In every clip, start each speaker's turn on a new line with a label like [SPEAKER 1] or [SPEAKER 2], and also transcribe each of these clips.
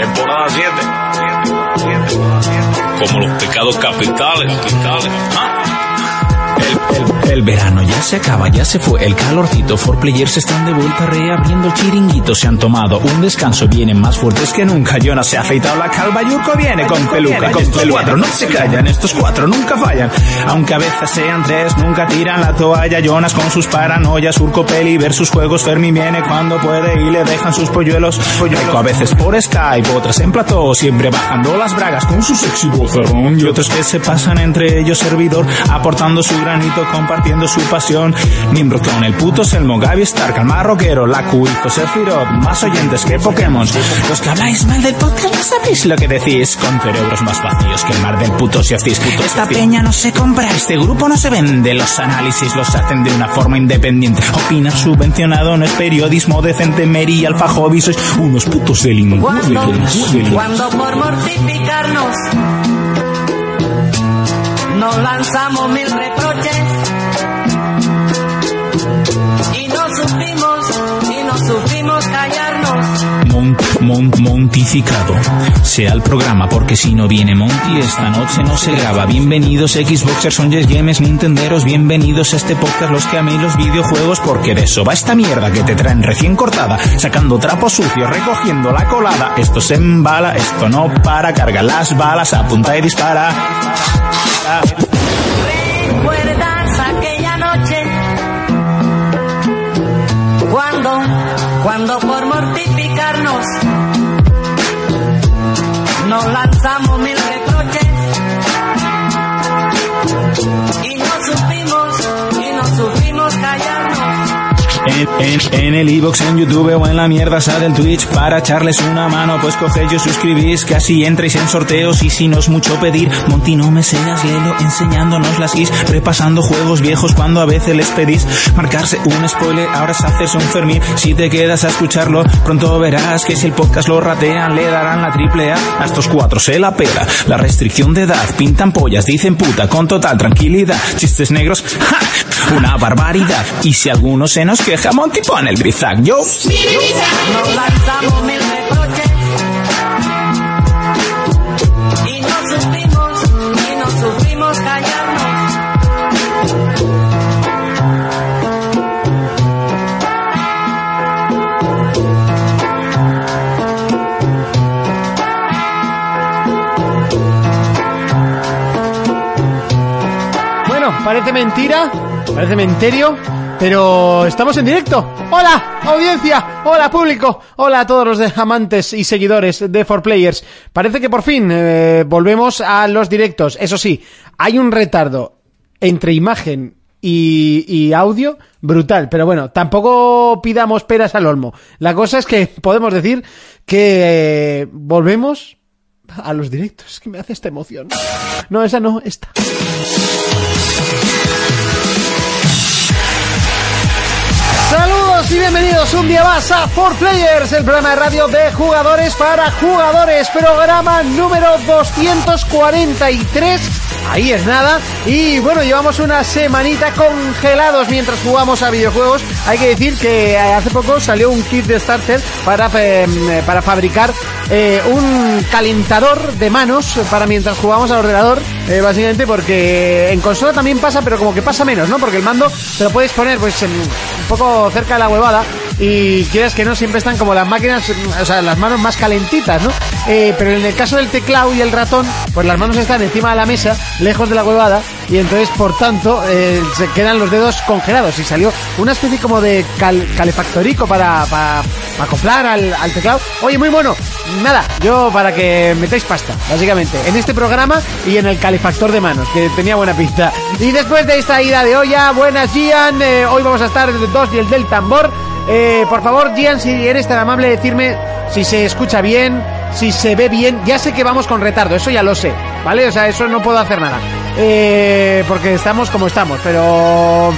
[SPEAKER 1] temporada 7. Como los pecados capitales, capitales.
[SPEAKER 2] El, el verano ya se acaba, ya se fue el calorcito. For players están de vuelta reabriendo el chiringuito. Se han tomado un descanso, vienen más fuertes que nunca. Jonas se ha afeitado la calva, Yuko viene con peluca, con peluadro. No se callan, estos cuatro nunca fallan. Aunque a veces sean tres, nunca tiran la toalla. Jonas con sus paranoias, Urco Peli versus juegos. Fermi viene cuando puede y le dejan sus polluelos. Reco a veces por Skype, otras en plató. Siempre bajando las bragas con su sexy vocerrón. Y otros que se pasan entre ellos servidor, aportando su granito compartiendo su pasión. Nimrod con el puto Selmo, Gaby Stark, más rockero, Laku y José Firot, más oyentes que Pokémon. Los que habláis mal del podcast no sabéis lo que decís, con cerebros más vacíos que el mar del puto si hacéis puto. Esta peña no se compra, este grupo no se vende, los análisis los hacen de una forma independiente. Opinar subvencionado no es periodismo decente, Mary y Alfa Hobby, sois unos putos delincuentes.
[SPEAKER 3] Cuando,
[SPEAKER 2] delincuentes.
[SPEAKER 3] cuando por mortificarnos nos lanzamos mil reproches y no supimos, y no supimos callarnos.
[SPEAKER 2] Mon- mon- montificado. Sea el programa, porque si no viene Monty, esta noche no se graba. Bienvenidos Xboxers, Songes Games, Nintenderos, bienvenidos a este podcast, los que améis los videojuegos, porque de eso va esta mierda que te traen recién cortada, sacando trapos sucios, recogiendo la colada. Esto se embala, esto no para, carga las balas, apunta y dispara.
[SPEAKER 3] ¿Recuerdas aquella noche? Cuando, cuando por mortificarnos nos lanzamos mil reproches y no supimos, y no supimos callarnos.
[SPEAKER 2] En, en- en el iBox, en YouTube o en la mierda sale del Twitch para echarles una mano, pues cogéis y suscribís, que así entréis en sorteos y si no es mucho pedir, Monty no me seas lelo, enseñándonos las is, repasando juegos viejos cuando a veces les pedís, marcarse un spoiler, ahora es hacerse un Fermín, si te quedas a escucharlo, pronto verás que si el podcast lo ratean, le darán la triple A, a estos cuatro se la pela, la restricción de edad, pintan pollas, dicen puta, con total tranquilidad, chistes negros, ¡ja! una barbaridad, y si alguno se nos queja, Monty pone el brizac, yo...
[SPEAKER 3] Nos lanzamos mil reproches y no supimos, y no supimos callarnos.
[SPEAKER 4] Bueno, parece mentira, parece menterio, pero estamos en directo. ¡Hola, audiencia! ¡Hola, público! ¡Hola a todos los de- amantes y seguidores de 4Players! Parece que por fin eh, volvemos a los directos. Eso sí, hay un retardo entre imagen y, y audio brutal, pero bueno, tampoco pidamos peras al olmo. La cosa es que podemos decir que eh, volvemos a los directos. Es que me hace esta emoción. No, esa no, esta. Saludos y bienvenidos un día más a 4Players, el programa de radio de jugadores para jugadores, programa número 243. Ahí es nada. Y bueno, llevamos una semanita congelados mientras jugamos a videojuegos. Hay que decir que eh, hace poco salió un kit de starter para, eh, para fabricar eh, un calentador de manos para mientras jugamos al ordenador, eh, básicamente porque en consola también pasa, pero como que pasa menos, ¿no? Porque el mando te lo puedes poner pues en- un poco cerca de la huevada y quieras que no, siempre están como las máquinas, mm, o sea, las manos más calentitas, ¿no? Eh, pero en el caso del teclado y el ratón, pues las manos están encima de la mesa, lejos de la huevada, y entonces, por tanto, eh, se quedan los dedos congelados y salió una especie como de cal- calefactorico para, para, para acoplar al, al teclado. Oye, muy bueno. Nada, yo para que metáis pasta, básicamente, en este programa y en el calefactor de manos, que tenía buena pinta. Y después de esta ida de olla, buenas Gian, eh, hoy vamos a estar el 2 y el del tambor. Eh, por favor, Gian, si eres tan amable, decirme si se escucha bien, si se ve bien. Ya sé que vamos con retardo, eso ya lo sé, ¿vale? O sea, eso no puedo hacer nada. Eh, porque estamos como estamos, pero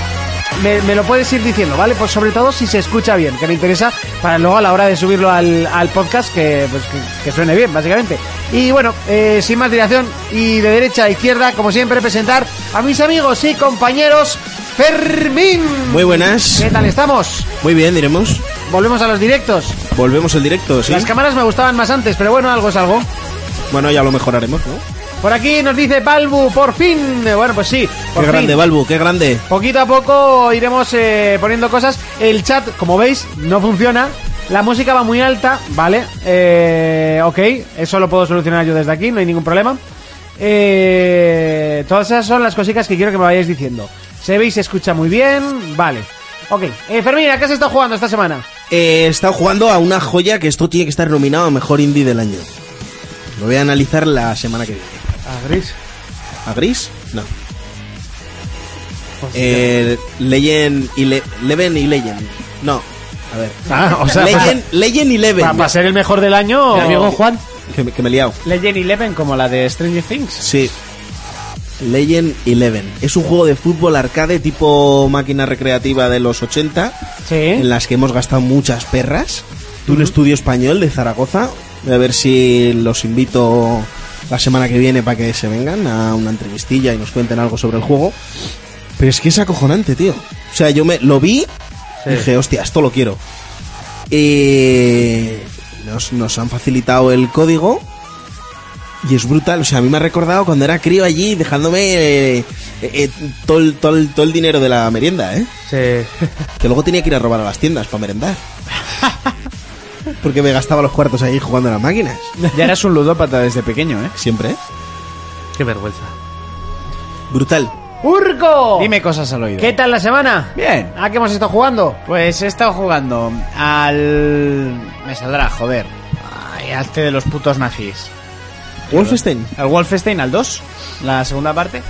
[SPEAKER 4] me, me lo puedes ir diciendo, ¿vale? Pues sobre todo si se escucha bien, que me interesa para luego a la hora de subirlo al, al podcast que, pues, que- que suene bien, básicamente. Y bueno, eh, sin más dilación y de derecha a izquierda, como siempre, presentar a mis amigos y compañeros Fermín.
[SPEAKER 5] Muy buenas.
[SPEAKER 4] ¿Qué tal estamos?
[SPEAKER 5] Muy bien, diremos.
[SPEAKER 6] volvemos a los directos.
[SPEAKER 5] Volvemos el directo, ¿sí?
[SPEAKER 6] Las cámaras me gustaban más antes, pero bueno, algo es algo.
[SPEAKER 5] Bueno, ya lo mejoraremos, ¿no?
[SPEAKER 6] Por aquí nos dice Balbu, por fin. Eh, Bueno, pues sí, por
[SPEAKER 5] Qué
[SPEAKER 6] fin.
[SPEAKER 5] grande, Balbu, qué grande.
[SPEAKER 6] Poquito a poco iremos eh, poniendo cosas. El chat, como veis, no funciona. La música va muy alta, ¿vale? Eh, ok, eso lo puedo solucionar yo desde aquí, no hay ningún problema. Eh, todas esas son las cositas que quiero que me vayáis diciendo. Se ve y se escucha muy bien, vale. Ok, eh, Fermín, ¿a qué has estado jugando esta semana?
[SPEAKER 5] Eh, he estado jugando a una joya que esto tiene que estar nominado a mejor indie del año. Lo voy a analizar la semana que viene.
[SPEAKER 6] A Gris.
[SPEAKER 5] ¿A Gris? No.
[SPEAKER 6] Pues
[SPEAKER 5] Eh, Legend y Le- Leven y Legend. No. A ver.
[SPEAKER 6] Ah, o sea,
[SPEAKER 5] Legend, Legend y Leven.
[SPEAKER 6] para, ser el mejor del año.
[SPEAKER 5] Mi amigo Juan. Que, me- que me he liado.
[SPEAKER 4] Legend Eleven como la de Stranger Things.
[SPEAKER 5] Sí. Legend 11. Es un juego de fútbol arcade tipo máquina recreativa de los 80.
[SPEAKER 6] Sí.
[SPEAKER 5] En las que hemos gastado muchas perras. De un estudio español de Zaragoza. Voy a ver si los invito la semana que viene para que se vengan a una entrevistilla y nos cuenten algo sobre el juego. Pero es que es acojonante, tío. O sea, yo me lo vi y dije, hostia, esto lo quiero. Eh, nos, nos han facilitado el código y es brutal. O sea, a mí me ha recordado cuando era crío allí dejándome eh, eh, todo, el, todo el- todo el dinero de la merienda, ¿eh? Que luego tenía que ir a robar a las tiendas para merendar. Porque me gastaba los cuartos ahí jugando a las máquinas.
[SPEAKER 4] Ya eras un ludópata desde pequeño, ¿eh?
[SPEAKER 5] Siempre, ¿eh?
[SPEAKER 4] Qué vergüenza.
[SPEAKER 5] Brutal.
[SPEAKER 6] ¡Urco!
[SPEAKER 4] Dime cosas al oído.
[SPEAKER 6] Oh. ¿Qué tal la semana?
[SPEAKER 4] Bien.
[SPEAKER 6] ¿A qué hemos estado jugando?
[SPEAKER 4] Pues he estado jugando al... Me saldrá, joder. Ay, hazte de los putos nazis.
[SPEAKER 5] Wolfenstein.
[SPEAKER 4] Al Wolfenstein, al 2, la segunda parte.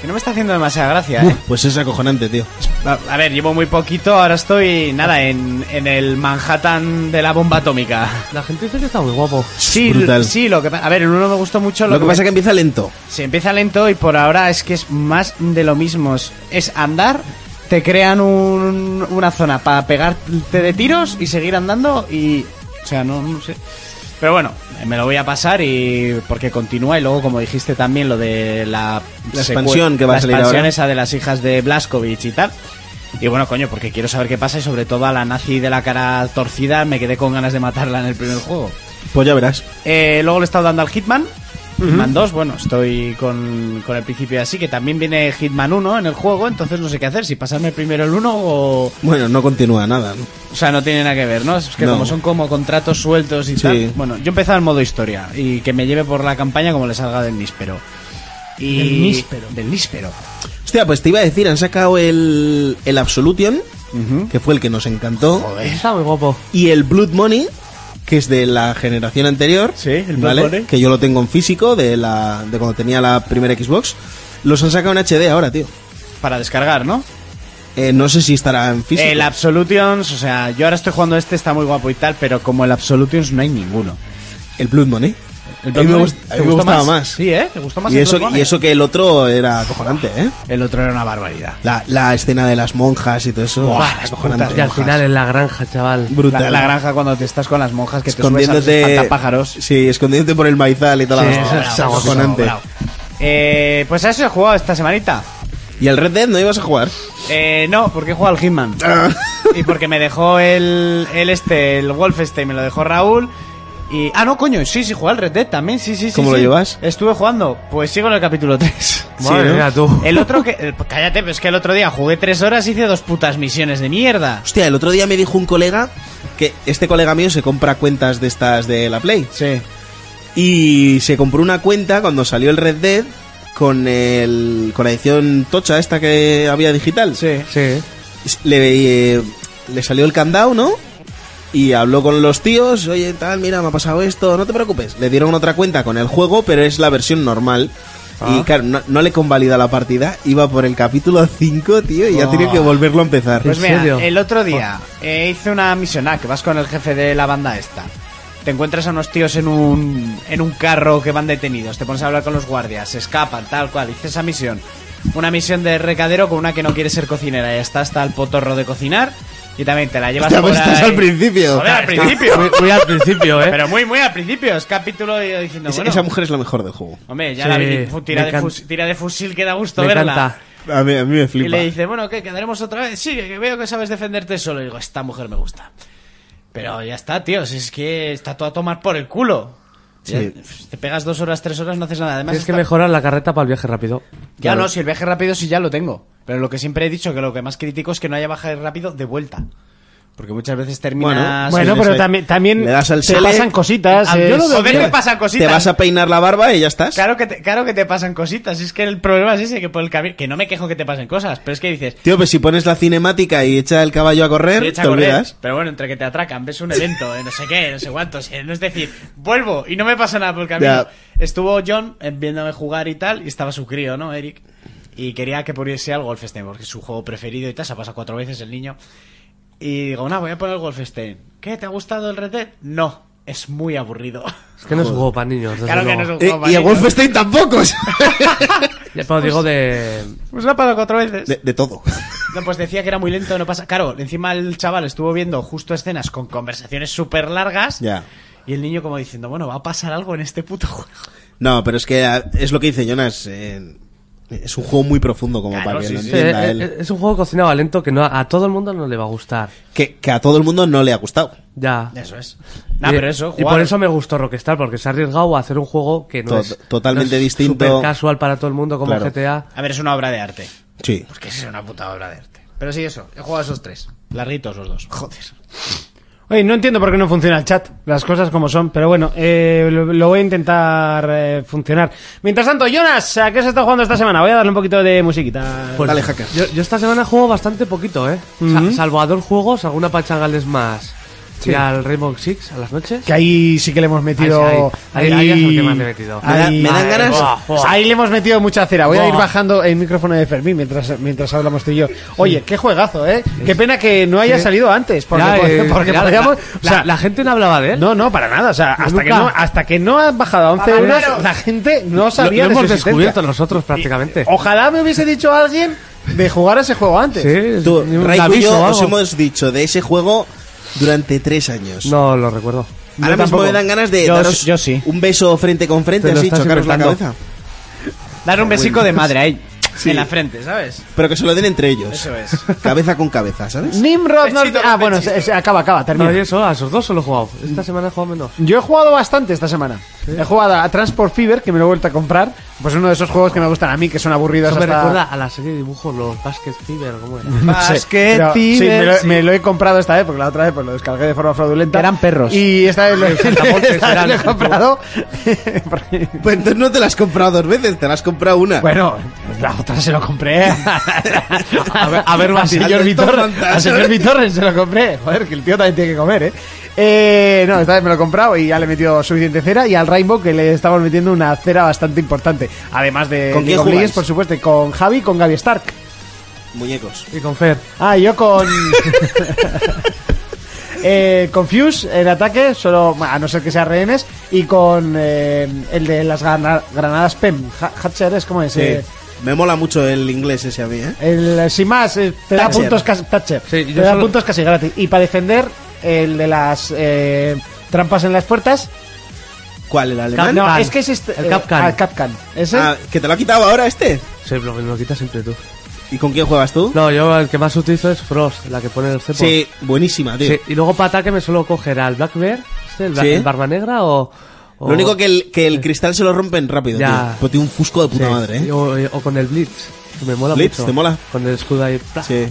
[SPEAKER 4] Que no me está haciendo demasiada gracia, ¿eh?
[SPEAKER 5] Pues es acojonante, tío.
[SPEAKER 4] A, a ver, llevo muy poquito, ahora estoy, nada, en, en el Manhattan de la bomba atómica.
[SPEAKER 7] La gente dice que está muy guapo.
[SPEAKER 4] Sí,
[SPEAKER 5] brutal.
[SPEAKER 4] sí, lo que pa- A ver, el uno me gustó mucho. Lo,
[SPEAKER 5] Lo que pasa es que empieza lento.
[SPEAKER 4] Se empieza lento y por ahora es que es más de lo mismo. Es- Es andar, te crean un- una zona para pegarte de tiros y seguir andando y... O sea, no, no sé. Pero bueno, eh, me lo voy a pasar y porque continúa y luego como dijiste también lo de la,
[SPEAKER 5] La
[SPEAKER 4] secue-
[SPEAKER 5] expansión que va a
[SPEAKER 4] la
[SPEAKER 5] salir
[SPEAKER 4] expansión
[SPEAKER 5] ahora.
[SPEAKER 4] esa de las hijas de Blaskovich y tal. Y bueno, coño, porque quiero saber qué pasa y sobre todo a la nazi de la cara torcida me quedé con ganas de matarla en el primer juego.
[SPEAKER 5] Pues ya verás.
[SPEAKER 4] Eh, luego le he estado dando al Hitman. Hitman 2, bueno, estoy con, con el principio así, que también viene Hitman 1 en el juego, entonces no sé qué hacer, si pasarme primero el 1 o...
[SPEAKER 5] Bueno, no continúa nada. ¿no?
[SPEAKER 4] O sea, no tiene nada que ver, ¿no? Es que
[SPEAKER 5] No.
[SPEAKER 4] como son como contratos sueltos y
[SPEAKER 5] Sí.
[SPEAKER 4] tal... Bueno, yo he empezado en modo historia, y que me lleve por la campaña como le salga del níspero. Y...
[SPEAKER 7] Del níspero.
[SPEAKER 4] Del níspero.
[SPEAKER 5] Hostia, pues te iba a decir, han sacado el, el Absolution, que fue el que nos encantó,
[SPEAKER 7] Está muy guapo.
[SPEAKER 5] y el Blood Money, que es de la generación anterior,
[SPEAKER 4] Sí, el Blood
[SPEAKER 5] ¿vale?
[SPEAKER 4] Money.
[SPEAKER 5] que yo lo tengo en físico, de, la, de cuando tenía la primera Xbox. Los han sacado en HD ahora, tío.
[SPEAKER 4] Para descargar, ¿no?
[SPEAKER 5] Eh, no sé si estará en físico.
[SPEAKER 4] El Absolutions, o sea, yo ahora estoy jugando este, está muy guapo y tal, pero como el Absolutions no hay ninguno.
[SPEAKER 5] El Blood Money.
[SPEAKER 4] El
[SPEAKER 5] a mí me,
[SPEAKER 4] Blood
[SPEAKER 5] gust-
[SPEAKER 4] Money,
[SPEAKER 5] a
[SPEAKER 4] ¿te
[SPEAKER 5] mí me
[SPEAKER 4] gustó
[SPEAKER 5] gustaba más.
[SPEAKER 4] Sí, ¿eh? ¿Te gustó más
[SPEAKER 5] y,
[SPEAKER 4] el
[SPEAKER 5] eso,
[SPEAKER 4] Blood
[SPEAKER 5] y
[SPEAKER 4] Money?
[SPEAKER 5] eso que el otro era acojonante, ¿eh?
[SPEAKER 4] El otro era una barbaridad.
[SPEAKER 5] La, la escena de las monjas y todo eso.
[SPEAKER 4] Buah,
[SPEAKER 5] Buah,
[SPEAKER 4] las
[SPEAKER 5] acojonante.
[SPEAKER 4] putas,
[SPEAKER 7] Y al
[SPEAKER 5] Monjas.
[SPEAKER 7] final en la granja, chaval.
[SPEAKER 5] Brutal.
[SPEAKER 4] La, la granja cuando te estás con las monjas que te subes a los
[SPEAKER 5] escondiéndote
[SPEAKER 4] espantapájaros.
[SPEAKER 5] sí escondiéndote por el maizal y toda
[SPEAKER 7] Sí,
[SPEAKER 5] la
[SPEAKER 7] eso
[SPEAKER 5] hostia.
[SPEAKER 7] es
[SPEAKER 5] Bravo, acojonante
[SPEAKER 4] Bravo. Eh, pues a eso he jugado esta semanita.
[SPEAKER 5] y el Red Dead no ibas a jugar
[SPEAKER 4] Eh, no, porque he jugado al Hitman.
[SPEAKER 5] Ah.
[SPEAKER 4] y porque me dejó el, el este, el Wolfenstein, me lo dejó Raúl. Y, ah, no, coño, sí, sí, jugué al Red Dead también, sí, sí, sí.
[SPEAKER 5] ¿Cómo lo
[SPEAKER 4] sí.
[SPEAKER 5] llevas?
[SPEAKER 4] Estuve jugando, pues sigo en el capítulo 3.
[SPEAKER 7] Madre
[SPEAKER 5] ¿no?
[SPEAKER 7] mía, tú.
[SPEAKER 4] El otro que... el- cállate, pero es que el otro día jugué tres horas y hice dos putas misiones de mierda.
[SPEAKER 5] hostia el otro día me dijo un colega que este colega mío se compra cuentas de estas de la Play
[SPEAKER 4] Sí.
[SPEAKER 5] y se compró una cuenta cuando salió el Red Dead con el con la edición tocha esta que había digital
[SPEAKER 4] Sí.
[SPEAKER 7] Sí.
[SPEAKER 5] le, eh, le salió el candado, ¿no? Y habló con los tíos, oye, tal, mira, me ha pasado esto, no te preocupes. Le dieron otra cuenta con el juego, pero es la versión normal.
[SPEAKER 4] Ah.
[SPEAKER 5] Y claro, no, no le convalida la partida, iba por el capítulo 5, tío, y ya tiene que volverlo a empezar.
[SPEAKER 4] Ah. Pues
[SPEAKER 7] ¿En
[SPEAKER 4] mira,
[SPEAKER 7] serio? Oh.
[SPEAKER 4] el otro día eh, hice una misión, ah, que vas con el jefe de la banda esta. Te encuentras a unos tíos en un, en un carro que van detenidos, te pones a hablar con los guardias, se escapan, tal cual, hice esa misión. Una misión de recadero con una que no quiere ser cocinera y está hasta el potorro de cocinar. Y también te la llevas
[SPEAKER 5] Hostia, pues
[SPEAKER 4] por
[SPEAKER 5] estás
[SPEAKER 4] ahí.
[SPEAKER 5] al principio.
[SPEAKER 4] Joder, al
[SPEAKER 7] Muy,
[SPEAKER 4] principio.
[SPEAKER 7] muy al principio, ¿eh?
[SPEAKER 4] Pero muy, muy al principio. Es capítulo y yo diciendo,
[SPEAKER 5] Es-
[SPEAKER 4] bueno,
[SPEAKER 5] Esa mujer es la mejor del juego.
[SPEAKER 4] Hombre, ya
[SPEAKER 7] Sí,
[SPEAKER 4] la vi. fu- Tira
[SPEAKER 7] me
[SPEAKER 4] de,
[SPEAKER 7] encanta.
[SPEAKER 4] fus- tira de fusil que da gusto
[SPEAKER 7] Me
[SPEAKER 4] verla.
[SPEAKER 7] encanta.
[SPEAKER 5] A mí, a mí me
[SPEAKER 4] Y
[SPEAKER 5] flipa.
[SPEAKER 4] le dice, bueno, ¿qué? ¿Quedaremos otra vez? Sí, que veo que sabes defenderte solo. Y digo, esta mujer me gusta.
[SPEAKER 8] Pero ya está, tío. si es que está todo a tomar por el culo.
[SPEAKER 5] Sí.
[SPEAKER 8] Ya, te pegas dos horas, tres horas, no haces nada. Además,
[SPEAKER 7] Tienes que
[SPEAKER 8] está-
[SPEAKER 7] mejorar la carreta para el viaje rápido.
[SPEAKER 8] Ya no, si el viaje rápido sí ya lo tengo. Pero lo que siempre he dicho, que lo que más critico es que no haya viaje rápido de vuelta. Porque muchas veces terminas...
[SPEAKER 5] Sí,
[SPEAKER 4] Bueno,
[SPEAKER 5] sí,
[SPEAKER 4] pero
[SPEAKER 5] sí.
[SPEAKER 4] también, también
[SPEAKER 5] Le das al
[SPEAKER 4] se
[SPEAKER 5] tele.
[SPEAKER 4] pasan cositas.
[SPEAKER 8] Ah, yo
[SPEAKER 7] eh.
[SPEAKER 4] es-
[SPEAKER 8] lo veo Joder,
[SPEAKER 5] Te-
[SPEAKER 8] me pasan cositas.
[SPEAKER 5] Te vas a peinar la barba y ya estás.
[SPEAKER 8] Claro que, te, claro que te pasan cositas, es que el problema es ese, que por el camino... Que no me quejo que te pasen cosas, pero es que dices...
[SPEAKER 5] Tío, pues si pones la cinemática y echa el caballo a correr,
[SPEAKER 8] "Me echa
[SPEAKER 5] te
[SPEAKER 8] a correr",
[SPEAKER 5] olvidas.
[SPEAKER 8] Pero bueno, entre que te atracan, ves un evento, eh, no sé qué, no sé cuántos, eh, no es decir, vuelvo y no me pasa nada por el camino.
[SPEAKER 5] Ya.
[SPEAKER 8] Estuvo John eh, viéndome jugar y tal, y estaba su crío, ¿no, Eric? Y quería que pudiese al Wolfenstein, porque es su juego preferido y tal, se ha pasado cuatro veces el niño. Y digo, no, voy a poner el Wolfenstein. ¿Qué? ¿Te ha gustado el Red Dead? No, es muy aburrido.
[SPEAKER 7] Es que no es un juego para niños. desde
[SPEAKER 8] claro que no
[SPEAKER 7] luego.
[SPEAKER 8] es un
[SPEAKER 5] Eh,
[SPEAKER 8] juego para
[SPEAKER 5] y el
[SPEAKER 8] niños.
[SPEAKER 5] Wolfenstein tampoco.
[SPEAKER 7] Ya, pero digo de.
[SPEAKER 8] Pues lo ha pasado cuatro veces.
[SPEAKER 5] de, de todo.
[SPEAKER 8] No, pues decía que era muy lento, no pasa. Claro, encima el chaval estuvo viendo justo escenas con conversaciones súper largas.
[SPEAKER 5] Ya.
[SPEAKER 8] Y el niño como diciendo, bueno, va a pasar algo en este puto juego.
[SPEAKER 5] No, pero es que ah, es lo que dice Jonas. eh, es un juego muy profundo como
[SPEAKER 8] Claro,
[SPEAKER 5] para que
[SPEAKER 8] sí,
[SPEAKER 5] lo
[SPEAKER 8] sí.
[SPEAKER 7] Sí,
[SPEAKER 5] entienda
[SPEAKER 7] eh,
[SPEAKER 5] él.
[SPEAKER 7] eh, es un juego cocinado a lento que no, a todo el mundo no le va a gustar.
[SPEAKER 5] Que, que a todo el mundo no le ha gustado.
[SPEAKER 7] Ya.
[SPEAKER 8] Eso es. Nah,
[SPEAKER 7] Y-
[SPEAKER 8] pero eso,
[SPEAKER 7] y
[SPEAKER 8] jugar-
[SPEAKER 7] por eso me gustó Rockstar, porque se ha arriesgado a hacer un juego que no
[SPEAKER 5] To-
[SPEAKER 7] es
[SPEAKER 5] totalmente
[SPEAKER 7] no es
[SPEAKER 5] distinto.
[SPEAKER 7] súper casual para todo el mundo como
[SPEAKER 5] Claro.
[SPEAKER 7] GTA.
[SPEAKER 8] A ver, es una obra de arte.
[SPEAKER 5] Sí.
[SPEAKER 8] Porque es una puta obra de arte. Pero sí, eso. He jugado a esos tres. Larguitos los dos. Joder.
[SPEAKER 4] Oye, no entiendo por qué no funciona el chat, las cosas como son, pero bueno, eh, lo, lo voy a intentar eh, funcionar. Mientras tanto, Jonas, ¿a qué se está jugando esta semana? Voy a darle un poquito de musiquita.
[SPEAKER 7] Pues,
[SPEAKER 5] Dale, hacker.
[SPEAKER 7] Yo, yo esta semana juego bastante poquito, ¿eh? Sa- salvo a dos juegos, alguna pachanga al más y al Rainbow Six a las noches.
[SPEAKER 4] que ahí sí que le hemos metido...
[SPEAKER 7] Ahí- ahí- ahí es el que más le he metido.
[SPEAKER 5] Me da- me dan ganas-
[SPEAKER 4] Buah, buah. Ahí le hemos metido mucha cera. Voy a ir
[SPEAKER 7] Buah.
[SPEAKER 4] bajando el micrófono de Fermín mientras, mientras hablamos tú y yo. Oye, qué juegazo, ¿eh? Qué pena que no haya salido antes, porque,
[SPEAKER 7] Ya, eh,
[SPEAKER 4] porque
[SPEAKER 7] ya, la-
[SPEAKER 4] podíamos-
[SPEAKER 7] la,
[SPEAKER 4] o sea,
[SPEAKER 7] la gente no hablaba de él.
[SPEAKER 4] No, no, para nada. O sea, hasta
[SPEAKER 7] Nunca.
[SPEAKER 4] que, no, hasta que no han bajado a 11 euros, la gente no
[SPEAKER 7] Lo-
[SPEAKER 4] sabía
[SPEAKER 7] lo
[SPEAKER 4] de su
[SPEAKER 7] hemos
[SPEAKER 4] existencia.
[SPEAKER 7] descubierto nosotros prácticamente.
[SPEAKER 4] Ojalá me hubiese dicho alguien de jugar a ese juego antes.
[SPEAKER 7] Sí,
[SPEAKER 5] Tú,
[SPEAKER 7] ni un
[SPEAKER 5] Raico y
[SPEAKER 7] aviso o
[SPEAKER 5] yo
[SPEAKER 7] algo.
[SPEAKER 5] os hemos dicho de ese juego durante tres años.
[SPEAKER 7] No lo recuerdo.
[SPEAKER 5] Ahora mismo me dan ganas de
[SPEAKER 8] Yo-
[SPEAKER 5] daros
[SPEAKER 8] yo sí.
[SPEAKER 5] un beso frente con frente,
[SPEAKER 7] Te lo
[SPEAKER 5] así,
[SPEAKER 7] estás
[SPEAKER 5] chocaros la
[SPEAKER 7] inventando.
[SPEAKER 5] cabeza.
[SPEAKER 8] Dar un besico de madre ahí. En la frente, ¿sabes?
[SPEAKER 5] Pero que se lo den entre ellos.
[SPEAKER 8] Eso es.
[SPEAKER 5] Cabeza con cabeza, ¿sabes?
[SPEAKER 4] Nimrod
[SPEAKER 8] Pechito
[SPEAKER 4] Norte-
[SPEAKER 8] con
[SPEAKER 4] Ah, bueno,
[SPEAKER 8] pechito.
[SPEAKER 4] se- se- acaba, acaba, termina.
[SPEAKER 7] No, y eso, a esos dos solo he jugado. Esta semana he jugado menos.
[SPEAKER 4] Yo he jugado bastante esta semana. He jugado a Transport Fever, que me lo he vuelto a comprar. Pues uno de esos juegos que me gustan a mí, que son aburridos
[SPEAKER 7] Eso me
[SPEAKER 4] hasta-
[SPEAKER 7] recuerda a la serie de dibujos, los Basket Fever, ¿cómo era?
[SPEAKER 4] Sí,
[SPEAKER 8] Basket
[SPEAKER 4] pero- sí,
[SPEAKER 8] Fever,
[SPEAKER 4] me lo,
[SPEAKER 8] sí.
[SPEAKER 4] me lo he comprado esta vez, porque la otra vez pues, lo descargué de forma fraudulenta.
[SPEAKER 8] Eran perros.
[SPEAKER 4] Y esta vez lo,
[SPEAKER 7] saltamontes
[SPEAKER 4] esta vez
[SPEAKER 7] eran,
[SPEAKER 4] lo he
[SPEAKER 7] por ejemplo.
[SPEAKER 4] comprado. porque-
[SPEAKER 5] Pues entonces no te la has comprado dos veces, te la has comprado una.
[SPEAKER 4] Bueno, la otra se lo compré. a ver,
[SPEAKER 7] a ver,
[SPEAKER 4] al
[SPEAKER 7] Martín,
[SPEAKER 4] señor
[SPEAKER 5] al doctor
[SPEAKER 4] Vitor,
[SPEAKER 5] Montas.
[SPEAKER 4] al señor Vitor se lo compré. Joder, que el tío también tiene que comer, ¿eh? Eh, no, esta vez me lo he comprado y ya le he metido suficiente cera y al Rainbow que le estamos metiendo una cera bastante importante. Además de League
[SPEAKER 5] ¿Con quién
[SPEAKER 4] of Legends,
[SPEAKER 5] jugáis?
[SPEAKER 4] por supuesto, y con Javi y con Gaby Stark.
[SPEAKER 5] Muñecos.
[SPEAKER 7] Y con Fer.
[SPEAKER 4] Ah, yo con. eh, con Fuse en ataque, solo a no ser que sea rehenes, y con eh, el de las gana- granadas PEM. Ha- Hatcher es Eh, como
[SPEAKER 5] Sí.
[SPEAKER 4] ese.
[SPEAKER 5] Me mola mucho el inglés ese a mí, ¿eh?
[SPEAKER 4] El, sin más, eh, te da
[SPEAKER 5] Thatcher.
[SPEAKER 4] puntos casi, Thatcher.
[SPEAKER 7] Sí,
[SPEAKER 4] te
[SPEAKER 7] yo
[SPEAKER 4] da
[SPEAKER 7] solo-
[SPEAKER 4] puntos casi gratis. Y para defender, el de las eh, trampas en las puertas.
[SPEAKER 5] ¿Cuál, el alemán?
[SPEAKER 4] No,
[SPEAKER 7] Capcan.
[SPEAKER 4] es que es este-
[SPEAKER 7] El
[SPEAKER 4] eh,
[SPEAKER 7] Capcan.
[SPEAKER 4] ah, el Capcan. Ese.
[SPEAKER 5] Ah, ¿Que te lo ha quitado ahora este?
[SPEAKER 7] Sí, lo, lo quitas siempre tú.
[SPEAKER 5] ¿Y con quién juegas tú?
[SPEAKER 7] No, yo el que más utilizo es Frost, la que pone el cepo.
[SPEAKER 5] Sí, buenísima, tío.
[SPEAKER 7] Sí, Y luego para ataque me suelo coger al Black Bear, este, el, Black-
[SPEAKER 5] Sí.
[SPEAKER 7] el Barba Negra o... o-
[SPEAKER 5] Lo único que el, que el cristal se lo rompen rápido,
[SPEAKER 7] Oh. Ya.
[SPEAKER 5] tío. Pero tiene un fusco de puta
[SPEAKER 7] Sí,
[SPEAKER 5] madre, ¿eh?
[SPEAKER 7] O, o con el Blitz, que me mola
[SPEAKER 5] Blitz,
[SPEAKER 7] mucho.
[SPEAKER 5] ¿te mola?
[SPEAKER 7] Con el escudo ahí. ¡pla!
[SPEAKER 5] Sí.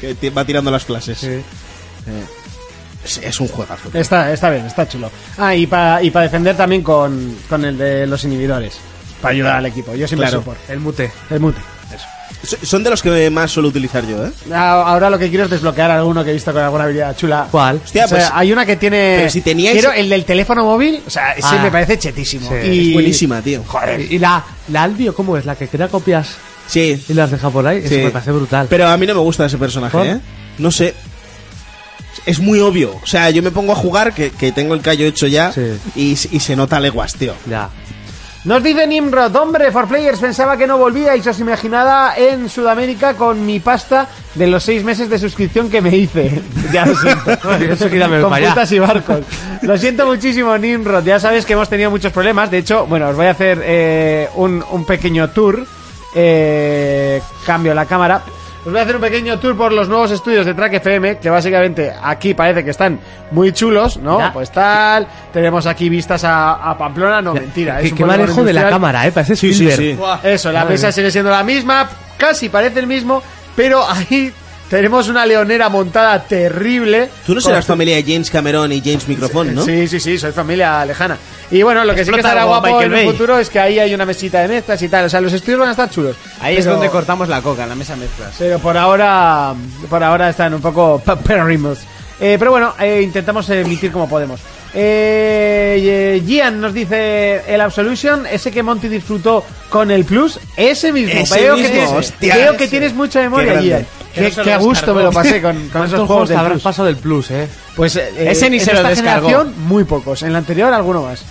[SPEAKER 5] Que te- va tirando las clases.
[SPEAKER 7] Sí.
[SPEAKER 5] Es, es un juegazo. tío.
[SPEAKER 4] Está, está bien, está chulo. Ah, y para y pa defender también con, con el de los inhibidores. Para ayudar al equipo. Yo siempre
[SPEAKER 5] Claro.
[SPEAKER 4] support.
[SPEAKER 7] El mute.
[SPEAKER 4] El mute.
[SPEAKER 5] So- Son de los que más suelo utilizar yo, ¿eh?
[SPEAKER 4] Ah, Ahora lo que quiero es desbloquear alguno que he visto con alguna habilidad chula.
[SPEAKER 7] ¿Cuál?
[SPEAKER 5] Hostia,
[SPEAKER 4] O sea,
[SPEAKER 5] pues-
[SPEAKER 4] hay una que tiene.
[SPEAKER 5] Pero si teníais-
[SPEAKER 4] Quiero el del teléfono móvil. O sea, ese
[SPEAKER 7] Ah.
[SPEAKER 4] me parece chetísimo.
[SPEAKER 7] Sí.
[SPEAKER 4] y...
[SPEAKER 5] Es buenísima, tío.
[SPEAKER 7] Y, y la, la Albio, ¿cómo es? La que crea copias
[SPEAKER 5] Sí.
[SPEAKER 7] y las deja por ahí. Eso
[SPEAKER 5] sí.
[SPEAKER 7] me parece brutal.
[SPEAKER 5] Pero a mí no me gusta ese personaje,
[SPEAKER 7] ¿Por?
[SPEAKER 5] ¿eh? No sé. Es muy obvio. O sea, yo me pongo a jugar, que, que tengo el callo hecho ya,
[SPEAKER 7] Sí.
[SPEAKER 5] y, s- y se nota leguas, tío.
[SPEAKER 7] Ya.
[SPEAKER 4] Nos dice Nimrod, hombre, For Players pensaba que no volvíais, os imaginaba en Sudamérica con mi pasta de los seis meses de suscripción que me hice. Ya lo siento.
[SPEAKER 7] Yo enseguida me voy
[SPEAKER 4] con
[SPEAKER 7] para allá.
[SPEAKER 4] putas y barcos. Lo siento muchísimo, Nimrod. Ya sabes que hemos tenido muchos problemas. De hecho, bueno, os voy a hacer eh, un, un pequeño tour. Eh, cambio la cámara. Os voy a hacer un pequeño tour por los nuevos estudios de Track FM, que básicamente aquí parece que están muy chulos, ¿no?
[SPEAKER 8] Ya.
[SPEAKER 4] Pues tal, tenemos aquí vistas a, a Pamplona, no, mentira.
[SPEAKER 7] Qué,
[SPEAKER 4] es un
[SPEAKER 7] qué
[SPEAKER 4] polígono
[SPEAKER 7] manejo de la
[SPEAKER 4] industrial.
[SPEAKER 7] cámara, ¿eh? Parece
[SPEAKER 5] Sí, sí,
[SPEAKER 7] Spielberg.
[SPEAKER 5] sí.
[SPEAKER 4] Eso, la
[SPEAKER 7] Madre
[SPEAKER 4] mesa sigue siendo la misma, casi parece el mismo, pero ahí tenemos una leonera montada terrible. este-
[SPEAKER 5] Tú no serás familia de James Cameron y James Microphone, ¿no?
[SPEAKER 4] Sí, sí, sí, soy familia lejana. Y bueno, lo que sí que
[SPEAKER 8] Explota
[SPEAKER 4] estará
[SPEAKER 8] algo,
[SPEAKER 4] guapo
[SPEAKER 8] Michael
[SPEAKER 4] en el
[SPEAKER 8] Bay.
[SPEAKER 4] futuro es que ahí hay una mesita de mezclas y tal. O sea, los estudios van a estar chulos.
[SPEAKER 8] Ahí es
[SPEAKER 4] Pero-
[SPEAKER 8] donde cortamos la coca, en la mesa mezclas.
[SPEAKER 4] Pero por ahora, por ahora están un poco paperimos. Eh, pero bueno, eh, intentamos emitir como podemos. Eh, y, eh, Gian nos dice el Absolution, ese que Monty disfrutó con el Plus, ese mismo.
[SPEAKER 5] Ese
[SPEAKER 4] veo
[SPEAKER 5] mismo,
[SPEAKER 4] que tienes,
[SPEAKER 5] hostia,
[SPEAKER 4] veo
[SPEAKER 5] ese.
[SPEAKER 4] que tienes mucha
[SPEAKER 5] Qué
[SPEAKER 4] memoria,
[SPEAKER 5] grande.
[SPEAKER 4] Gian.
[SPEAKER 8] Que
[SPEAKER 4] Qué,
[SPEAKER 8] no se
[SPEAKER 4] qué
[SPEAKER 8] lo
[SPEAKER 4] a gusto
[SPEAKER 8] descargó.
[SPEAKER 4] me lo pasé con, con esos
[SPEAKER 7] ¿Cuántos
[SPEAKER 4] juegos
[SPEAKER 7] juegos te
[SPEAKER 4] del
[SPEAKER 7] habrás
[SPEAKER 4] Plus.
[SPEAKER 7] pasado del Plus, eh?
[SPEAKER 4] Pues eh,
[SPEAKER 8] Ese ni
[SPEAKER 4] en
[SPEAKER 8] se lo
[SPEAKER 4] esta
[SPEAKER 8] descargó.
[SPEAKER 4] generación, muy pocos. En la anterior, alguno más.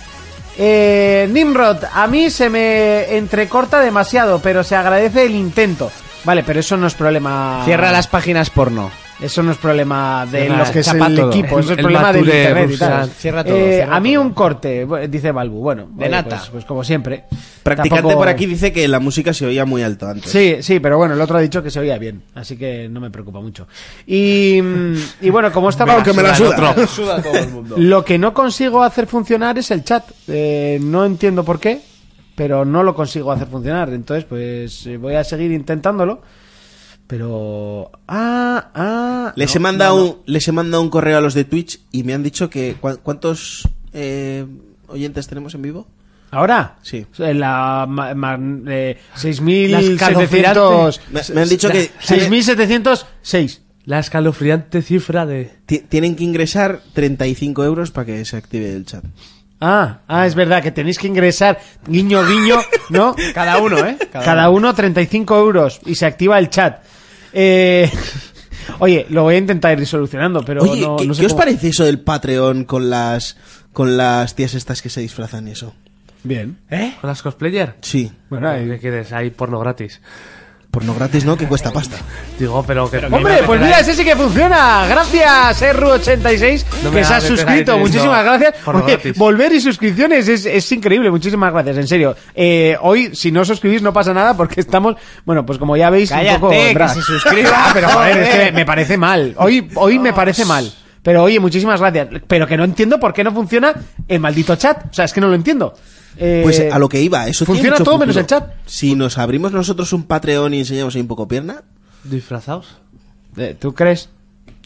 [SPEAKER 4] Eh, Nimrod, a mí se me entrecorta demasiado, pero se agradece el intento. Vale, pero eso no es problema.
[SPEAKER 8] Cierra las páginas porno.
[SPEAKER 4] Eso no es problema de
[SPEAKER 7] Cierra,
[SPEAKER 4] los que es
[SPEAKER 7] chapa
[SPEAKER 4] el
[SPEAKER 7] todo.
[SPEAKER 4] equipo, eso es
[SPEAKER 7] El
[SPEAKER 4] problema del
[SPEAKER 7] Mature,
[SPEAKER 4] internet y tal.
[SPEAKER 7] Rusia, cierra
[SPEAKER 8] todo,
[SPEAKER 4] Eh,
[SPEAKER 8] cierra
[SPEAKER 4] a mí
[SPEAKER 8] todo.
[SPEAKER 4] un corte, bu- dice Balbu. Bueno,
[SPEAKER 8] De
[SPEAKER 4] oye,
[SPEAKER 8] nata.
[SPEAKER 4] Pues, pues como siempre.
[SPEAKER 5] Practicante
[SPEAKER 4] Tampoco-
[SPEAKER 5] por aquí dice que la música se oía muy alto antes.
[SPEAKER 4] Sí, sí, pero bueno, el otro ha dicho que se oía bien, así que no me preocupa mucho. Y, mm, y bueno, como estaba. Lo que no consigo hacer funcionar es el chat. Eh, no entiendo por qué, pero no lo consigo hacer funcionar. Entonces, pues eh, voy a seguir intentándolo. Pero. Ah, ah.
[SPEAKER 5] Les,
[SPEAKER 4] no,
[SPEAKER 5] he mandado
[SPEAKER 4] no, no.
[SPEAKER 5] Un, les he mandado un correo a los de Twitch y me han dicho que... cua- ¿Cuántos eh, oyentes tenemos en vivo?
[SPEAKER 4] ¿Ahora?
[SPEAKER 5] Sí.
[SPEAKER 4] En la. ma- ma- eh,
[SPEAKER 7] Las
[SPEAKER 4] 6.700.
[SPEAKER 5] Me, me han dicho que...
[SPEAKER 4] 6.706.
[SPEAKER 7] La escalofriante cifra de...
[SPEAKER 5] ti- Tienen que ingresar 35 euros para que se active el chat.
[SPEAKER 4] Ah, ah, es verdad que tenéis que ingresar guiño guiño, ¿no?
[SPEAKER 8] Cada uno, ¿eh?
[SPEAKER 4] Cada, uno 35 euros y se activa el chat. Eh, oye, lo voy a intentar ir solucionando, pero
[SPEAKER 5] Oye,
[SPEAKER 4] no,
[SPEAKER 5] ¿qué,
[SPEAKER 4] no sé
[SPEAKER 5] qué os
[SPEAKER 4] cómo-
[SPEAKER 5] parece eso del Patreon con las con las tías estas que se disfrazan y eso?
[SPEAKER 4] Bien.
[SPEAKER 7] ¿Con las cosplayer?
[SPEAKER 5] Sí.
[SPEAKER 4] Bueno, ahí-
[SPEAKER 7] ¿Qué quieres? Hay porno gratis.
[SPEAKER 5] Porno gratis, ¿no? Que cuesta pasta.
[SPEAKER 7] Digo, pero que... no me
[SPEAKER 4] Hombre, pues
[SPEAKER 7] meterá
[SPEAKER 4] mira,
[SPEAKER 7] ahí.
[SPEAKER 4] ese sí que funciona. Gracias, Erru86,
[SPEAKER 7] No me
[SPEAKER 4] que se
[SPEAKER 7] da
[SPEAKER 4] ha
[SPEAKER 7] de pegar
[SPEAKER 4] suscrito.
[SPEAKER 7] ahí
[SPEAKER 4] Muchísimas
[SPEAKER 7] diciendo
[SPEAKER 4] gracias.
[SPEAKER 7] porno
[SPEAKER 4] Oye,
[SPEAKER 7] gratis.
[SPEAKER 4] volver y suscripciones es, es increíble. Muchísimas gracias, en serio. Eh, hoy, si no os suscribís, no pasa nada porque estamos, bueno, pues como ya veis,
[SPEAKER 8] Cállate,
[SPEAKER 4] un poco.
[SPEAKER 8] que
[SPEAKER 4] bra-
[SPEAKER 8] se suscriba.
[SPEAKER 4] Ah, pero joder, es que me parece mal. Hoy, hoy me parece mal. Pero oye, muchísimas gracias. Pero que no entiendo por qué no funciona el maldito chat. O sea, es que no lo entiendo. Eh,
[SPEAKER 5] Pues a lo que iba, eso tiene
[SPEAKER 4] funciona
[SPEAKER 5] mucho
[SPEAKER 4] todo menos
[SPEAKER 5] futuro.
[SPEAKER 4] el chat.
[SPEAKER 5] Si nos abrimos nosotros un Patreon y enseñamos ahí un poco pierna,
[SPEAKER 7] ¿Disfrazados?
[SPEAKER 4] Eh, ¿Tú crees?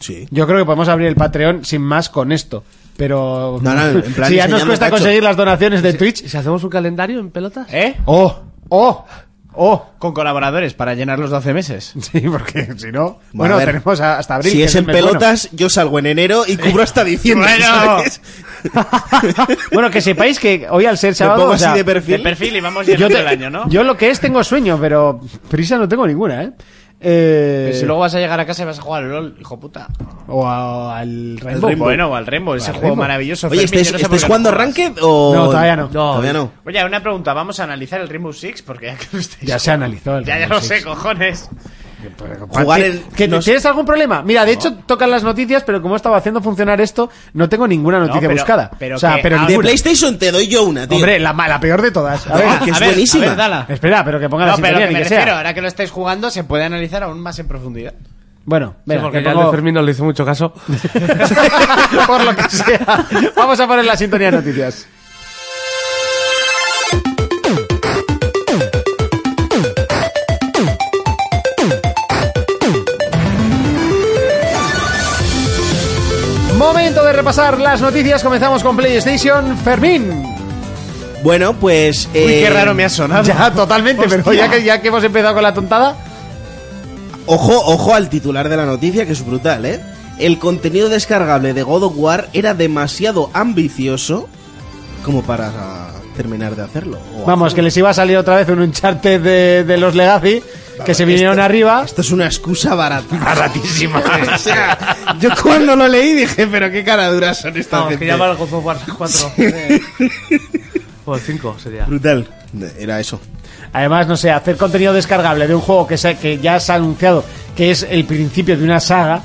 [SPEAKER 5] sí.
[SPEAKER 4] Yo creo que podemos abrir el Patreon sin más con esto. Pero
[SPEAKER 5] No, no, en plan
[SPEAKER 4] si ya
[SPEAKER 5] diseñando
[SPEAKER 4] nos cuesta
[SPEAKER 5] cacho.
[SPEAKER 4] conseguir las donaciones de
[SPEAKER 7] ¿Y
[SPEAKER 4] Twitch.
[SPEAKER 7] si hacemos un calendario en pelotas?
[SPEAKER 8] ¿Eh?
[SPEAKER 4] ¡Oh! ¡Oh! ¡Oh!
[SPEAKER 8] Con colaboradores para llenar los 12 meses.
[SPEAKER 4] Sí, porque si no... Bueno,
[SPEAKER 5] Bueno, a ver,
[SPEAKER 4] tenemos a- hasta abril.
[SPEAKER 5] Si
[SPEAKER 4] que
[SPEAKER 5] es
[SPEAKER 4] el
[SPEAKER 5] en
[SPEAKER 4] mes bueno.
[SPEAKER 5] pelotas, yo salgo en enero y cubro hasta diciembre.
[SPEAKER 8] Bueno.
[SPEAKER 5] ¿sabes?
[SPEAKER 4] Bueno. que sepáis que hoy al ser
[SPEAKER 5] Me
[SPEAKER 4] sábado...
[SPEAKER 5] pongo
[SPEAKER 4] o sea,
[SPEAKER 5] así de perfil.
[SPEAKER 8] De perfil y vamos llenando
[SPEAKER 4] te-
[SPEAKER 8] el año, ¿no?
[SPEAKER 4] yo lo que es tengo sueño, pero prisa no tengo ninguna, ¿eh? Eh,
[SPEAKER 8] Pero Pues si luego vas a llegar a casa y vas a jugar al LOL, hijo puta.
[SPEAKER 4] O a- al Rainbow.
[SPEAKER 5] Rainbow.
[SPEAKER 8] Bueno, o al Rainbow, ese juego
[SPEAKER 4] Rainbow.
[SPEAKER 8] maravilloso.
[SPEAKER 5] Oye,
[SPEAKER 8] Fermín,
[SPEAKER 5] ¿estáis,
[SPEAKER 8] yo no sé por
[SPEAKER 5] estáis
[SPEAKER 8] qué
[SPEAKER 5] jugando
[SPEAKER 8] juegas.
[SPEAKER 5] Ranked o...?
[SPEAKER 4] No, todavía no.
[SPEAKER 5] Todavía no.
[SPEAKER 8] Oye, una pregunta, vamos a analizar el Rainbow Six porque ya que lo estáis
[SPEAKER 4] Ya se
[SPEAKER 8] jugando.
[SPEAKER 4] analizó el
[SPEAKER 8] Ya, ya
[SPEAKER 4] Rainbow
[SPEAKER 8] lo
[SPEAKER 4] Six.
[SPEAKER 8] sé, cojones.
[SPEAKER 5] Jugar en...
[SPEAKER 4] ¿Que
[SPEAKER 5] no sé.
[SPEAKER 4] ¿Tienes algún problema? Mira, de hecho, tocan las noticias, pero como estaba haciendo funcionar esto, no tengo ninguna noticia
[SPEAKER 8] pero-
[SPEAKER 4] buscada.
[SPEAKER 8] pero
[SPEAKER 4] o sea,
[SPEAKER 8] que
[SPEAKER 4] pero
[SPEAKER 5] De
[SPEAKER 4] ninguna.
[SPEAKER 5] PlayStation te doy yo una, tío.
[SPEAKER 4] Hombre, la, ma- la peor de todas. A ver,
[SPEAKER 5] Ah, que es
[SPEAKER 8] a ver,
[SPEAKER 5] buenísima.
[SPEAKER 8] a ver, dala.
[SPEAKER 4] espera, pero que ponga la
[SPEAKER 8] No, pero
[SPEAKER 4] sintonía,
[SPEAKER 8] que
[SPEAKER 4] ni
[SPEAKER 8] me
[SPEAKER 4] que
[SPEAKER 8] refiero,
[SPEAKER 4] sea.
[SPEAKER 8] ahora que lo estáis jugando, se puede analizar aún más en profundidad.
[SPEAKER 4] Bueno, venga,
[SPEAKER 7] sí, porque
[SPEAKER 4] que
[SPEAKER 7] ya el
[SPEAKER 4] pongo-
[SPEAKER 7] de Fermín no le hizo mucho caso.
[SPEAKER 4] por lo que sea. Vamos a poner la sintonía de noticias. Momento de repasar las noticias. Comenzamos con PlayStation. Fermín.
[SPEAKER 5] Bueno, pues... eh,
[SPEAKER 8] ha sonado.
[SPEAKER 4] Ya, totalmente, pero ya que, ya que hemos empezado con la tontada.
[SPEAKER 5] Ojo, ojo al titular de la noticia, que es brutal, ¿eh? El contenido descargable de God of War era demasiado ambicioso como para terminar de hacerlo. o
[SPEAKER 4] Vamos, que
[SPEAKER 5] hacerlo.
[SPEAKER 4] les iba a salir otra vez un Uncharted de, de los Legacy, que se vinieron
[SPEAKER 5] Esto-
[SPEAKER 4] arriba.
[SPEAKER 5] Esto es una excusa barata. Baratísima. o sea, yo cuando lo leí dije, pero qué cara dura son esta
[SPEAKER 7] No, es
[SPEAKER 5] gente.
[SPEAKER 7] que ya va el God of War 4. O 5 sería.
[SPEAKER 5] Brutal. Era eso.
[SPEAKER 4] Además, no sé, hacer contenido descargable de un juego que, se- que ya se ha anunciado que es el principio de una saga,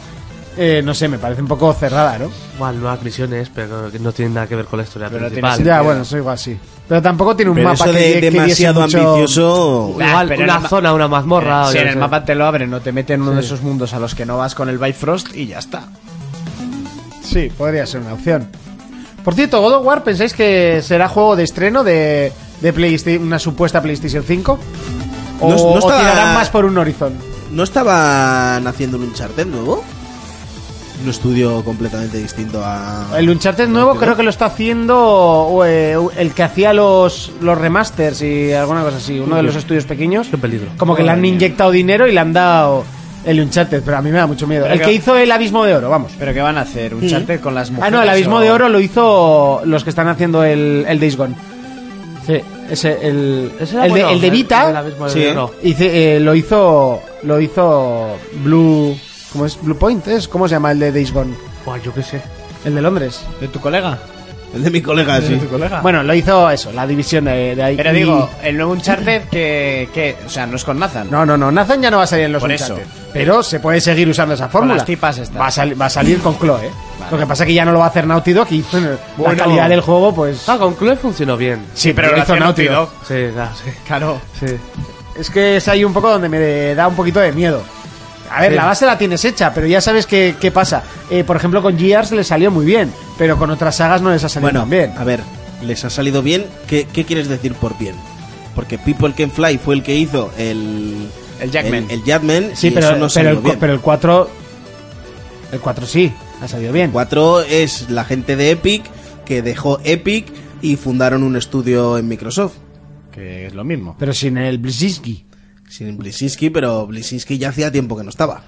[SPEAKER 4] Eh, no sé, me parece un poco cerrada, ¿no?
[SPEAKER 7] Igual, nuevas misiones, pero que no tienen nada que ver con la historia
[SPEAKER 4] ya,
[SPEAKER 7] principal.
[SPEAKER 4] bueno, soy igual así. Pero tampoco tiene un
[SPEAKER 5] Pero
[SPEAKER 4] mapa
[SPEAKER 5] eso
[SPEAKER 4] que,
[SPEAKER 5] de
[SPEAKER 4] que diese
[SPEAKER 5] demasiado
[SPEAKER 4] mucho-
[SPEAKER 5] ambicioso.
[SPEAKER 7] Igual,
[SPEAKER 8] pero en el
[SPEAKER 7] una
[SPEAKER 8] ma-
[SPEAKER 7] zona, una mazmorra.
[SPEAKER 8] Eh, si
[SPEAKER 7] yo
[SPEAKER 8] en
[SPEAKER 7] qué
[SPEAKER 8] el
[SPEAKER 7] sé.
[SPEAKER 8] mapa te lo abren, no te meten en uno de esos mundos a los que no vas con el Bifrost y ya está.
[SPEAKER 4] Sí, podría ser una opción. Por cierto, God of War, ¿pensáis que será juego de estreno de, de PlayStation- una supuesta PlayStation 5? ¿O,
[SPEAKER 5] No es- no
[SPEAKER 4] o
[SPEAKER 5] está-
[SPEAKER 4] tirarán más por un horizon?
[SPEAKER 5] ¿No estaban haciendo un Uncharted nuevo? Un estudio completamente distinto a.
[SPEAKER 4] El Uncharted nuevo creo que lo está haciendo o, eh, el que hacía los, los remasters y alguna cosa así, uno de los estudios pequeños.
[SPEAKER 7] Qué peligro.
[SPEAKER 4] Como que le han inyectado dinero y le han dado el Uncharted, pero a mí me da mucho miedo.
[SPEAKER 8] Pero
[SPEAKER 4] El
[SPEAKER 8] que-
[SPEAKER 4] que hizo el Abismo de Oro, vamos.
[SPEAKER 8] ¿Pero qué van a hacer? ¿Un charter con las
[SPEAKER 4] Ah,
[SPEAKER 8] mujeres?
[SPEAKER 4] no, el Abismo
[SPEAKER 8] o-
[SPEAKER 4] de Oro lo hizo los que están haciendo el, el Days Gone. Sí, ese, el,
[SPEAKER 7] Ese era
[SPEAKER 4] el,
[SPEAKER 7] bueno,
[SPEAKER 4] de, el de
[SPEAKER 7] el-
[SPEAKER 4] Vita
[SPEAKER 7] el abismo de
[SPEAKER 5] Sí.
[SPEAKER 7] oro.
[SPEAKER 4] hice- eh, lo hizo lo hizo Blue... ¿Cómo es? ¿Blue Point? ¿Es? ¿Cómo se llama el de Days Gone?
[SPEAKER 7] Buah, yo qué sé.
[SPEAKER 4] El de Londres.
[SPEAKER 8] ¿De tu colega?
[SPEAKER 5] El de mi colega, sí.
[SPEAKER 8] colega? Bueno,
[SPEAKER 4] Bueno, lo hizo eso, la división de, de ahí.
[SPEAKER 8] pero
[SPEAKER 4] Y-
[SPEAKER 8] digo, el nuevo Uncharted que, que... O sea, no es con Nathan.
[SPEAKER 4] No, no, no, Nathan ya no va a salir en los
[SPEAKER 8] Por
[SPEAKER 4] Uncharted. Pero se puede seguir usando esa fórmula.
[SPEAKER 8] las tipas estas.
[SPEAKER 4] Va a, sali- va a salir con Chloe. ¿eh? Lo que pasa es que ya no lo va a hacer Naughty Dog y bueno, la calidad del juego, pues...
[SPEAKER 7] Ah, con Chloe funcionó bien.
[SPEAKER 4] Sí, pero lo hizo
[SPEAKER 8] hacía
[SPEAKER 4] Naughty
[SPEAKER 8] Naughty
[SPEAKER 4] Dog.
[SPEAKER 7] Sí, claro, sí.
[SPEAKER 8] Claro.
[SPEAKER 7] sí.
[SPEAKER 4] Es que es ahí un poco donde me da un poquito de miedo. A ver,
[SPEAKER 7] Sí.
[SPEAKER 4] la base la tienes hecha, pero ya sabes qué, qué pasa. Eh, por ejemplo, con Gears le salió muy bien, pero con otras sagas no les ha salido
[SPEAKER 5] Bueno,
[SPEAKER 4] tan bien.
[SPEAKER 5] a ver, les ha salido bien. ¿Qué, qué quieres decir por bien? Porque People Can Fly fue el que hizo el.
[SPEAKER 8] El Jackman.
[SPEAKER 5] El, el Jackman.
[SPEAKER 4] Sí,
[SPEAKER 5] y
[SPEAKER 4] pero,
[SPEAKER 5] eso no
[SPEAKER 4] pero,
[SPEAKER 5] salió
[SPEAKER 4] el, cu-
[SPEAKER 5] bien.
[SPEAKER 4] pero el 4... El 4 sí, ha salido bien.
[SPEAKER 5] 4 es la gente de Epic que dejó Epic y fundaron un estudio en Microsoft.
[SPEAKER 8] Que es lo mismo.
[SPEAKER 4] Pero sin el Blzinski.
[SPEAKER 5] Sin Blisinski, pero Blisinski ya hacía tiempo que no estaba.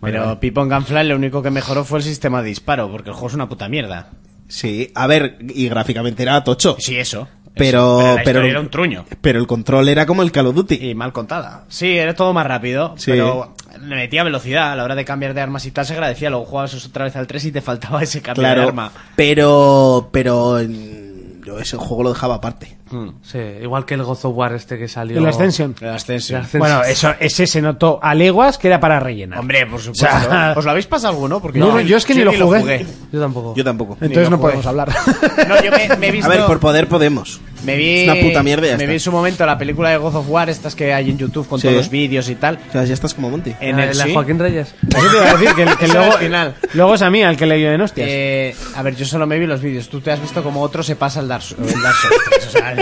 [SPEAKER 8] pero Pipon Gunfly lo único que mejoró fue el sistema de disparo, porque el juego es una puta mierda.
[SPEAKER 5] Sí, a ver, y gráficamente era tocho.
[SPEAKER 8] Sí, eso.
[SPEAKER 5] Pero- pero-
[SPEAKER 8] eso. la historia era un truño.
[SPEAKER 5] Pero el control era como el Call of Duty.
[SPEAKER 8] Y mal contada. Sí, era todo más rápido,
[SPEAKER 5] Sí.
[SPEAKER 8] pero le metía velocidad a la hora de cambiar de armas y tal, se agradecía. Luego jugabas otra vez al 3 y te faltaba ese cambio de
[SPEAKER 5] Claro,
[SPEAKER 8] arma.
[SPEAKER 5] pero pero mm, yo ese juego lo dejaba aparte.
[SPEAKER 8] Mm.
[SPEAKER 7] Sí, igual que el God of War este que salió.
[SPEAKER 4] El Ascension.
[SPEAKER 8] El Ascension.
[SPEAKER 7] El Ascension.
[SPEAKER 4] Bueno, eso, ese se notó a leguas que era para rellenar.
[SPEAKER 8] Hombre, por supuesto.
[SPEAKER 4] O sea,
[SPEAKER 8] ¿Os lo habéis pasado alguno? Porque
[SPEAKER 4] No, no, yo es que ni lo jugué.
[SPEAKER 7] Yo tampoco.
[SPEAKER 5] Yo tampoco.
[SPEAKER 4] Entonces
[SPEAKER 8] Ni lo
[SPEAKER 4] no podemos hablar.
[SPEAKER 8] No, yo me, me he visto...
[SPEAKER 5] A ver, por poder podemos.
[SPEAKER 8] Me vi,
[SPEAKER 5] Es una puta mierda. ya
[SPEAKER 8] me
[SPEAKER 5] está.
[SPEAKER 8] vi en su momento la película de God of War, estas que hay en YouTube con
[SPEAKER 5] Sí.
[SPEAKER 8] todos los vídeos y tal.
[SPEAKER 5] O sea, ya estás como Monty.
[SPEAKER 8] En
[SPEAKER 7] La-
[SPEAKER 8] el
[SPEAKER 7] la
[SPEAKER 8] ¿eh? sí.
[SPEAKER 7] Joaquín Reyes.
[SPEAKER 4] Eso te iba a decir, que, que
[SPEAKER 8] Eso
[SPEAKER 4] luego,
[SPEAKER 8] al final.
[SPEAKER 4] luego es a mí al que le dio en hostias.
[SPEAKER 8] Eh, a ver, yo solo me vi los vídeos. Tú te has visto como otro se pasa el Dark, Sou- el Dark Souls 3, o sea, el-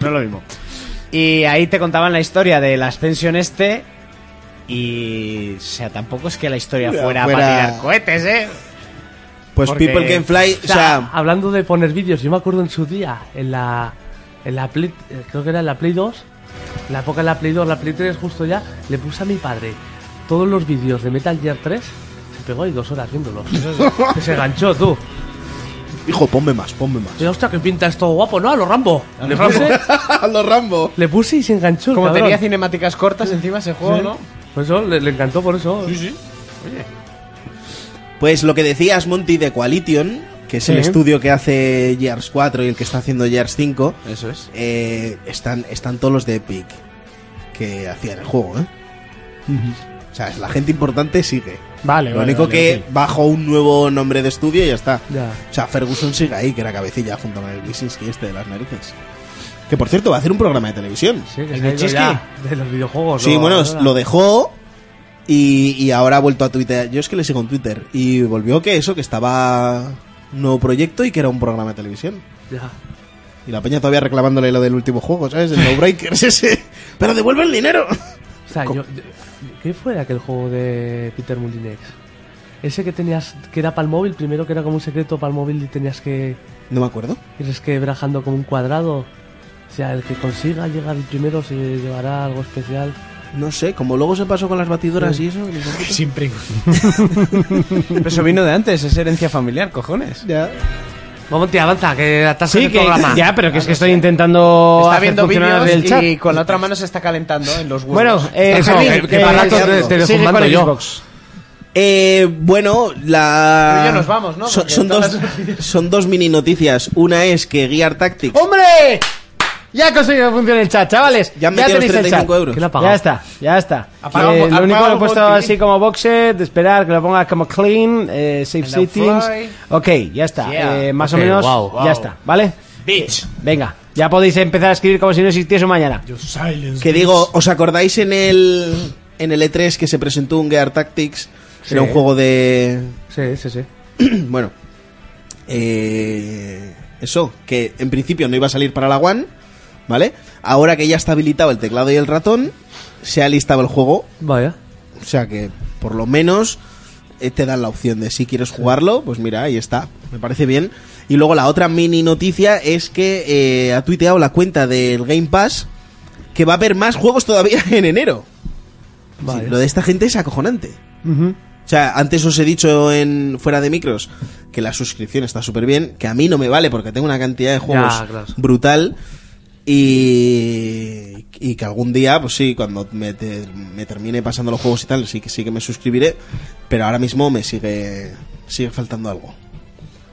[SPEAKER 8] no es lo mismo. Y ahí te contaban la historia del Ascension este. Y. O sea, tampoco es que la historia
[SPEAKER 5] Ya,
[SPEAKER 8] fuera,
[SPEAKER 5] fuera-
[SPEAKER 8] para tirar cohetes, ¿eh?
[SPEAKER 5] Pues
[SPEAKER 8] porque-
[SPEAKER 5] People Can Fly, o
[SPEAKER 7] O sea,
[SPEAKER 5] sea,
[SPEAKER 7] hablando de poner vídeos, yo me acuerdo en su día, en la. En la Play. eh, Creo que era en la Play 2. en La época de la Play 2, la Play 3, justo ya. Le puse a mi padre todos los vídeos de Metal Gear 3. Se pegó ahí dos horas viéndolos. Que se enganchó, tú.
[SPEAKER 5] hijo, ponme más, ponme más.
[SPEAKER 7] Y hostia, que pinta esto guapo, ¿no? A los Rambo. Le puse,
[SPEAKER 5] Los Rambo.
[SPEAKER 7] le puse y se enganchó. el
[SPEAKER 8] Como
[SPEAKER 7] cabrón.
[SPEAKER 8] tenía cinemáticas cortas encima ese juego, ¿no?
[SPEAKER 7] Por eso le, le encantó, por eso. Sí, sí.
[SPEAKER 5] Pues lo que decías, Monty, de Coalition, que es el estudio que hace Gears 4 y el que está haciendo Gears 5,
[SPEAKER 8] Eso es.
[SPEAKER 5] eh, están, están todos los de Epic que hacían el juego, ¿eh? O sea, la gente importante sigue.
[SPEAKER 4] Vale,
[SPEAKER 5] Lo
[SPEAKER 4] vale,
[SPEAKER 5] único
[SPEAKER 4] vale,
[SPEAKER 5] que
[SPEAKER 4] ok.
[SPEAKER 5] bajo un nuevo nombre de estudio y ya está.
[SPEAKER 7] Ya.
[SPEAKER 5] O sea, Ferguson sigue ahí, que era cabecilla junto con el Lisinski este de las narices. Que por cierto, va a hacer un programa de televisión.
[SPEAKER 7] Sí, que se
[SPEAKER 8] ¿El
[SPEAKER 7] ha ido
[SPEAKER 8] Bichiski?
[SPEAKER 7] ya de los videojuegos.
[SPEAKER 5] Sí,
[SPEAKER 7] ¿no?
[SPEAKER 5] bueno,
[SPEAKER 7] Ahora.
[SPEAKER 5] lo dejó y, y ahora ha vuelto a Twitter. Yo es que le sigo en Twitter. Y volvió que eso, que estaba un nuevo proyecto y que era un programa de televisión.
[SPEAKER 7] Ya.
[SPEAKER 5] Y la peña todavía reclamándole lo del último juego, ¿sabes? El No Breakers ese. Pero devuelve el dinero.
[SPEAKER 7] O sea, yo, yo- ¿qué fue aquel juego de Peter Mullinex? Ese que tenías, que era para el móvil, primero que era como un secreto para el móvil y tenías que
[SPEAKER 5] No me acuerdo.
[SPEAKER 7] ir esquebrajando como un cuadrado. O sea, el que consiga llegar el primero se llevará algo especial.
[SPEAKER 5] No sé, como luego se pasó con las batidoras y eso.
[SPEAKER 8] Pero eso vino de antes, es herencia familiar, cojones.
[SPEAKER 7] Vamos, tío, avanza, que atascas
[SPEAKER 4] Sí,
[SPEAKER 7] el
[SPEAKER 4] que,
[SPEAKER 7] programa.
[SPEAKER 4] ya, pero que es que estoy intentando
[SPEAKER 8] Está
[SPEAKER 4] hacer
[SPEAKER 8] viendo
[SPEAKER 4] funcionar
[SPEAKER 8] vídeos
[SPEAKER 4] el chat.
[SPEAKER 8] y con la otra mano se está calentando en los huevos.
[SPEAKER 4] Bueno, eh,
[SPEAKER 7] Eso,
[SPEAKER 4] Fermín,
[SPEAKER 7] que- que
[SPEAKER 4] eh,
[SPEAKER 7] para rato te- te
[SPEAKER 4] sigue
[SPEAKER 7] mando
[SPEAKER 4] con el
[SPEAKER 7] yo.
[SPEAKER 4] Xbox.
[SPEAKER 5] Eh, bueno, la.
[SPEAKER 8] Pero ya nos vamos, ¿no?
[SPEAKER 5] Son,
[SPEAKER 8] Porque
[SPEAKER 5] son dos,
[SPEAKER 8] todas las Oh,
[SPEAKER 5] son dos mini noticias. Una es que Gear Tactics.
[SPEAKER 4] ¡Hombre! Ya he conseguido que funcione el chat, chavales.
[SPEAKER 5] Ya
[SPEAKER 4] Ya,
[SPEAKER 5] han metido los
[SPEAKER 4] tenéis el
[SPEAKER 5] 35
[SPEAKER 4] chat.
[SPEAKER 5] euros.
[SPEAKER 7] ¿Qué la ha pagado?
[SPEAKER 4] Ya está, ya está.
[SPEAKER 9] Apaga-
[SPEAKER 4] Eh,
[SPEAKER 9] apaga
[SPEAKER 4] lo único que lo he
[SPEAKER 9] el
[SPEAKER 4] puesto
[SPEAKER 9] botín.
[SPEAKER 4] así como boxed, de esperar que lo pongas como clean, eh, save
[SPEAKER 8] Hello,
[SPEAKER 4] settings.
[SPEAKER 8] Fly.
[SPEAKER 4] Ok, ya está.
[SPEAKER 8] Yeah.
[SPEAKER 4] Eh, más
[SPEAKER 7] Ok,
[SPEAKER 4] o menos,
[SPEAKER 7] wow,
[SPEAKER 4] ya
[SPEAKER 9] wow.
[SPEAKER 4] está, ¿vale?
[SPEAKER 9] Bitch.
[SPEAKER 4] Venga, ya podéis empezar a escribir como si no existiese un mañana.
[SPEAKER 9] Your silence.
[SPEAKER 5] Que digo, ¿os acordáis en el en el E3 que se presentó un Gear Tactics? Era un juego de
[SPEAKER 7] Sí, sí, sí.
[SPEAKER 5] bueno, eh, eso, que en principio no iba a salir para la One, ¿vale? Ahora que ya está habilitado el teclado y el ratón, se ha listado el juego,
[SPEAKER 7] Vaya.
[SPEAKER 5] o sea que por lo menos eh, te dan la opción de si quieres jugarlo, pues mira, ahí está, me parece bien. Y luego la otra mini noticia es que eh, ha tuiteado la cuenta del Game Pass que va a haber más juegos todavía en enero. Sí,
[SPEAKER 7] Vaya.
[SPEAKER 5] lo de esta gente es acojonante. O sea, antes os he dicho en fuera de micros que la suscripción está súper bien, que a mí no me vale porque tengo una cantidad de juegos
[SPEAKER 7] claro.
[SPEAKER 5] brutal y, y que algún día, pues sí, cuando me, te- me termine pasando los juegos y tal, sí que sí que me suscribiré, pero ahora mismo me sigue sigue faltando algo.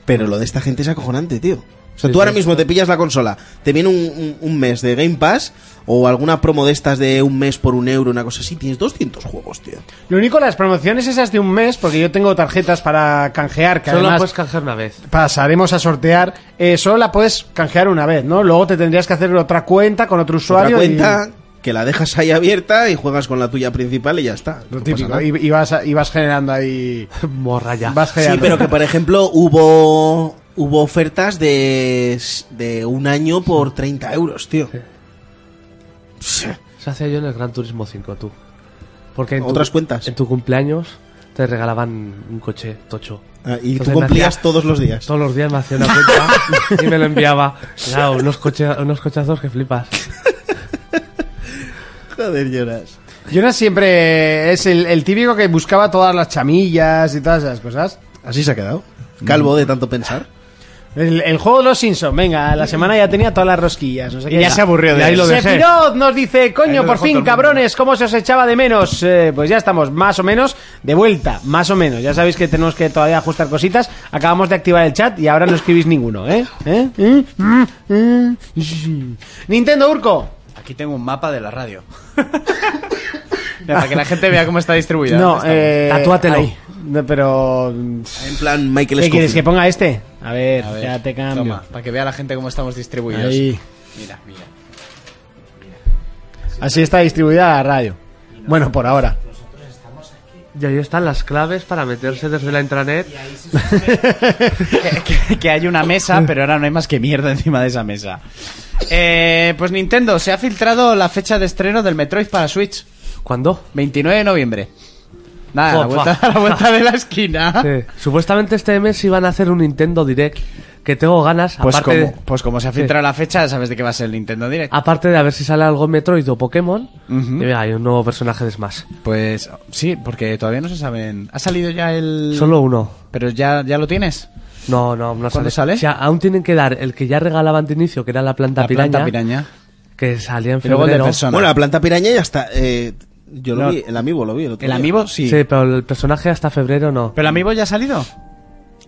[SPEAKER 5] Pero lo de esta gente es acojonante, tío. O sea,
[SPEAKER 7] Sí,
[SPEAKER 5] tú ahora
[SPEAKER 7] sí.
[SPEAKER 5] mismo te pillas la consola, te viene un, un- un mes de Game Pass o alguna promo de estas de un mes por un euro, una cosa así, tienes 200 juegos, tío.
[SPEAKER 4] Lo único, las promociones esas de un mes, porque yo tengo tarjetas para canjear, que
[SPEAKER 7] Solo la
[SPEAKER 4] además
[SPEAKER 7] puedes canjear una vez.
[SPEAKER 4] pasaremos a sortear, eh, solo la puedes canjear una vez, ¿no? Luego te tendrías que hacer otra cuenta con otro
[SPEAKER 5] otra
[SPEAKER 4] usuario.
[SPEAKER 5] cuenta que la dejas ahí abierta y juegas con la tuya principal y ya está.
[SPEAKER 4] y, lo
[SPEAKER 5] No
[SPEAKER 4] típico,
[SPEAKER 5] pasa nada.
[SPEAKER 4] y, y vas, a- y vas generando ahí...
[SPEAKER 7] Morra ya.
[SPEAKER 4] Vas
[SPEAKER 5] Sí,
[SPEAKER 4] generando.
[SPEAKER 5] pero que por ejemplo hubo hubo ofertas de, de un año por 30 euros, tío.
[SPEAKER 7] Se hacía yo en el Gran Turismo 5, tú. Porque en tu-
[SPEAKER 5] Otras cuentas.
[SPEAKER 7] En tu cumpleaños te regalaban un coche tocho.
[SPEAKER 5] Ah, y tú
[SPEAKER 7] Entonces me
[SPEAKER 5] cumplías
[SPEAKER 7] hacía-
[SPEAKER 5] todos los días.
[SPEAKER 7] Todos los días me hacía una cuenta y me lo enviaba. Claro, unos, coche- unos cochazos que flipas.
[SPEAKER 5] Joder, lloras.
[SPEAKER 4] Jonas siempre es el, el típico que buscaba todas las chamillas y todas esas cosas.
[SPEAKER 5] Así se ha quedado. Calvo de tanto pensar.
[SPEAKER 4] El, el juego de los Simpsons, venga, la semana ya tenía todas las rosquillas. No sé qué.
[SPEAKER 8] ya se aburrió de
[SPEAKER 4] Y ahí
[SPEAKER 8] él.
[SPEAKER 4] lo dejé. Sephiroth nos dice,
[SPEAKER 9] Ahí
[SPEAKER 4] coño,
[SPEAKER 9] lo
[SPEAKER 4] por
[SPEAKER 9] dejó todo el
[SPEAKER 4] fin,
[SPEAKER 9] mundo.
[SPEAKER 4] cabrones, ¿cómo se os echaba de menos? Eh, pues ya estamos, más o menos, de vuelta, más o menos. Ya sabéis que tenemos que todavía ajustar cositas. Acabamos de activar el chat y ahora no escribís ninguno, ¿eh? ¿Eh? ¿Eh? ¿Eh? ¿Eh? Nintendo Urco.
[SPEAKER 8] Aquí tengo un mapa de la radio. Para que la gente vea cómo está distribuida.
[SPEAKER 4] No,
[SPEAKER 8] Está bien.
[SPEAKER 4] eh...
[SPEAKER 7] Tatúatelo.
[SPEAKER 4] ahí. No, pero... mm,
[SPEAKER 5] En plan Michael
[SPEAKER 4] ¿Qué quieres, que
[SPEAKER 5] Scofield.
[SPEAKER 4] ponga este? A ver,
[SPEAKER 8] A ver,
[SPEAKER 4] ya te cambio.
[SPEAKER 8] toma, para que vea la gente cómo estamos distribuidos.
[SPEAKER 4] Ahí.
[SPEAKER 8] Mira, mira.
[SPEAKER 4] Así está distribuida la radio. Bueno, por ahora.
[SPEAKER 7] Y ahí están las claves para meterse desde la intranet.
[SPEAKER 8] que, que- que hay una mesa, pero ahora no hay más que mierda encima de esa mesa. Eh, pues Nintendo, se ha filtrado la fecha de estreno del Metroid para Switch.
[SPEAKER 7] ¿Cuándo?
[SPEAKER 8] 29 de noviembre. Nada, a la
[SPEAKER 7] Opa.
[SPEAKER 8] vuelta, a la vuelta de la esquina.
[SPEAKER 7] Sí. Supuestamente este mes iban a hacer un Nintendo Direct que tengo ganas.
[SPEAKER 8] Pues
[SPEAKER 7] aparte, Ah.
[SPEAKER 8] como, pues como se ha filtrado la fecha, sabes de qué va a ser el Nintendo
[SPEAKER 7] de,
[SPEAKER 8] Direct.
[SPEAKER 7] aparte de a ver si sale algo en Metroid o Pokémon.
[SPEAKER 8] Ujú.
[SPEAKER 7] Y mira, hay un nuevo personaje de Smash.
[SPEAKER 8] Pues sí, porque todavía no se saben. ¿Ha salido ya el...?
[SPEAKER 7] Solo uno.
[SPEAKER 8] ¿Pero ya, ya lo tienes?
[SPEAKER 7] No, no, no
[SPEAKER 8] ¿Cuándo sale?
[SPEAKER 7] O sea, aún tienen que dar el que ya regalaban de inicio, que era la planta,
[SPEAKER 8] La
[SPEAKER 7] piraña,
[SPEAKER 8] planta piraña.
[SPEAKER 7] que salía en
[SPEAKER 8] Y luego el de
[SPEAKER 7] febrero.
[SPEAKER 8] persona.
[SPEAKER 5] Bueno, la planta piraña ya está. eh, yo lo
[SPEAKER 8] No.
[SPEAKER 5] vi, el amigo lo vi. El, otro
[SPEAKER 8] ¿El
[SPEAKER 5] día.
[SPEAKER 8] amiibo? Sí.
[SPEAKER 7] Sí, pero el personaje hasta febrero no.
[SPEAKER 8] ¿Pero el amiibo ya ha salido?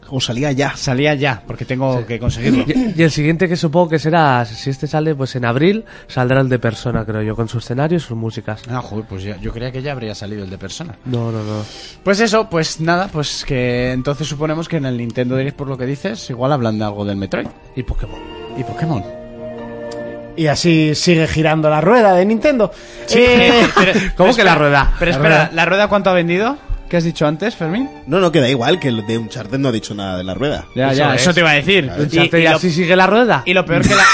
[SPEAKER 5] O salía ya.
[SPEAKER 8] Salía ya, porque tengo que conseguirlo.
[SPEAKER 7] Y, y el siguiente que supongo que será, si este sale pues en abril, saldrá el de persona, creo yo, con su escenario y sus músicas.
[SPEAKER 8] Ah, joder, pues ya- yo creía que ya habría salido el de persona.
[SPEAKER 7] No, no, no.
[SPEAKER 8] Pues eso, pues nada, pues que entonces suponemos que en el Nintendo Direct, por lo que dices, igual hablan de algo del Metroid
[SPEAKER 7] Y Pokémon.
[SPEAKER 8] y Pokémon.
[SPEAKER 4] Y así sigue girando la rueda de Nintendo. Eh,
[SPEAKER 7] ¿Cómo que la rueda?
[SPEAKER 8] Pero
[SPEAKER 7] La
[SPEAKER 8] espera,
[SPEAKER 7] rueda.
[SPEAKER 8] ¿la rueda cuánto ha vendido? ¿Qué has dicho antes, Fermín?
[SPEAKER 5] No, no, queda igual que el de un charter no ha dicho nada de la rueda.
[SPEAKER 8] Ya,
[SPEAKER 7] ya, eso
[SPEAKER 8] te iba a decir.
[SPEAKER 7] Y, y así sigue la rueda.
[SPEAKER 8] Y lo peor que, la-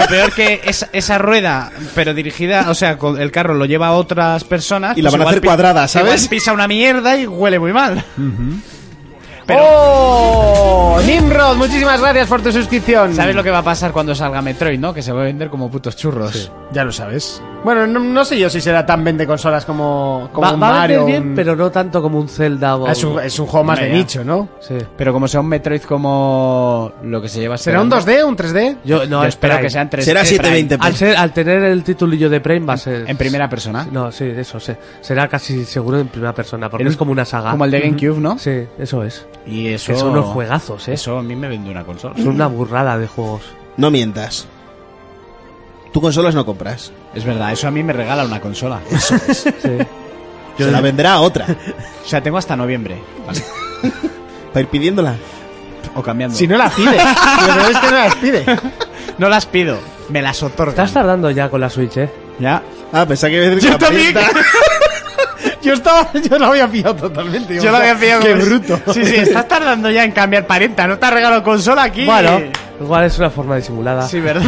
[SPEAKER 8] lo peor que es- esa rueda, pero dirigida, o sea, con el carro lo lleva a otras personas. pues
[SPEAKER 5] Y la van a
[SPEAKER 8] igual
[SPEAKER 5] hacer
[SPEAKER 8] pi-
[SPEAKER 5] cuadrada, ¿sabes?
[SPEAKER 8] igual pisa una mierda y huele muy mal. Pero
[SPEAKER 4] ¡Oh! Nimrod, muchísimas gracias por tu suscripción.
[SPEAKER 8] sabes lo que va a pasar cuando salga Metroid, ¿no? Que se va a vender como putos churros.
[SPEAKER 4] Ya lo sabes. Bueno, no, no sé yo si será tan vende consolas como, como
[SPEAKER 7] Va,
[SPEAKER 4] un
[SPEAKER 7] va a
[SPEAKER 4] Mario.
[SPEAKER 7] vender bien,
[SPEAKER 4] un-
[SPEAKER 7] pero no tanto como un Zelda o...
[SPEAKER 4] Ah, es, un, es un juego más de
[SPEAKER 8] Hombre, ya.
[SPEAKER 4] nicho, ¿no?
[SPEAKER 7] Sí.
[SPEAKER 8] Pero como sea un Metroid como lo que se lleva
[SPEAKER 4] ¿Será un 2D, un 3D?
[SPEAKER 7] Yo, no,
[SPEAKER 8] Yo espero
[SPEAKER 7] espera,
[SPEAKER 8] que sean 3D.
[SPEAKER 5] Será 720p.
[SPEAKER 7] Al, ser- al tener el titulillo de Prime va a ser...
[SPEAKER 8] En primera persona.
[SPEAKER 7] No, sí, eso, sí. será casi seguro en primera persona, porque
[SPEAKER 8] El-
[SPEAKER 7] es como una saga.
[SPEAKER 8] Como el de GameCube, ¿no?
[SPEAKER 7] Sí, eso es.
[SPEAKER 8] Y eso.
[SPEAKER 7] Que son unos juegazos, ¿eh?
[SPEAKER 8] Eso a mí me vende una consola.
[SPEAKER 7] Son una burrada de juegos.
[SPEAKER 5] No mientas. Tú consolas no compras.
[SPEAKER 8] Es verdad, eso a mí me regala una consola.
[SPEAKER 7] Sí.
[SPEAKER 5] Se la vendrá a otra.
[SPEAKER 8] O sea, tengo hasta noviembre.
[SPEAKER 5] Para ir pidiéndola.
[SPEAKER 8] O cambiando.
[SPEAKER 4] Si no las pide. Pero es que no las pide.
[SPEAKER 8] No las pido, me las otorgan.
[SPEAKER 7] Estás tardando ya con la Switch, eh.
[SPEAKER 8] Ya.
[SPEAKER 5] Ah, pensaba que iba a decir que la pedienta.
[SPEAKER 4] Yo estaba. Yo la había pillado totalmente.
[SPEAKER 8] Yo lo había pillado.
[SPEAKER 4] Qué
[SPEAKER 8] como-
[SPEAKER 4] bruto.
[SPEAKER 8] Sí, sí, estás tardando ya en cambiar parienta. No te has regalado consola aquí.
[SPEAKER 7] Bueno, igual es una forma disimulada.
[SPEAKER 8] Sí, ¿verdad?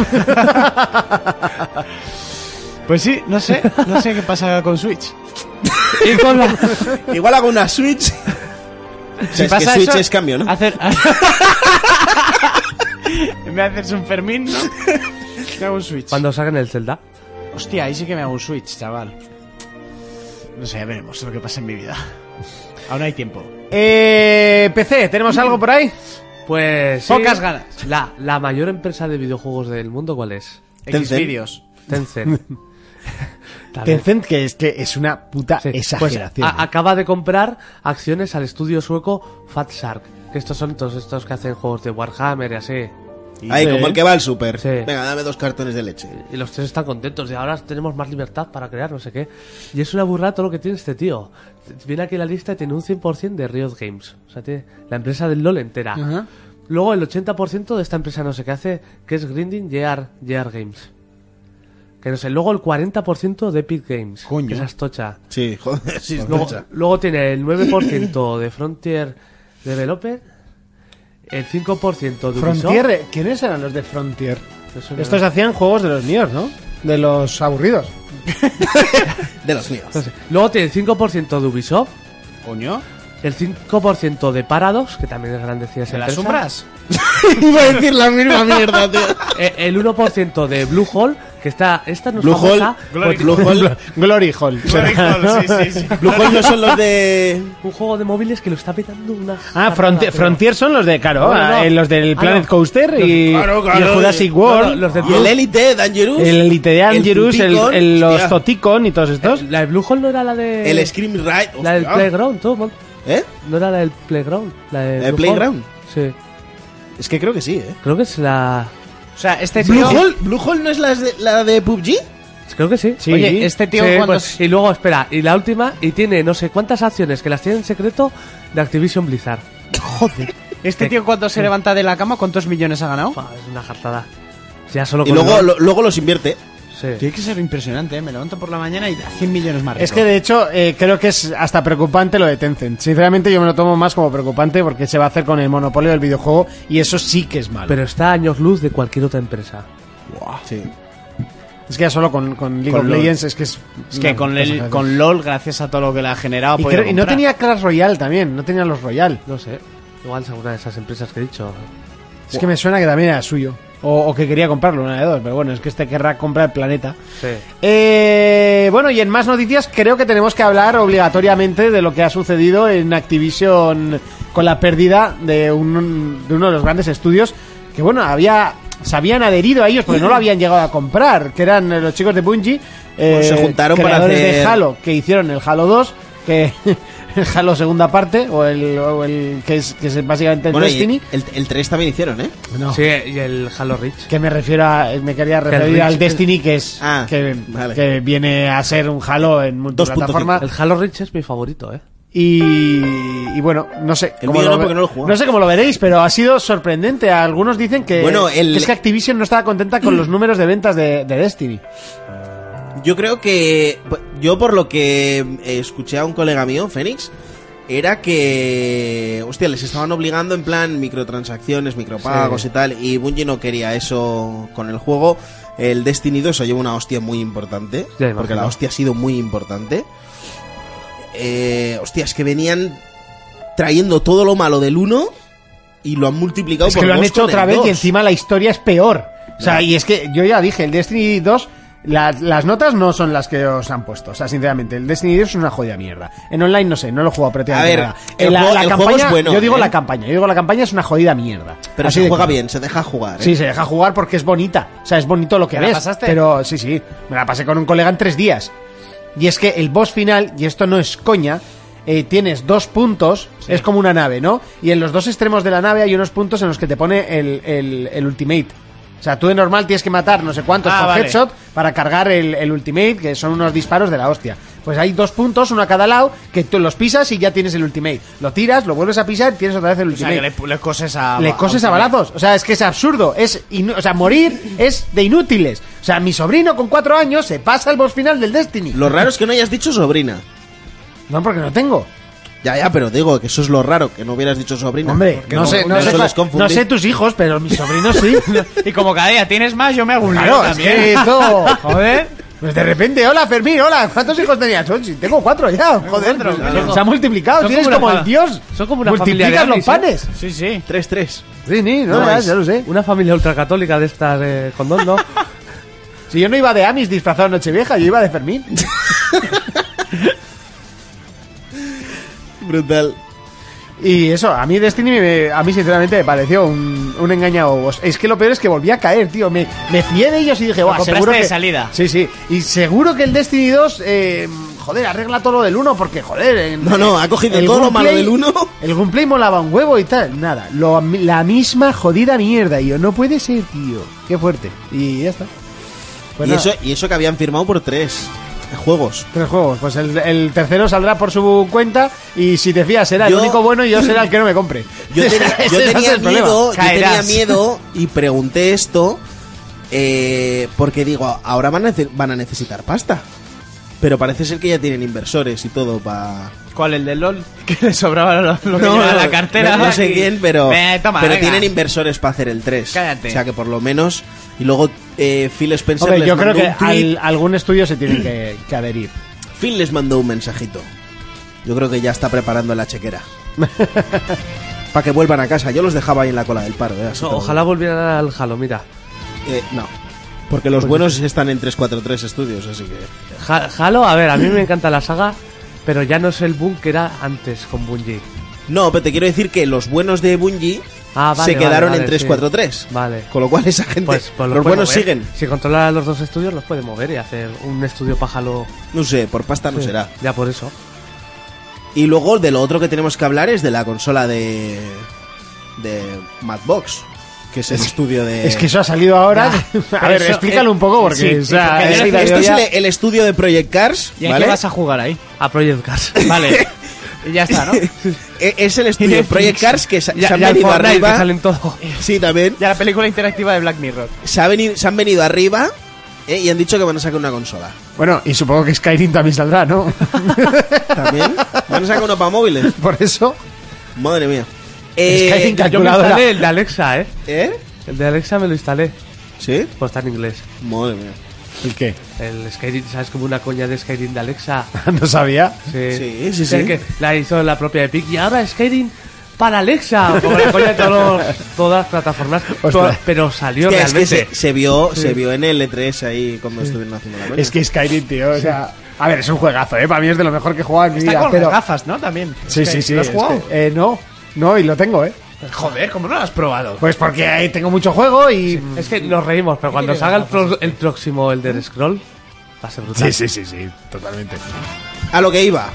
[SPEAKER 8] pues sí, no sé. No sé qué pasa con Switch.
[SPEAKER 7] Y con la-
[SPEAKER 5] Igual hago una Switch. Si
[SPEAKER 8] pasa
[SPEAKER 5] que Switch
[SPEAKER 8] eso,
[SPEAKER 5] es cambio, ¿no?
[SPEAKER 8] Hacer... me haces un Fermín, ¿no? Me hago un Switch.
[SPEAKER 7] Cuando saquen el Zelda.
[SPEAKER 8] Hostia, ahí sí que me hago un Switch, chaval. No sé, ya veremos lo que pasa en mi vida. Aún hay tiempo.
[SPEAKER 4] Eh, PC, ¿tenemos algo por ahí?
[SPEAKER 7] Pues.
[SPEAKER 8] Pocas ganas.
[SPEAKER 7] La, la mayor empresa de videojuegos del mundo, ¿cuál es?
[SPEAKER 5] Tencent.
[SPEAKER 8] Xvideos.
[SPEAKER 7] Tencent. Tal vez.
[SPEAKER 4] Tencent, que es que es una puta
[SPEAKER 7] Sí.
[SPEAKER 4] exageración.
[SPEAKER 7] Pues, a- acaba de comprar acciones al estudio sueco Fat Shark. Que estos son todos estos que hacen juegos de Warhammer y así.
[SPEAKER 5] Ahí, como el que va al super.
[SPEAKER 7] Sí.
[SPEAKER 5] Venga, dame dos cartones de leche.
[SPEAKER 7] Y los tres están contentos. Y ahora tenemos más libertad para crear no sé qué. Y es una burrada todo lo que tiene este tío. Viene aquí la lista y tiene un 100% de Riot Games. O sea, tiene la empresa del LOL entera. Luego el 80% de esta empresa no sé qué hace, que es Grinding JR, JR Games. Que no sé. Luego el 40% de Epic Games.
[SPEAKER 8] Coño.
[SPEAKER 7] Que esa es tocha.
[SPEAKER 5] Sí, joder, sí, es
[SPEAKER 7] Luego,
[SPEAKER 5] mucha.
[SPEAKER 7] luego tiene el 9% de Frontier Developer, el 5% de Ubisoft.
[SPEAKER 4] Frontier, eh, ¿quiénes eran los de Frontier?
[SPEAKER 7] Es una-
[SPEAKER 4] Estos hacían juegos de los míos, ¿no? De los aburridos.
[SPEAKER 5] De los míos.
[SPEAKER 7] Luego tiene el 5% de Ubisoft,
[SPEAKER 8] ¿Coño?
[SPEAKER 7] el 5% de Paradox, que también es grande esa
[SPEAKER 8] ¿Se
[SPEAKER 7] empresa,
[SPEAKER 8] las sombras?
[SPEAKER 5] Iba a decir la misma mierda, tío.
[SPEAKER 7] eh, El 1% de Blue Hole, que está, esta no es
[SPEAKER 5] Blue Hole,
[SPEAKER 7] famosa,
[SPEAKER 5] Glory Blue Hole,
[SPEAKER 4] Glory Hall.
[SPEAKER 8] sí, sí, sí.
[SPEAKER 5] Blue Hole no son los de.
[SPEAKER 7] un juego de móviles que lo está petando una...
[SPEAKER 4] Ah,
[SPEAKER 7] jarrada,
[SPEAKER 4] Frontier,
[SPEAKER 7] pero-
[SPEAKER 4] Frontier son los de, claro,
[SPEAKER 7] No, no, no.
[SPEAKER 4] eh, los del
[SPEAKER 7] Ah,
[SPEAKER 4] Planet
[SPEAKER 7] no.
[SPEAKER 4] Coaster y,
[SPEAKER 5] Claro, claro,
[SPEAKER 4] y el Jurassic
[SPEAKER 5] eh.
[SPEAKER 4] World.
[SPEAKER 7] No, no, los de
[SPEAKER 5] Y
[SPEAKER 7] Blue
[SPEAKER 5] el Elite, Dangerous.
[SPEAKER 4] El Elite de Angerus, el,
[SPEAKER 5] Tuticon,
[SPEAKER 4] el- los
[SPEAKER 5] hostia,
[SPEAKER 4] Toticon y todos estos.
[SPEAKER 7] La de Blue Hole no era la de...
[SPEAKER 5] El Scream Ride.
[SPEAKER 7] La del
[SPEAKER 5] hostia.
[SPEAKER 7] Playground, tú, mon-
[SPEAKER 5] ¿Eh?
[SPEAKER 7] no era la del Playground. La de
[SPEAKER 5] ¿La de
[SPEAKER 7] Blue Hole.
[SPEAKER 5] Playground?
[SPEAKER 7] Sí.
[SPEAKER 5] Es que creo que sí, ¿eh?
[SPEAKER 7] Creo que es la...
[SPEAKER 8] O sea, este
[SPEAKER 5] Blue
[SPEAKER 8] tío...
[SPEAKER 5] Hole, Blue Hole no es la de, la de PUBG.
[SPEAKER 7] Creo que sí.
[SPEAKER 4] Sí.
[SPEAKER 8] Oye, este tío
[SPEAKER 7] Sí,
[SPEAKER 8] cuando...
[SPEAKER 7] pues, y luego, espera, y la última, y tiene no sé cuántas acciones que las tiene en secreto de Activision Blizzard.
[SPEAKER 8] Este tío cuando se levanta de la cama, ¿cuántos millones ha ganado?
[SPEAKER 7] Fua, es una jartada. Ya solo
[SPEAKER 5] Y
[SPEAKER 7] con
[SPEAKER 5] luego,
[SPEAKER 7] el-
[SPEAKER 5] lo- luego los invierte.
[SPEAKER 7] Sí.
[SPEAKER 8] Tiene que ser impresionante, ¿eh? Me levanto por la mañana y da 100 millones más.
[SPEAKER 4] Es que de hecho eh, creo que es hasta preocupante lo de Tencent. Sinceramente yo me lo tomo más como preocupante porque se va a hacer con el monopolio del videojuego y eso sí que es malo.
[SPEAKER 7] Pero está a años luz de cualquier otra empresa.
[SPEAKER 5] Sí.
[SPEAKER 4] es que ya solo con, con League
[SPEAKER 8] Con
[SPEAKER 4] of
[SPEAKER 8] LOL.
[SPEAKER 4] Legends es que es...
[SPEAKER 8] Es que
[SPEAKER 4] no,
[SPEAKER 8] con, el-
[SPEAKER 4] cosa-
[SPEAKER 8] con LOL, gracias a todo lo que le ha generado, ha
[SPEAKER 4] y,
[SPEAKER 8] podido
[SPEAKER 4] creo- y no
[SPEAKER 8] comprar.
[SPEAKER 4] tenía Clash Royale también, no tenía los Royale.
[SPEAKER 7] No sé. Igual es alguna de esas empresas que he dicho.
[SPEAKER 4] Es que me suena que también era suyo. O, o que quería comprarlo, una de dos. Pero bueno, es que este querrá comprar el planeta.
[SPEAKER 7] Sí.
[SPEAKER 4] Eh, bueno, y en más noticias creo que tenemos que hablar obligatoriamente de lo que ha sucedido en Activision con la pérdida de, un- de uno de los grandes estudios que, bueno, había se habían adherido a ellos porque no lo habían llegado a comprar, que eran eh, los chicos de Bungie, eh,
[SPEAKER 5] Pues se juntaron para
[SPEAKER 4] creadores de
[SPEAKER 5] hacer-
[SPEAKER 4] Halo, que hicieron el Halo 2, que el Halo segunda parte, o el, o el que, es, que es básicamente el
[SPEAKER 5] Bueno, y
[SPEAKER 4] Destiny.
[SPEAKER 5] el, el 3 también hicieron, ¿eh?
[SPEAKER 4] No.
[SPEAKER 7] Sí, y el Halo Reach.
[SPEAKER 4] Que me refiero a, me quería
[SPEAKER 7] el
[SPEAKER 4] referir al
[SPEAKER 7] Reach-
[SPEAKER 4] Destiny, que es
[SPEAKER 5] Ah,
[SPEAKER 4] que,
[SPEAKER 5] vale.
[SPEAKER 4] que viene a ser un Halo en multiplataforma.
[SPEAKER 7] El Halo Reach es mi favorito, ¿eh?
[SPEAKER 4] Y, y bueno, no sé.
[SPEAKER 5] El
[SPEAKER 4] cómo
[SPEAKER 5] mío no,
[SPEAKER 4] ve-
[SPEAKER 5] porque no lo he jugado.
[SPEAKER 4] No sé cómo lo veréis, pero ha sido sorprendente. Algunos dicen que,
[SPEAKER 5] Bueno, el-
[SPEAKER 4] que es que Activision no estaba contenta con los números de ventas de, de Destiny.
[SPEAKER 5] Yo creo que. Yo, por lo que eh, escuché a un colega mío, Fénix, era que. Hostia, les estaban obligando en plan microtransacciones, micropagos y tal. Y Bungie no quería eso con el juego. El Destiny 2 se llevó una hostia muy importante.
[SPEAKER 7] Ya imagino.
[SPEAKER 5] Porque la hostia ha sido muy importante. Eh, hostia, es que venían trayendo todo lo malo del 1 y lo han multiplicado
[SPEAKER 4] Es
[SPEAKER 5] por
[SPEAKER 4] que lo han
[SPEAKER 5] dos
[SPEAKER 4] hecho
[SPEAKER 5] con el
[SPEAKER 4] otra vez y
[SPEAKER 5] 2.
[SPEAKER 4] encima la historia es peor. O sea, y es que yo ya dije, el Destiny 2, la- las notas no son las que os han puesto. O sea, sinceramente, el Destiny 2 es una jodida mierda. En online no sé, no lo he jugado prácticamente
[SPEAKER 5] A ver,
[SPEAKER 4] nada.
[SPEAKER 5] el
[SPEAKER 4] En
[SPEAKER 5] juego- el juego
[SPEAKER 4] campaña,
[SPEAKER 5] es bueno,
[SPEAKER 4] yo digo
[SPEAKER 5] ¿eh?
[SPEAKER 4] la campaña, yo digo la campaña es una jodida mierda.
[SPEAKER 5] Pero
[SPEAKER 4] Así
[SPEAKER 5] se
[SPEAKER 4] de
[SPEAKER 5] juega
[SPEAKER 4] claro.
[SPEAKER 5] bien, se deja jugar. ¿eh?
[SPEAKER 4] Sí, se deja jugar porque es bonita. O sea, es bonito lo que
[SPEAKER 8] ¿Te la
[SPEAKER 4] ves.
[SPEAKER 8] pasaste?
[SPEAKER 4] Pero sí, sí. Me la pasé con un colega en tres días. Y es que el boss final, y esto no es coña, eh, tienes dos puntos, es como una nave, ¿no? Y en los dos extremos de la nave hay unos puntos en los que te pone el, el- el ultimate. O sea, tú de normal tienes que matar no sé cuántos
[SPEAKER 8] Ah,
[SPEAKER 4] por
[SPEAKER 8] vale.
[SPEAKER 4] headshot para cargar el, el ultimate, que son unos disparos de la hostia. Pues hay dos puntos, uno a cada lado, que tú los pisas y ya tienes el ultimate. Lo tiras, lo vuelves a pisar y tienes otra vez el
[SPEAKER 8] O sea, que
[SPEAKER 4] ultimate.
[SPEAKER 8] le, le coses a.
[SPEAKER 4] Le coses a balazos. O sea, es que es absurdo. Es inu- o sea, morir es de inútiles. O sea, mi sobrino con cuatro años se pasa el boss final del Destiny.
[SPEAKER 5] Lo raro es que no hayas dicho sobrina.
[SPEAKER 4] No, porque no tengo.
[SPEAKER 5] Ya, ya, pero digo que eso es lo raro, que no hubieras dicho sobrina.
[SPEAKER 4] Hombre,
[SPEAKER 5] Porque
[SPEAKER 4] no, sé, no,
[SPEAKER 5] me
[SPEAKER 4] sé,
[SPEAKER 5] sueles
[SPEAKER 4] cua-
[SPEAKER 5] confundir.
[SPEAKER 4] no sé tus hijos, pero mis sobrinos sí.
[SPEAKER 8] Y como cada día tienes más, yo me hago un lío
[SPEAKER 4] Claro, es
[SPEAKER 8] también.
[SPEAKER 4] que esto, joder. Pues de repente, hola Fermín, hola, ¿cuántos hijos tenías? Oh, sí, tengo cuatro ya, joder.
[SPEAKER 8] cuatro,
[SPEAKER 4] pues,
[SPEAKER 7] claro.
[SPEAKER 4] Se ha multiplicado,
[SPEAKER 7] Son
[SPEAKER 4] tienes
[SPEAKER 7] como una
[SPEAKER 4] como el
[SPEAKER 7] fa-
[SPEAKER 4] dios.
[SPEAKER 7] son como una familia
[SPEAKER 4] Multiplicas
[SPEAKER 7] grande,
[SPEAKER 4] los
[SPEAKER 7] ¿sí?
[SPEAKER 4] panes.
[SPEAKER 8] Sí, sí.
[SPEAKER 5] 3-3.
[SPEAKER 4] Sí, sí, no,
[SPEAKER 5] No,
[SPEAKER 4] ya,
[SPEAKER 5] es-
[SPEAKER 4] ya lo sé.
[SPEAKER 7] Una familia ultracatólica de estas eh, con dos, ¿no?
[SPEAKER 4] Si yo no iba de Amis disfrazado de Nochevieja, yo iba de Fermín.
[SPEAKER 5] Brutal.
[SPEAKER 4] Y eso, a mí Destiny, me- a mí sinceramente me pareció un, un engañabobos. Es que lo peor es que volví a caer, tío. Me, me fié de ellos y dije, guau,
[SPEAKER 8] compraste
[SPEAKER 4] seguro
[SPEAKER 8] de
[SPEAKER 4] que...
[SPEAKER 8] salida.
[SPEAKER 4] Sí, sí. Y seguro que el Destiny 2, eh, joder, arregla todo lo del 1 porque, joder... en-
[SPEAKER 5] No, no, ha cogido
[SPEAKER 4] el
[SPEAKER 5] todo lo
[SPEAKER 4] gameplay-
[SPEAKER 5] malo del 1.
[SPEAKER 4] El gameplay molaba un huevo y tal. Nada, lo- la misma jodida mierda. Y yo, no puede ser, tío. Qué fuerte. Y ya está. Pues
[SPEAKER 5] y,
[SPEAKER 4] nada,
[SPEAKER 5] eso, y eso que habían firmado por 3 juegos.
[SPEAKER 4] Tres juegos. Pues el, el tercero saldrá por su cuenta y si te fías será
[SPEAKER 5] Yo-
[SPEAKER 4] el único bueno y yo será el que no me compre.
[SPEAKER 5] Yo, tenía- yo
[SPEAKER 4] Ese va a ser
[SPEAKER 5] tenía
[SPEAKER 4] el problema.
[SPEAKER 5] miedo, yo tenía
[SPEAKER 8] Caerás.
[SPEAKER 5] miedo y pregunté esto eh, porque digo, ahora van a, nece- van a necesitar pasta. Pero parece ser que ya tienen inversores y todo para...
[SPEAKER 8] ¿Cuál, el de LOL? Que le sobraba lo, lo que llevaba la cartera.
[SPEAKER 5] no, no sé
[SPEAKER 8] Y-
[SPEAKER 5] quién, pero,
[SPEAKER 8] Eh, toma,
[SPEAKER 5] pero
[SPEAKER 8] venga.
[SPEAKER 5] tienen inversores para hacer el 3.
[SPEAKER 8] Cállate.
[SPEAKER 5] O sea que por lo menos... Y luego eh, Phil Spencer
[SPEAKER 4] Hombre,
[SPEAKER 5] les
[SPEAKER 4] yo creo
[SPEAKER 5] mandó
[SPEAKER 4] que
[SPEAKER 5] un tweet.
[SPEAKER 4] al- algún estudio se tiene que, que adherir.
[SPEAKER 5] Phil les mandó un mensajito. Yo creo que ya está preparando la chequera. para que vuelvan a casa. Yo los dejaba ahí en la cola del paro. ¿eh? Así
[SPEAKER 7] No,
[SPEAKER 5] todo.
[SPEAKER 7] ojalá volvieran al Halo, mira.
[SPEAKER 5] Eh, no. Porque
[SPEAKER 7] Pues
[SPEAKER 5] los buenos están en 343 estudios, así que.
[SPEAKER 7] Ja- Halo, a ver, a mí me encanta la saga, pero ya no es el boom que era antes con Bungie.
[SPEAKER 5] No, pero te quiero decir que los buenos de Bungie
[SPEAKER 7] Ah, vale,
[SPEAKER 5] se quedaron en
[SPEAKER 7] vale, vale,
[SPEAKER 5] 343.
[SPEAKER 7] sí. Vale.
[SPEAKER 5] Con lo cual esa gente.
[SPEAKER 7] Pues, pues
[SPEAKER 5] los
[SPEAKER 7] puede
[SPEAKER 5] buenos
[SPEAKER 7] mover.
[SPEAKER 5] siguen.
[SPEAKER 7] Si controla los dos estudios, los puede mover y hacer un estudio para Halo.
[SPEAKER 5] No sé, por pasta no
[SPEAKER 7] Sí,
[SPEAKER 5] será.
[SPEAKER 7] Ya por eso.
[SPEAKER 5] Y luego de lo otro que tenemos que hablar es de la consola de. de Madbox. Que es el estudio de.
[SPEAKER 4] Es que eso ha salido ahora. a ver,
[SPEAKER 8] eso- eh,
[SPEAKER 4] explícalo un poco porque.
[SPEAKER 8] Sí,
[SPEAKER 4] o sea,
[SPEAKER 8] porque
[SPEAKER 4] es
[SPEAKER 8] yo
[SPEAKER 4] que
[SPEAKER 8] no-
[SPEAKER 4] la
[SPEAKER 5] Ah, Esto es
[SPEAKER 4] idea-
[SPEAKER 5] el, el estudio de Project Cars,
[SPEAKER 8] ¿Y a
[SPEAKER 5] ¿vale?
[SPEAKER 8] qué vas a jugar ahí?
[SPEAKER 7] A Project Cars.
[SPEAKER 8] Vale. y ya está, ¿no?
[SPEAKER 5] E- Es el estudio de Project Cars que se,
[SPEAKER 7] ya,
[SPEAKER 5] se han
[SPEAKER 7] ya el
[SPEAKER 5] venido
[SPEAKER 7] Fortnite, que
[SPEAKER 5] arriba.
[SPEAKER 7] salen todo.
[SPEAKER 5] Sí, también.
[SPEAKER 8] Ya la película interactiva de Black Mirror.
[SPEAKER 5] Se, ha veni- se han venido arriba eh, y han dicho que van a sacar una consola.
[SPEAKER 4] Bueno, y supongo que Skyrim también saldrá, ¿no?
[SPEAKER 5] También. Van a sacar uno para móviles.
[SPEAKER 4] Por eso.
[SPEAKER 5] Madre mía.
[SPEAKER 4] Skyrim
[SPEAKER 7] Yo me
[SPEAKER 4] calculadora.
[SPEAKER 7] instalé el de Alexa, ¿eh?
[SPEAKER 5] ¿Eh?
[SPEAKER 7] El de Alexa me lo instalé.
[SPEAKER 5] ¿Sí?
[SPEAKER 7] Pues está en inglés.
[SPEAKER 5] Madre mía.
[SPEAKER 4] ¿El qué?
[SPEAKER 7] El Skyrim, ¿sabes? Como una coña de Skyrim de Alexa.
[SPEAKER 4] No sabía.
[SPEAKER 7] Sí,
[SPEAKER 5] Sí, sí,
[SPEAKER 7] O sea,
[SPEAKER 5] sí.
[SPEAKER 7] que la hizo la propia Epic y ahora Skyrim para Alexa. Como la coña de todos los- todas las plataformas.
[SPEAKER 4] Ostras.
[SPEAKER 7] Pero salió
[SPEAKER 5] Hostia, es que
[SPEAKER 7] realmente.
[SPEAKER 5] se, se vio, se vio en el E3 ahí cuando estuvieron haciendo la coña.
[SPEAKER 4] Es que Skyrim, tío. O sea. A ver, es un juegazo, ¿eh? Para mí es de lo mejor que he jugado en mi
[SPEAKER 8] Está
[SPEAKER 4] vida.
[SPEAKER 8] con
[SPEAKER 4] Pero...
[SPEAKER 8] las gafas, ¿no? También.
[SPEAKER 4] Sí,
[SPEAKER 8] Es que-
[SPEAKER 4] sí, sí.
[SPEAKER 8] ¿Lo has
[SPEAKER 4] es
[SPEAKER 8] jugado?
[SPEAKER 4] que- eh, no. No, y lo tengo, ¿eh?
[SPEAKER 8] Joder, ¿cómo no lo has probado?
[SPEAKER 4] Pues porque ahí tengo mucho juego y.
[SPEAKER 7] Es que nos reímos, pero cuando salga el, pro- el próximo Elder Scroll, va a ser brutal.
[SPEAKER 4] sí, sí, sí, totalmente.
[SPEAKER 5] A lo que iba.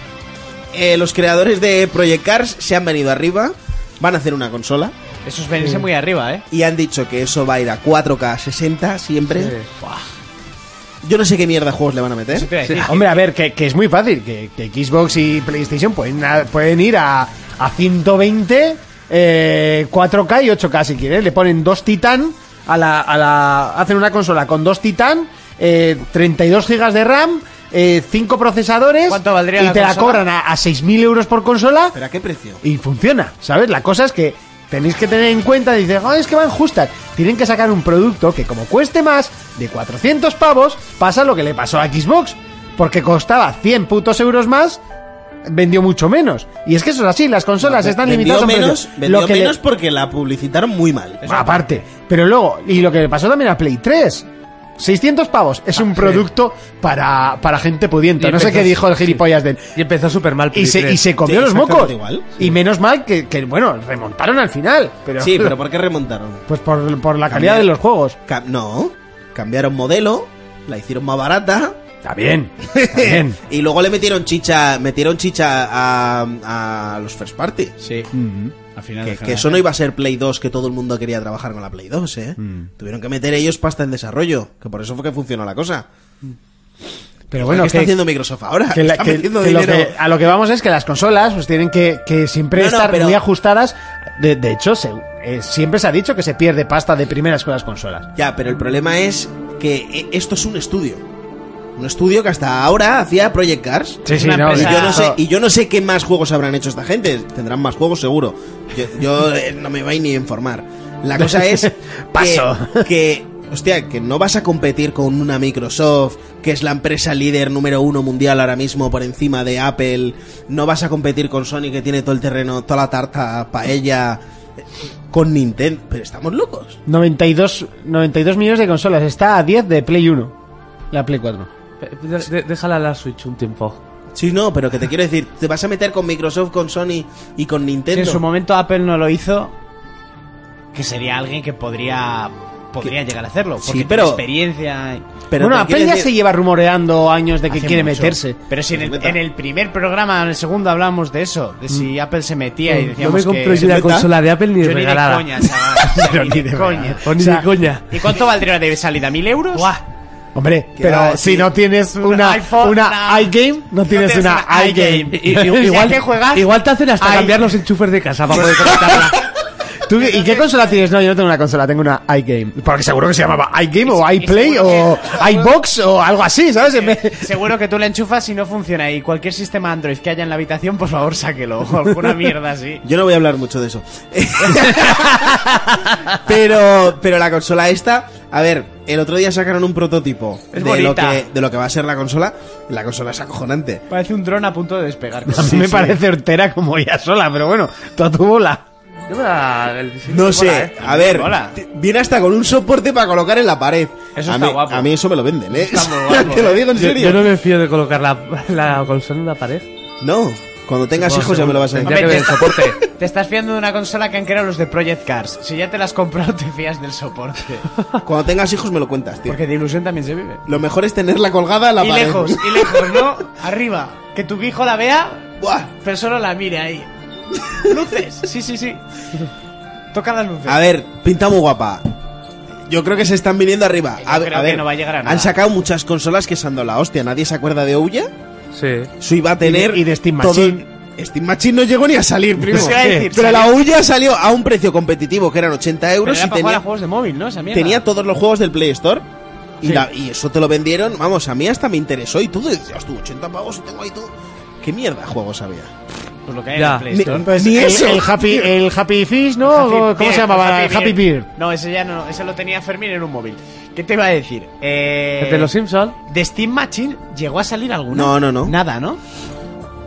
[SPEAKER 5] Eh, los creadores de Project Cars se han venido arriba. Van a hacer una consola.
[SPEAKER 8] Eso es venirse muy arriba, ¿eh?
[SPEAKER 5] Y han dicho que eso va a ir a 4K 60 siempre.
[SPEAKER 7] Sí.
[SPEAKER 5] Yo no sé qué mierda de juegos le van a meter.
[SPEAKER 8] Eso te iba a decir.
[SPEAKER 4] Hombre, a ver, que, que es muy fácil, que, que Xbox y PlayStation pueden, a- pueden ir a, a 120, eh, 4K y 8K si quieren. Le ponen dos Titan a la, a la- Hacen una consola con dos Titan, eh, 32 GB de RAM, 5 procesadores.
[SPEAKER 8] ¿Cuánto valdría
[SPEAKER 4] Y
[SPEAKER 8] la
[SPEAKER 4] te la
[SPEAKER 8] consola?
[SPEAKER 4] cobran a, a 6.000 euros por consola
[SPEAKER 5] ¿Pero a qué precio?
[SPEAKER 4] y funciona, ¿sabes? La cosa es que tenéis que tener en cuenta, dices, "Ah, es que van justas. Tienen que sacar un producto que como cueste más de 400 pavos, pasa lo que le pasó a Xbox, porque costaba 100 putos euros más, vendió mucho menos. Y es que eso es así, las consolas están
[SPEAKER 5] Vendió
[SPEAKER 4] limitadas a un
[SPEAKER 5] menos,
[SPEAKER 4] precio.
[SPEAKER 5] vendió
[SPEAKER 4] Lo que le-
[SPEAKER 5] menos porque la publicitaron muy mal.
[SPEAKER 4] aparte, pero luego, y lo que le pasó también a Play 3, 600 pavos,
[SPEAKER 5] Ah,
[SPEAKER 4] es un producto para, para gente pudiente.
[SPEAKER 7] Y
[SPEAKER 4] No sé qué
[SPEAKER 7] entonces-
[SPEAKER 4] dijo el gilipollas del...
[SPEAKER 7] Y empezó súper mal.
[SPEAKER 4] Y
[SPEAKER 7] Play
[SPEAKER 4] se,
[SPEAKER 7] 3.
[SPEAKER 4] y se comió
[SPEAKER 5] Sí,
[SPEAKER 4] los mocos.
[SPEAKER 5] exactamente igual.
[SPEAKER 4] Y menos mal que, que, bueno, remontaron al final. Pero,
[SPEAKER 5] Sí, pero ¿por qué remontaron?
[SPEAKER 4] Pues por, por la calidad de los juegos.
[SPEAKER 5] Ca- no, cambiaron modelo, la hicieron más barata.
[SPEAKER 4] Está bien. Está bien.
[SPEAKER 5] y luego le metieron chicha, metieron chicha a, a los first party.
[SPEAKER 8] Sí. Al final
[SPEAKER 5] Que,
[SPEAKER 8] dejan
[SPEAKER 5] que
[SPEAKER 8] la-
[SPEAKER 5] eso no iba a ser Play 2, que todo el mundo quería trabajar con la Play 2, ¿eh?
[SPEAKER 4] Mm.
[SPEAKER 5] Tuvieron que meter ellos pasta en desarrollo, que por eso fue que funcionó la cosa.
[SPEAKER 4] Pero bueno,
[SPEAKER 5] ¿Qué está
[SPEAKER 4] que-
[SPEAKER 5] haciendo Microsoft ahora?
[SPEAKER 4] que la-
[SPEAKER 5] está
[SPEAKER 4] que-
[SPEAKER 5] metiendo
[SPEAKER 4] que lo
[SPEAKER 5] dinero.
[SPEAKER 4] que- a lo que vamos es que las consolas pues tienen que, que siempre
[SPEAKER 5] No, no,
[SPEAKER 4] estar
[SPEAKER 5] pero-
[SPEAKER 4] muy ajustadas. De, de hecho, se- eh, siempre se ha dicho que se pierde pasta de primeras con las consolas.
[SPEAKER 5] Ya, pero el problema es que eh, esto es un estudio. Un estudio que hasta ahora hacía Project Cars.
[SPEAKER 4] Sí, sí,
[SPEAKER 8] Una
[SPEAKER 4] no,
[SPEAKER 5] Y
[SPEAKER 8] empresa-
[SPEAKER 5] yo, no sé, y yo no sé qué más juegos habrán hecho esta gente. Tendrán más juegos seguro. Yo, yo, eh, no me voy ni a informar. La cosa es que-
[SPEAKER 4] Paso.
[SPEAKER 5] Que, hostia, que no vas a competir con una Microsoft, que es la empresa líder número uno mundial ahora mismo por encima de Apple. No vas a competir con Sony, que tiene todo el terreno, toda la tarta paella. eh, Con Nintendo. Pero estamos locos.
[SPEAKER 4] 92, 92 millones de consolas. Está a 10 de Play 1. La Play 4.
[SPEAKER 7] Pe- de- de- déjala a la Switch un tiempo.
[SPEAKER 5] Sí, no, pero que te quiero decir, te vas a meter con Microsoft, con Sony y con
[SPEAKER 8] Si
[SPEAKER 5] Nintendo.
[SPEAKER 8] en su momento Apple no lo hizo, que sería alguien que podría podría llegar a hacerlo. Porque
[SPEAKER 5] Sí, pero-
[SPEAKER 8] tiene experiencia. y-
[SPEAKER 5] Pero
[SPEAKER 4] bueno,
[SPEAKER 5] te
[SPEAKER 4] Apple
[SPEAKER 5] quiero
[SPEAKER 4] ya
[SPEAKER 5] decir-
[SPEAKER 4] se lleva rumoreando años de que
[SPEAKER 8] Hace
[SPEAKER 4] quiere
[SPEAKER 8] mucho.
[SPEAKER 4] meterse.
[SPEAKER 8] Pero si en el,
[SPEAKER 5] meta.
[SPEAKER 8] en el primer programa, en el segundo, hablamos de eso, de si Apple se metía y
[SPEAKER 7] no me
[SPEAKER 8] decíamos
[SPEAKER 7] compro
[SPEAKER 8] que.
[SPEAKER 7] Mm. yo la
[SPEAKER 5] ¿Neta?
[SPEAKER 7] consola de Apple ni
[SPEAKER 8] Yo ni de
[SPEAKER 7] regalada.
[SPEAKER 8] coña, chaval. Pero ni de coña.
[SPEAKER 7] O ni de coña.
[SPEAKER 8] ¿Y cuánto valdría de salida? ¿Mil euros?
[SPEAKER 4] Hombre,
[SPEAKER 5] Que
[SPEAKER 4] pero
[SPEAKER 5] va,
[SPEAKER 4] si
[SPEAKER 5] sí.
[SPEAKER 4] no tienes
[SPEAKER 8] Un
[SPEAKER 4] una,
[SPEAKER 8] iPhone,
[SPEAKER 4] una
[SPEAKER 8] una-
[SPEAKER 4] iGame, no tienes una iGame.
[SPEAKER 7] Y- y-
[SPEAKER 8] Si
[SPEAKER 7] igual,
[SPEAKER 8] hay que juegas,
[SPEAKER 7] igual te hacen hasta
[SPEAKER 8] Ay.
[SPEAKER 7] cambiar los enchufes de casa para poder conectarla.
[SPEAKER 4] ¿Tú qué- ¿Y qué consola tienes? No, yo no tengo una consola, tengo una iGame. Porque seguro que se llamaba iGame o iPlay o iBox o algo así, ¿sabes? En vez-
[SPEAKER 8] Seguro que tú la enchufas y no funciona. Y cualquier sistema Android que haya en la habitación, por favor, sáquelo. O alguna mierda así.
[SPEAKER 5] Yo no voy a hablar mucho de eso. pero, pero la consola esta, a ver, el otro día sacaron un prototipo
[SPEAKER 8] Es
[SPEAKER 5] de, lo
[SPEAKER 8] bonita.
[SPEAKER 5] que, de lo que va a ser la consola. La consola es acojonante.
[SPEAKER 8] Parece un dron a punto de despegar.
[SPEAKER 4] A mí me parece hortera como ella sola, pero bueno, tú a tu bola.
[SPEAKER 7] Yo me la- el diseño
[SPEAKER 5] No
[SPEAKER 7] me mola,
[SPEAKER 5] sé,
[SPEAKER 7] ¿eh?
[SPEAKER 5] a ver,
[SPEAKER 8] Mola.
[SPEAKER 5] t- viene hasta con un soporte para colocar en la pared.
[SPEAKER 8] Eso
[SPEAKER 5] a
[SPEAKER 8] está
[SPEAKER 5] mí,
[SPEAKER 8] guapo.
[SPEAKER 5] A mí eso me lo venden, ¿eh?
[SPEAKER 8] Está muy guapo,
[SPEAKER 5] Te lo
[SPEAKER 8] ¿eh?
[SPEAKER 5] digo en
[SPEAKER 7] Yo,
[SPEAKER 5] serio.
[SPEAKER 7] yo no me fío de colocar la, la consola en una pared.
[SPEAKER 5] no... cuando tengas
[SPEAKER 8] Pues
[SPEAKER 5] hijos ya me lo vas a
[SPEAKER 7] Tendría
[SPEAKER 5] decir.
[SPEAKER 7] que ver el soporte.
[SPEAKER 8] Te estás fiando de una consola que han creado los de Project Cars. Si ya te la has comprado, te fías del soporte.
[SPEAKER 5] Cuando tengas hijos me lo cuentas, tío.
[SPEAKER 8] Porque de ilusión también se vive.
[SPEAKER 5] Lo mejor es tenerla colgada en la
[SPEAKER 8] Y
[SPEAKER 5] pared.
[SPEAKER 8] lejos, y lejos, ¿no? Arriba. Que tu hijo la vea,
[SPEAKER 5] Buah.
[SPEAKER 8] pero solo la mire ahí. Luces. Sí, sí, sí. Toca las luces.
[SPEAKER 5] A ver, pinta muy guapa. Yo creo que se están viniendo arriba.
[SPEAKER 8] Yo
[SPEAKER 5] A,
[SPEAKER 8] creo
[SPEAKER 5] a
[SPEAKER 8] que
[SPEAKER 5] ver,
[SPEAKER 8] no va a llegar a nada.
[SPEAKER 5] han sacado muchas consolas que se han dado la hostia. Nadie se acuerda de Ouya.
[SPEAKER 7] Sí.
[SPEAKER 5] Su iba a tener.
[SPEAKER 4] y de Steam
[SPEAKER 5] todo-
[SPEAKER 4] Machine.
[SPEAKER 5] Steam Machine no llegó ni a salir, primo.
[SPEAKER 8] Eso iba a decir,
[SPEAKER 5] Pero
[SPEAKER 8] salió-
[SPEAKER 5] la Ouya salió a un precio competitivo que eran 80
[SPEAKER 8] Pero
[SPEAKER 5] euros
[SPEAKER 8] era
[SPEAKER 5] y
[SPEAKER 8] para jugar a
[SPEAKER 5] tenía,
[SPEAKER 8] juegos de móvil, ¿no? Esa mierda.
[SPEAKER 5] tenía todos los juegos del Play Store. Y, la- y eso te lo vendieron. Vamos, a mí hasta me interesó. Y tú decías, tú, 80 pavos y tengo ahí todo. ¿Qué mierda juegos había?
[SPEAKER 8] Pues lo que hay
[SPEAKER 7] Ya.
[SPEAKER 8] en el Play Store.
[SPEAKER 4] Pues
[SPEAKER 5] Ni
[SPEAKER 4] el,
[SPEAKER 5] eso.
[SPEAKER 4] el happy, el happy Fish, ¿no? ¿Cómo
[SPEAKER 8] Beer,
[SPEAKER 4] se llamaba? El Happy Beer.
[SPEAKER 8] No, ese ya no, ese lo tenía Fermín en un móvil. ¿Qué te iba a decir? Eh,
[SPEAKER 7] El de los Simpsons.
[SPEAKER 8] de Steam Machine llegó a salir alguna.
[SPEAKER 5] No, no, no.
[SPEAKER 8] Nada, ¿no?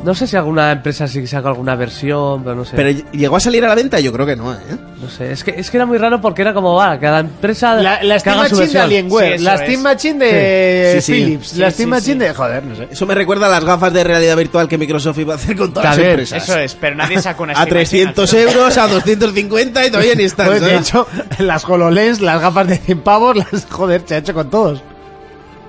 [SPEAKER 7] No sé si alguna empresa sí que saca alguna versión, pero no sé.
[SPEAKER 5] Pero llegó a salir a la venta, yo creo que no, ¿eh?
[SPEAKER 7] no sé. Es que, es que era muy raro porque era como va, cada empresa
[SPEAKER 4] La, la
[SPEAKER 7] que
[SPEAKER 4] Steam
[SPEAKER 7] haga su
[SPEAKER 4] Machine de
[SPEAKER 7] versión.
[SPEAKER 4] Alienware,
[SPEAKER 8] Sí,
[SPEAKER 4] la
[SPEAKER 8] eso
[SPEAKER 4] Steam
[SPEAKER 8] es.
[SPEAKER 4] Machine de
[SPEAKER 5] Sí, sí.
[SPEAKER 4] Philips,
[SPEAKER 8] Sí,
[SPEAKER 4] la
[SPEAKER 8] sí,
[SPEAKER 4] Steam
[SPEAKER 8] sí.
[SPEAKER 4] Machine de... Joder, no sé.
[SPEAKER 5] Eso me recuerda a las gafas de realidad virtual que Microsoft iba a hacer con todas las
[SPEAKER 7] También,
[SPEAKER 5] empresas.
[SPEAKER 8] Eso es, Pues, pero nadie sacó una
[SPEAKER 5] A 300 euros, a 250 y todavía ni están.
[SPEAKER 4] Pues, de
[SPEAKER 5] ¿sabes?
[SPEAKER 4] hecho, las HoloLens, las gafas de 100 pavos, las... Joder, se ha hecho con todos.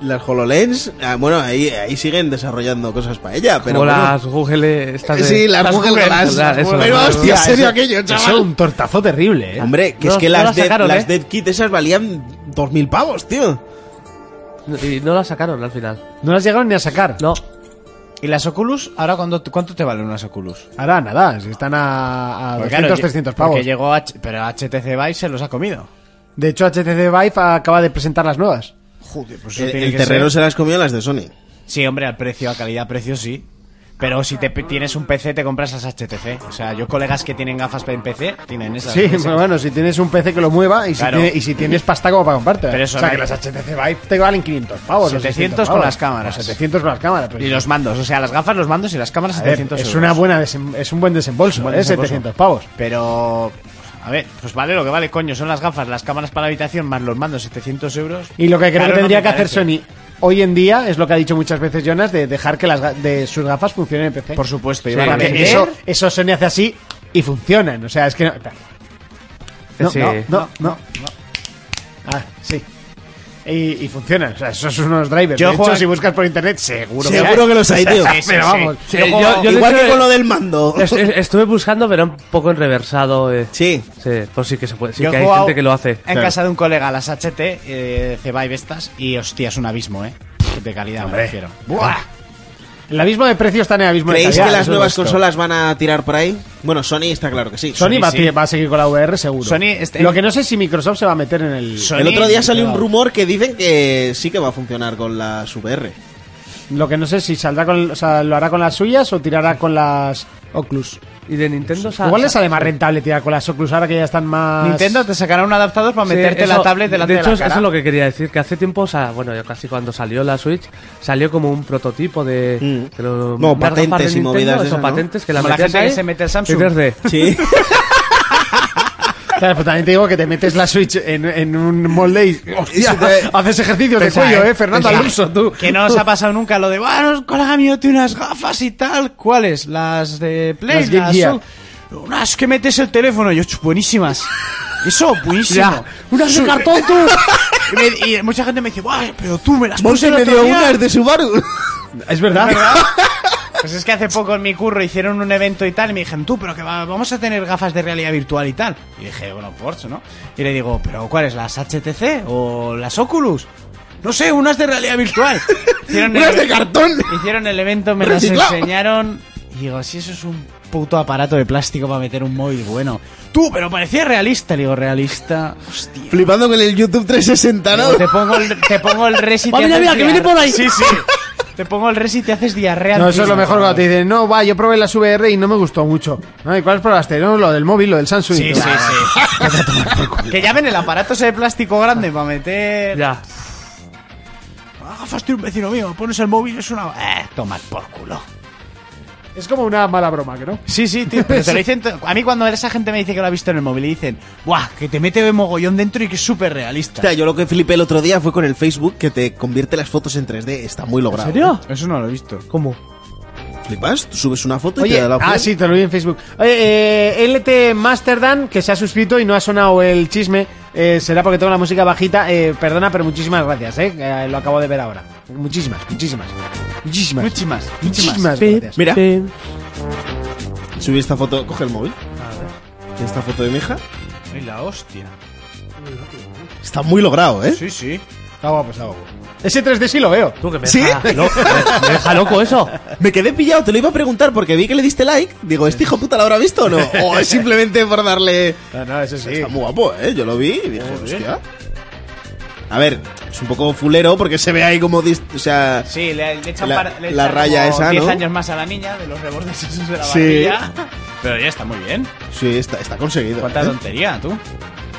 [SPEAKER 5] Las HoloLens, ah, bueno, ahí, ahí siguen desarrollando cosas para ella, pero
[SPEAKER 7] Como
[SPEAKER 5] bueno.
[SPEAKER 7] las Google estas de-
[SPEAKER 5] Sí, las Google Glass.
[SPEAKER 7] Glass, eso,
[SPEAKER 5] Pero
[SPEAKER 7] las
[SPEAKER 5] hostia,
[SPEAKER 4] Google-
[SPEAKER 5] serio
[SPEAKER 4] eso-
[SPEAKER 5] aquello,
[SPEAKER 4] Eso es
[SPEAKER 5] chaval.
[SPEAKER 4] un tortazo terrible, ¿eh?
[SPEAKER 5] Hombre, que
[SPEAKER 7] No-
[SPEAKER 5] es que
[SPEAKER 7] no
[SPEAKER 5] las,
[SPEAKER 7] las
[SPEAKER 5] Dead-
[SPEAKER 7] sacaron,
[SPEAKER 5] las
[SPEAKER 7] ¿eh?
[SPEAKER 5] Dead Kit esas valían 2.000 pavos, tío.
[SPEAKER 7] Y no la sacaron al final.
[SPEAKER 4] No las llegaron ni a sacar.
[SPEAKER 7] No.
[SPEAKER 8] ¿Y las Oculus? ¿Ahora cuánto, cuánto te valen unas Oculus?
[SPEAKER 4] Ahora nada, si están a, a 200,
[SPEAKER 8] Porque, Pues claro, lle-
[SPEAKER 4] 300 pavos.
[SPEAKER 8] Porque llegó H pero HTC Vive se los ha comido.
[SPEAKER 4] De hecho, HTC Vive acaba de presentar las nuevas.
[SPEAKER 8] Joder, pues
[SPEAKER 5] El, Eh, el terreno se las comió las de Sony.
[SPEAKER 8] Sí, hombre, al precio, a calidad-precio sí. Pero si te pe- tienes un PC, te compras las HTC. O sea, yo colegas que tienen gafas en PC, tienen esas.
[SPEAKER 4] Sí,
[SPEAKER 8] esas.
[SPEAKER 4] pero bueno, si tienes un PC que lo mueva y si,
[SPEAKER 8] Claro.
[SPEAKER 4] tiene- y si tienes pasta como para comprarte.
[SPEAKER 8] Pero eso
[SPEAKER 4] o sea,
[SPEAKER 8] no
[SPEAKER 4] que
[SPEAKER 8] hay-
[SPEAKER 4] las HTC Vive te valen 500 pavos. o
[SPEAKER 8] 700
[SPEAKER 4] 600
[SPEAKER 8] con
[SPEAKER 4] pavos.
[SPEAKER 8] las cámaras.
[SPEAKER 4] O 700 con las cámaras. pero
[SPEAKER 8] Y los mandos, o sea, las gafas, los mandos y las cámaras,
[SPEAKER 4] A ver,
[SPEAKER 8] 700
[SPEAKER 4] es,
[SPEAKER 8] euros.
[SPEAKER 4] una buena desem- es un buen desembolso,
[SPEAKER 8] Un buen
[SPEAKER 4] ¿eh?
[SPEAKER 8] desembolso.
[SPEAKER 4] 700 pavos.
[SPEAKER 8] Pero, a ver, pues vale lo que vale, coño. Son las gafas, las cámaras para la habitación, más los mandos, 700 euros.
[SPEAKER 4] Y lo que creo
[SPEAKER 8] Claro,
[SPEAKER 4] que
[SPEAKER 8] no
[SPEAKER 4] tendría
[SPEAKER 8] me
[SPEAKER 4] que hacer
[SPEAKER 8] parece.
[SPEAKER 4] Sony hoy en día es lo que ha dicho muchas veces Jonas de dejar que las ga- de sus gafas funcionen en PC.
[SPEAKER 8] Por supuesto,
[SPEAKER 4] Sí,
[SPEAKER 8] Iván,
[SPEAKER 4] porque
[SPEAKER 8] ¿vender?
[SPEAKER 4] eso, eso Sony hace así y funcionan. O sea, es que no. No,
[SPEAKER 7] Sí.
[SPEAKER 4] no, no, no. Ah, sí. y, y funcionan. O sea, esos son unos drivers.
[SPEAKER 8] Yo
[SPEAKER 4] de hecho,
[SPEAKER 8] juego-
[SPEAKER 4] si buscas por internet, seguro,
[SPEAKER 5] Seguro que los hay, tío.
[SPEAKER 4] Sí, pero vamos.
[SPEAKER 7] Sí,
[SPEAKER 4] yo juego-
[SPEAKER 7] yo- yo-
[SPEAKER 5] Igual
[SPEAKER 7] de hecho,
[SPEAKER 5] que con lo
[SPEAKER 7] eh,
[SPEAKER 5] del mando.
[SPEAKER 7] Es- es- estuve buscando, pero un poco enreversado. eh.
[SPEAKER 5] Sí.
[SPEAKER 7] Sí, pues sí que se puede. Sí
[SPEAKER 8] Yo
[SPEAKER 7] que
[SPEAKER 8] he
[SPEAKER 7] hay
[SPEAKER 8] jugado
[SPEAKER 7] gente que lo hace.
[SPEAKER 8] En casa de un colega, las HT, eh, Cebaib estas, y hostia, es un abismo, ¿eh? De calidad, me refiero.
[SPEAKER 4] ¡Buah! El abismo de precios está en el abismo de
[SPEAKER 5] ¿Creéis
[SPEAKER 4] calidad,
[SPEAKER 5] que las
[SPEAKER 4] eso
[SPEAKER 5] nuevas
[SPEAKER 4] es esto.
[SPEAKER 5] consolas van a tirar por ahí? Bueno, Sony está claro que sí.
[SPEAKER 4] Sony, va, a
[SPEAKER 8] sí.
[SPEAKER 4] va a seguir con la VR seguro.
[SPEAKER 8] Sony está-
[SPEAKER 4] Lo que no sé es si Microsoft se va a meter en el.
[SPEAKER 8] Sony-
[SPEAKER 5] El otro día salió un rumor que dicen que sí que va a funcionar con las VR.
[SPEAKER 4] Lo que no sé es si saldrá con, o sea, lo hará con las suyas o tirará con las Oculus.
[SPEAKER 7] Y de Nintendo sa-
[SPEAKER 4] Igual le
[SPEAKER 7] sa-
[SPEAKER 4] sale más rentable tirar con las Oculus ahora que ya están más.
[SPEAKER 8] Nintendo te sacará un adaptador para
[SPEAKER 7] Sí,
[SPEAKER 8] meterte
[SPEAKER 7] eso-
[SPEAKER 8] la tablet delante
[SPEAKER 7] de
[SPEAKER 8] de,
[SPEAKER 7] hecho,
[SPEAKER 8] la cara.
[SPEAKER 7] eso es lo que quería decir, que hace tiempo, o sea, bueno, yo casi cuando salió la Switch, salió como un prototipo de...
[SPEAKER 5] Mm.
[SPEAKER 7] de lo-
[SPEAKER 5] No,
[SPEAKER 7] marca
[SPEAKER 5] patentes
[SPEAKER 7] para
[SPEAKER 5] y
[SPEAKER 7] Nintendo,
[SPEAKER 5] movidas de
[SPEAKER 7] eso,
[SPEAKER 5] esas, ¿no?
[SPEAKER 7] patentes que la
[SPEAKER 8] Como la
[SPEAKER 7] metías
[SPEAKER 8] gente que
[SPEAKER 7] ahí,
[SPEAKER 8] se mete el Samsung.
[SPEAKER 7] y 3D.
[SPEAKER 5] Sí.
[SPEAKER 4] Claro, pero también te digo que te metes la Switch en, en un molde y. Hostia, haces ejercicios de
[SPEAKER 8] Pensa,
[SPEAKER 4] cuello,
[SPEAKER 8] eh,
[SPEAKER 4] eh, Fernando
[SPEAKER 8] pensa.
[SPEAKER 4] Alonso, tú.
[SPEAKER 8] Que no os ha pasado nunca lo de, bueno, colega mío tiene unas gafas y tal. ¿Cuáles? Las de Play,
[SPEAKER 4] Las Game Gear.
[SPEAKER 8] son- Unas que metes el teléfono. Yo, "Chu, buenísimas. Eso, buenísimo.
[SPEAKER 4] Unas de
[SPEAKER 8] Su-
[SPEAKER 4] cartón, tú.
[SPEAKER 8] Y, me- y mucha gente me dice, "Buah, pero tú me las
[SPEAKER 5] Monse
[SPEAKER 8] puse el
[SPEAKER 5] me
[SPEAKER 8] otro
[SPEAKER 5] dio
[SPEAKER 8] día".
[SPEAKER 5] unas de Subaru.
[SPEAKER 4] Es verdad.
[SPEAKER 8] Pues es que hace poco en mi curro hicieron un evento y tal, y me dijeron, tú, pero que va- vamos a tener gafas de realidad virtual y tal. Y dije, bueno, Porsche, ¿no? Y le digo, ¿pero cuáles? ¿Las HTC o las Oculus? No sé, unas de realidad virtual. Hicieron
[SPEAKER 5] Unas
[SPEAKER 8] el- e-,
[SPEAKER 5] de este cartón.
[SPEAKER 8] Hicieron el evento, me las
[SPEAKER 5] Reciclado.
[SPEAKER 8] enseñaron. Y digo, si eso es un puto aparato de plástico para meter un móvil bueno. Tú, pero parecía realista. Le digo, realista. Hostia.
[SPEAKER 5] Flipando con el YouTube 360, ¿no?
[SPEAKER 8] Digo, te pongo el, te pongo el res y te
[SPEAKER 7] mira,
[SPEAKER 8] haces
[SPEAKER 7] mira, que viene
[SPEAKER 8] diarre-
[SPEAKER 7] por ahí.
[SPEAKER 8] Sí, sí. Te pongo el res y te haces diarrea.
[SPEAKER 4] No, eso es lo
[SPEAKER 8] encima,
[SPEAKER 4] mejor cuando
[SPEAKER 8] cabrón.
[SPEAKER 4] te dicen, no, va, yo probé las VR y no me gustó mucho. ¿No? ¿Y cuáles probaste? No, lo del móvil, lo del Samsung.
[SPEAKER 8] Sí,
[SPEAKER 4] Y
[SPEAKER 8] sí,
[SPEAKER 4] tú,
[SPEAKER 8] sí. que ya ven el aparato ese de plástico grande para meter.
[SPEAKER 7] Ya.
[SPEAKER 8] Ah, gafas de un vecino mío, pones el móvil, es una. Eh, tomad por culo.
[SPEAKER 4] Es como una mala broma, que no.
[SPEAKER 8] Sí, sí, tío. Pero te lo dicen. to- A mí, cuando esa gente me dice que lo ha visto en el móvil, le dicen, ¡buah! Que te mete de mogollón dentro y que es súper realista.
[SPEAKER 5] Hostia, yo lo que flipé el otro día fue con el Facebook que te convierte las fotos en 3D. Está muy logrado.
[SPEAKER 7] ¿En serio?
[SPEAKER 8] Eso no lo he visto.
[SPEAKER 7] ¿Cómo?
[SPEAKER 5] Flipas, tú subes una foto y
[SPEAKER 4] Oye,
[SPEAKER 5] te da la opción.
[SPEAKER 4] ah, sí, te lo vi en Facebook. Oye, eh, LT Masterdan, que se ha suscrito y no ha sonado el chisme, eh, será porque tengo la música bajita. eh, perdona, pero muchísimas gracias, eh, eh, lo acabo de ver ahora. Muchísimas, muchísimas. Muchísimas.
[SPEAKER 8] Muchísimas.
[SPEAKER 4] Muchísimas gracias.
[SPEAKER 5] Mira.
[SPEAKER 7] Pim.
[SPEAKER 5] Subí esta foto, coge el móvil. Esta foto de mi hija.
[SPEAKER 8] Ay, la hostia.
[SPEAKER 5] Está muy logrado, ¿eh?
[SPEAKER 8] Sí, sí.
[SPEAKER 4] Está guapo, está guapo. Ese 3D sí lo veo.
[SPEAKER 7] Tú, que me
[SPEAKER 5] ¿Sí?
[SPEAKER 7] deja loco, me, me deja loco eso.
[SPEAKER 5] Me quedé pillado, te lo iba a preguntar porque vi que le diste like. Digo, ¿este hijo puta lo habrá visto o no? O es simplemente por darle.
[SPEAKER 4] No, no, ese sí.
[SPEAKER 5] Está muy guapo, ¿eh? Yo lo vi y dije, hostia. A ver, es un poco fulero porque se ve ahí como. dis- O sea.
[SPEAKER 8] Sí, le, le echan
[SPEAKER 5] La-
[SPEAKER 8] para- le
[SPEAKER 5] la
[SPEAKER 8] echan
[SPEAKER 5] raya
[SPEAKER 8] como
[SPEAKER 5] esa,
[SPEAKER 8] 10
[SPEAKER 5] ¿no?
[SPEAKER 8] años más a la niña de los rebordes esos de la
[SPEAKER 5] Sí.
[SPEAKER 8] barbilla. Pero ya está muy bien.
[SPEAKER 5] Sí, está, está conseguido.
[SPEAKER 8] Cuánta
[SPEAKER 5] ¿eh?
[SPEAKER 8] tontería, tú.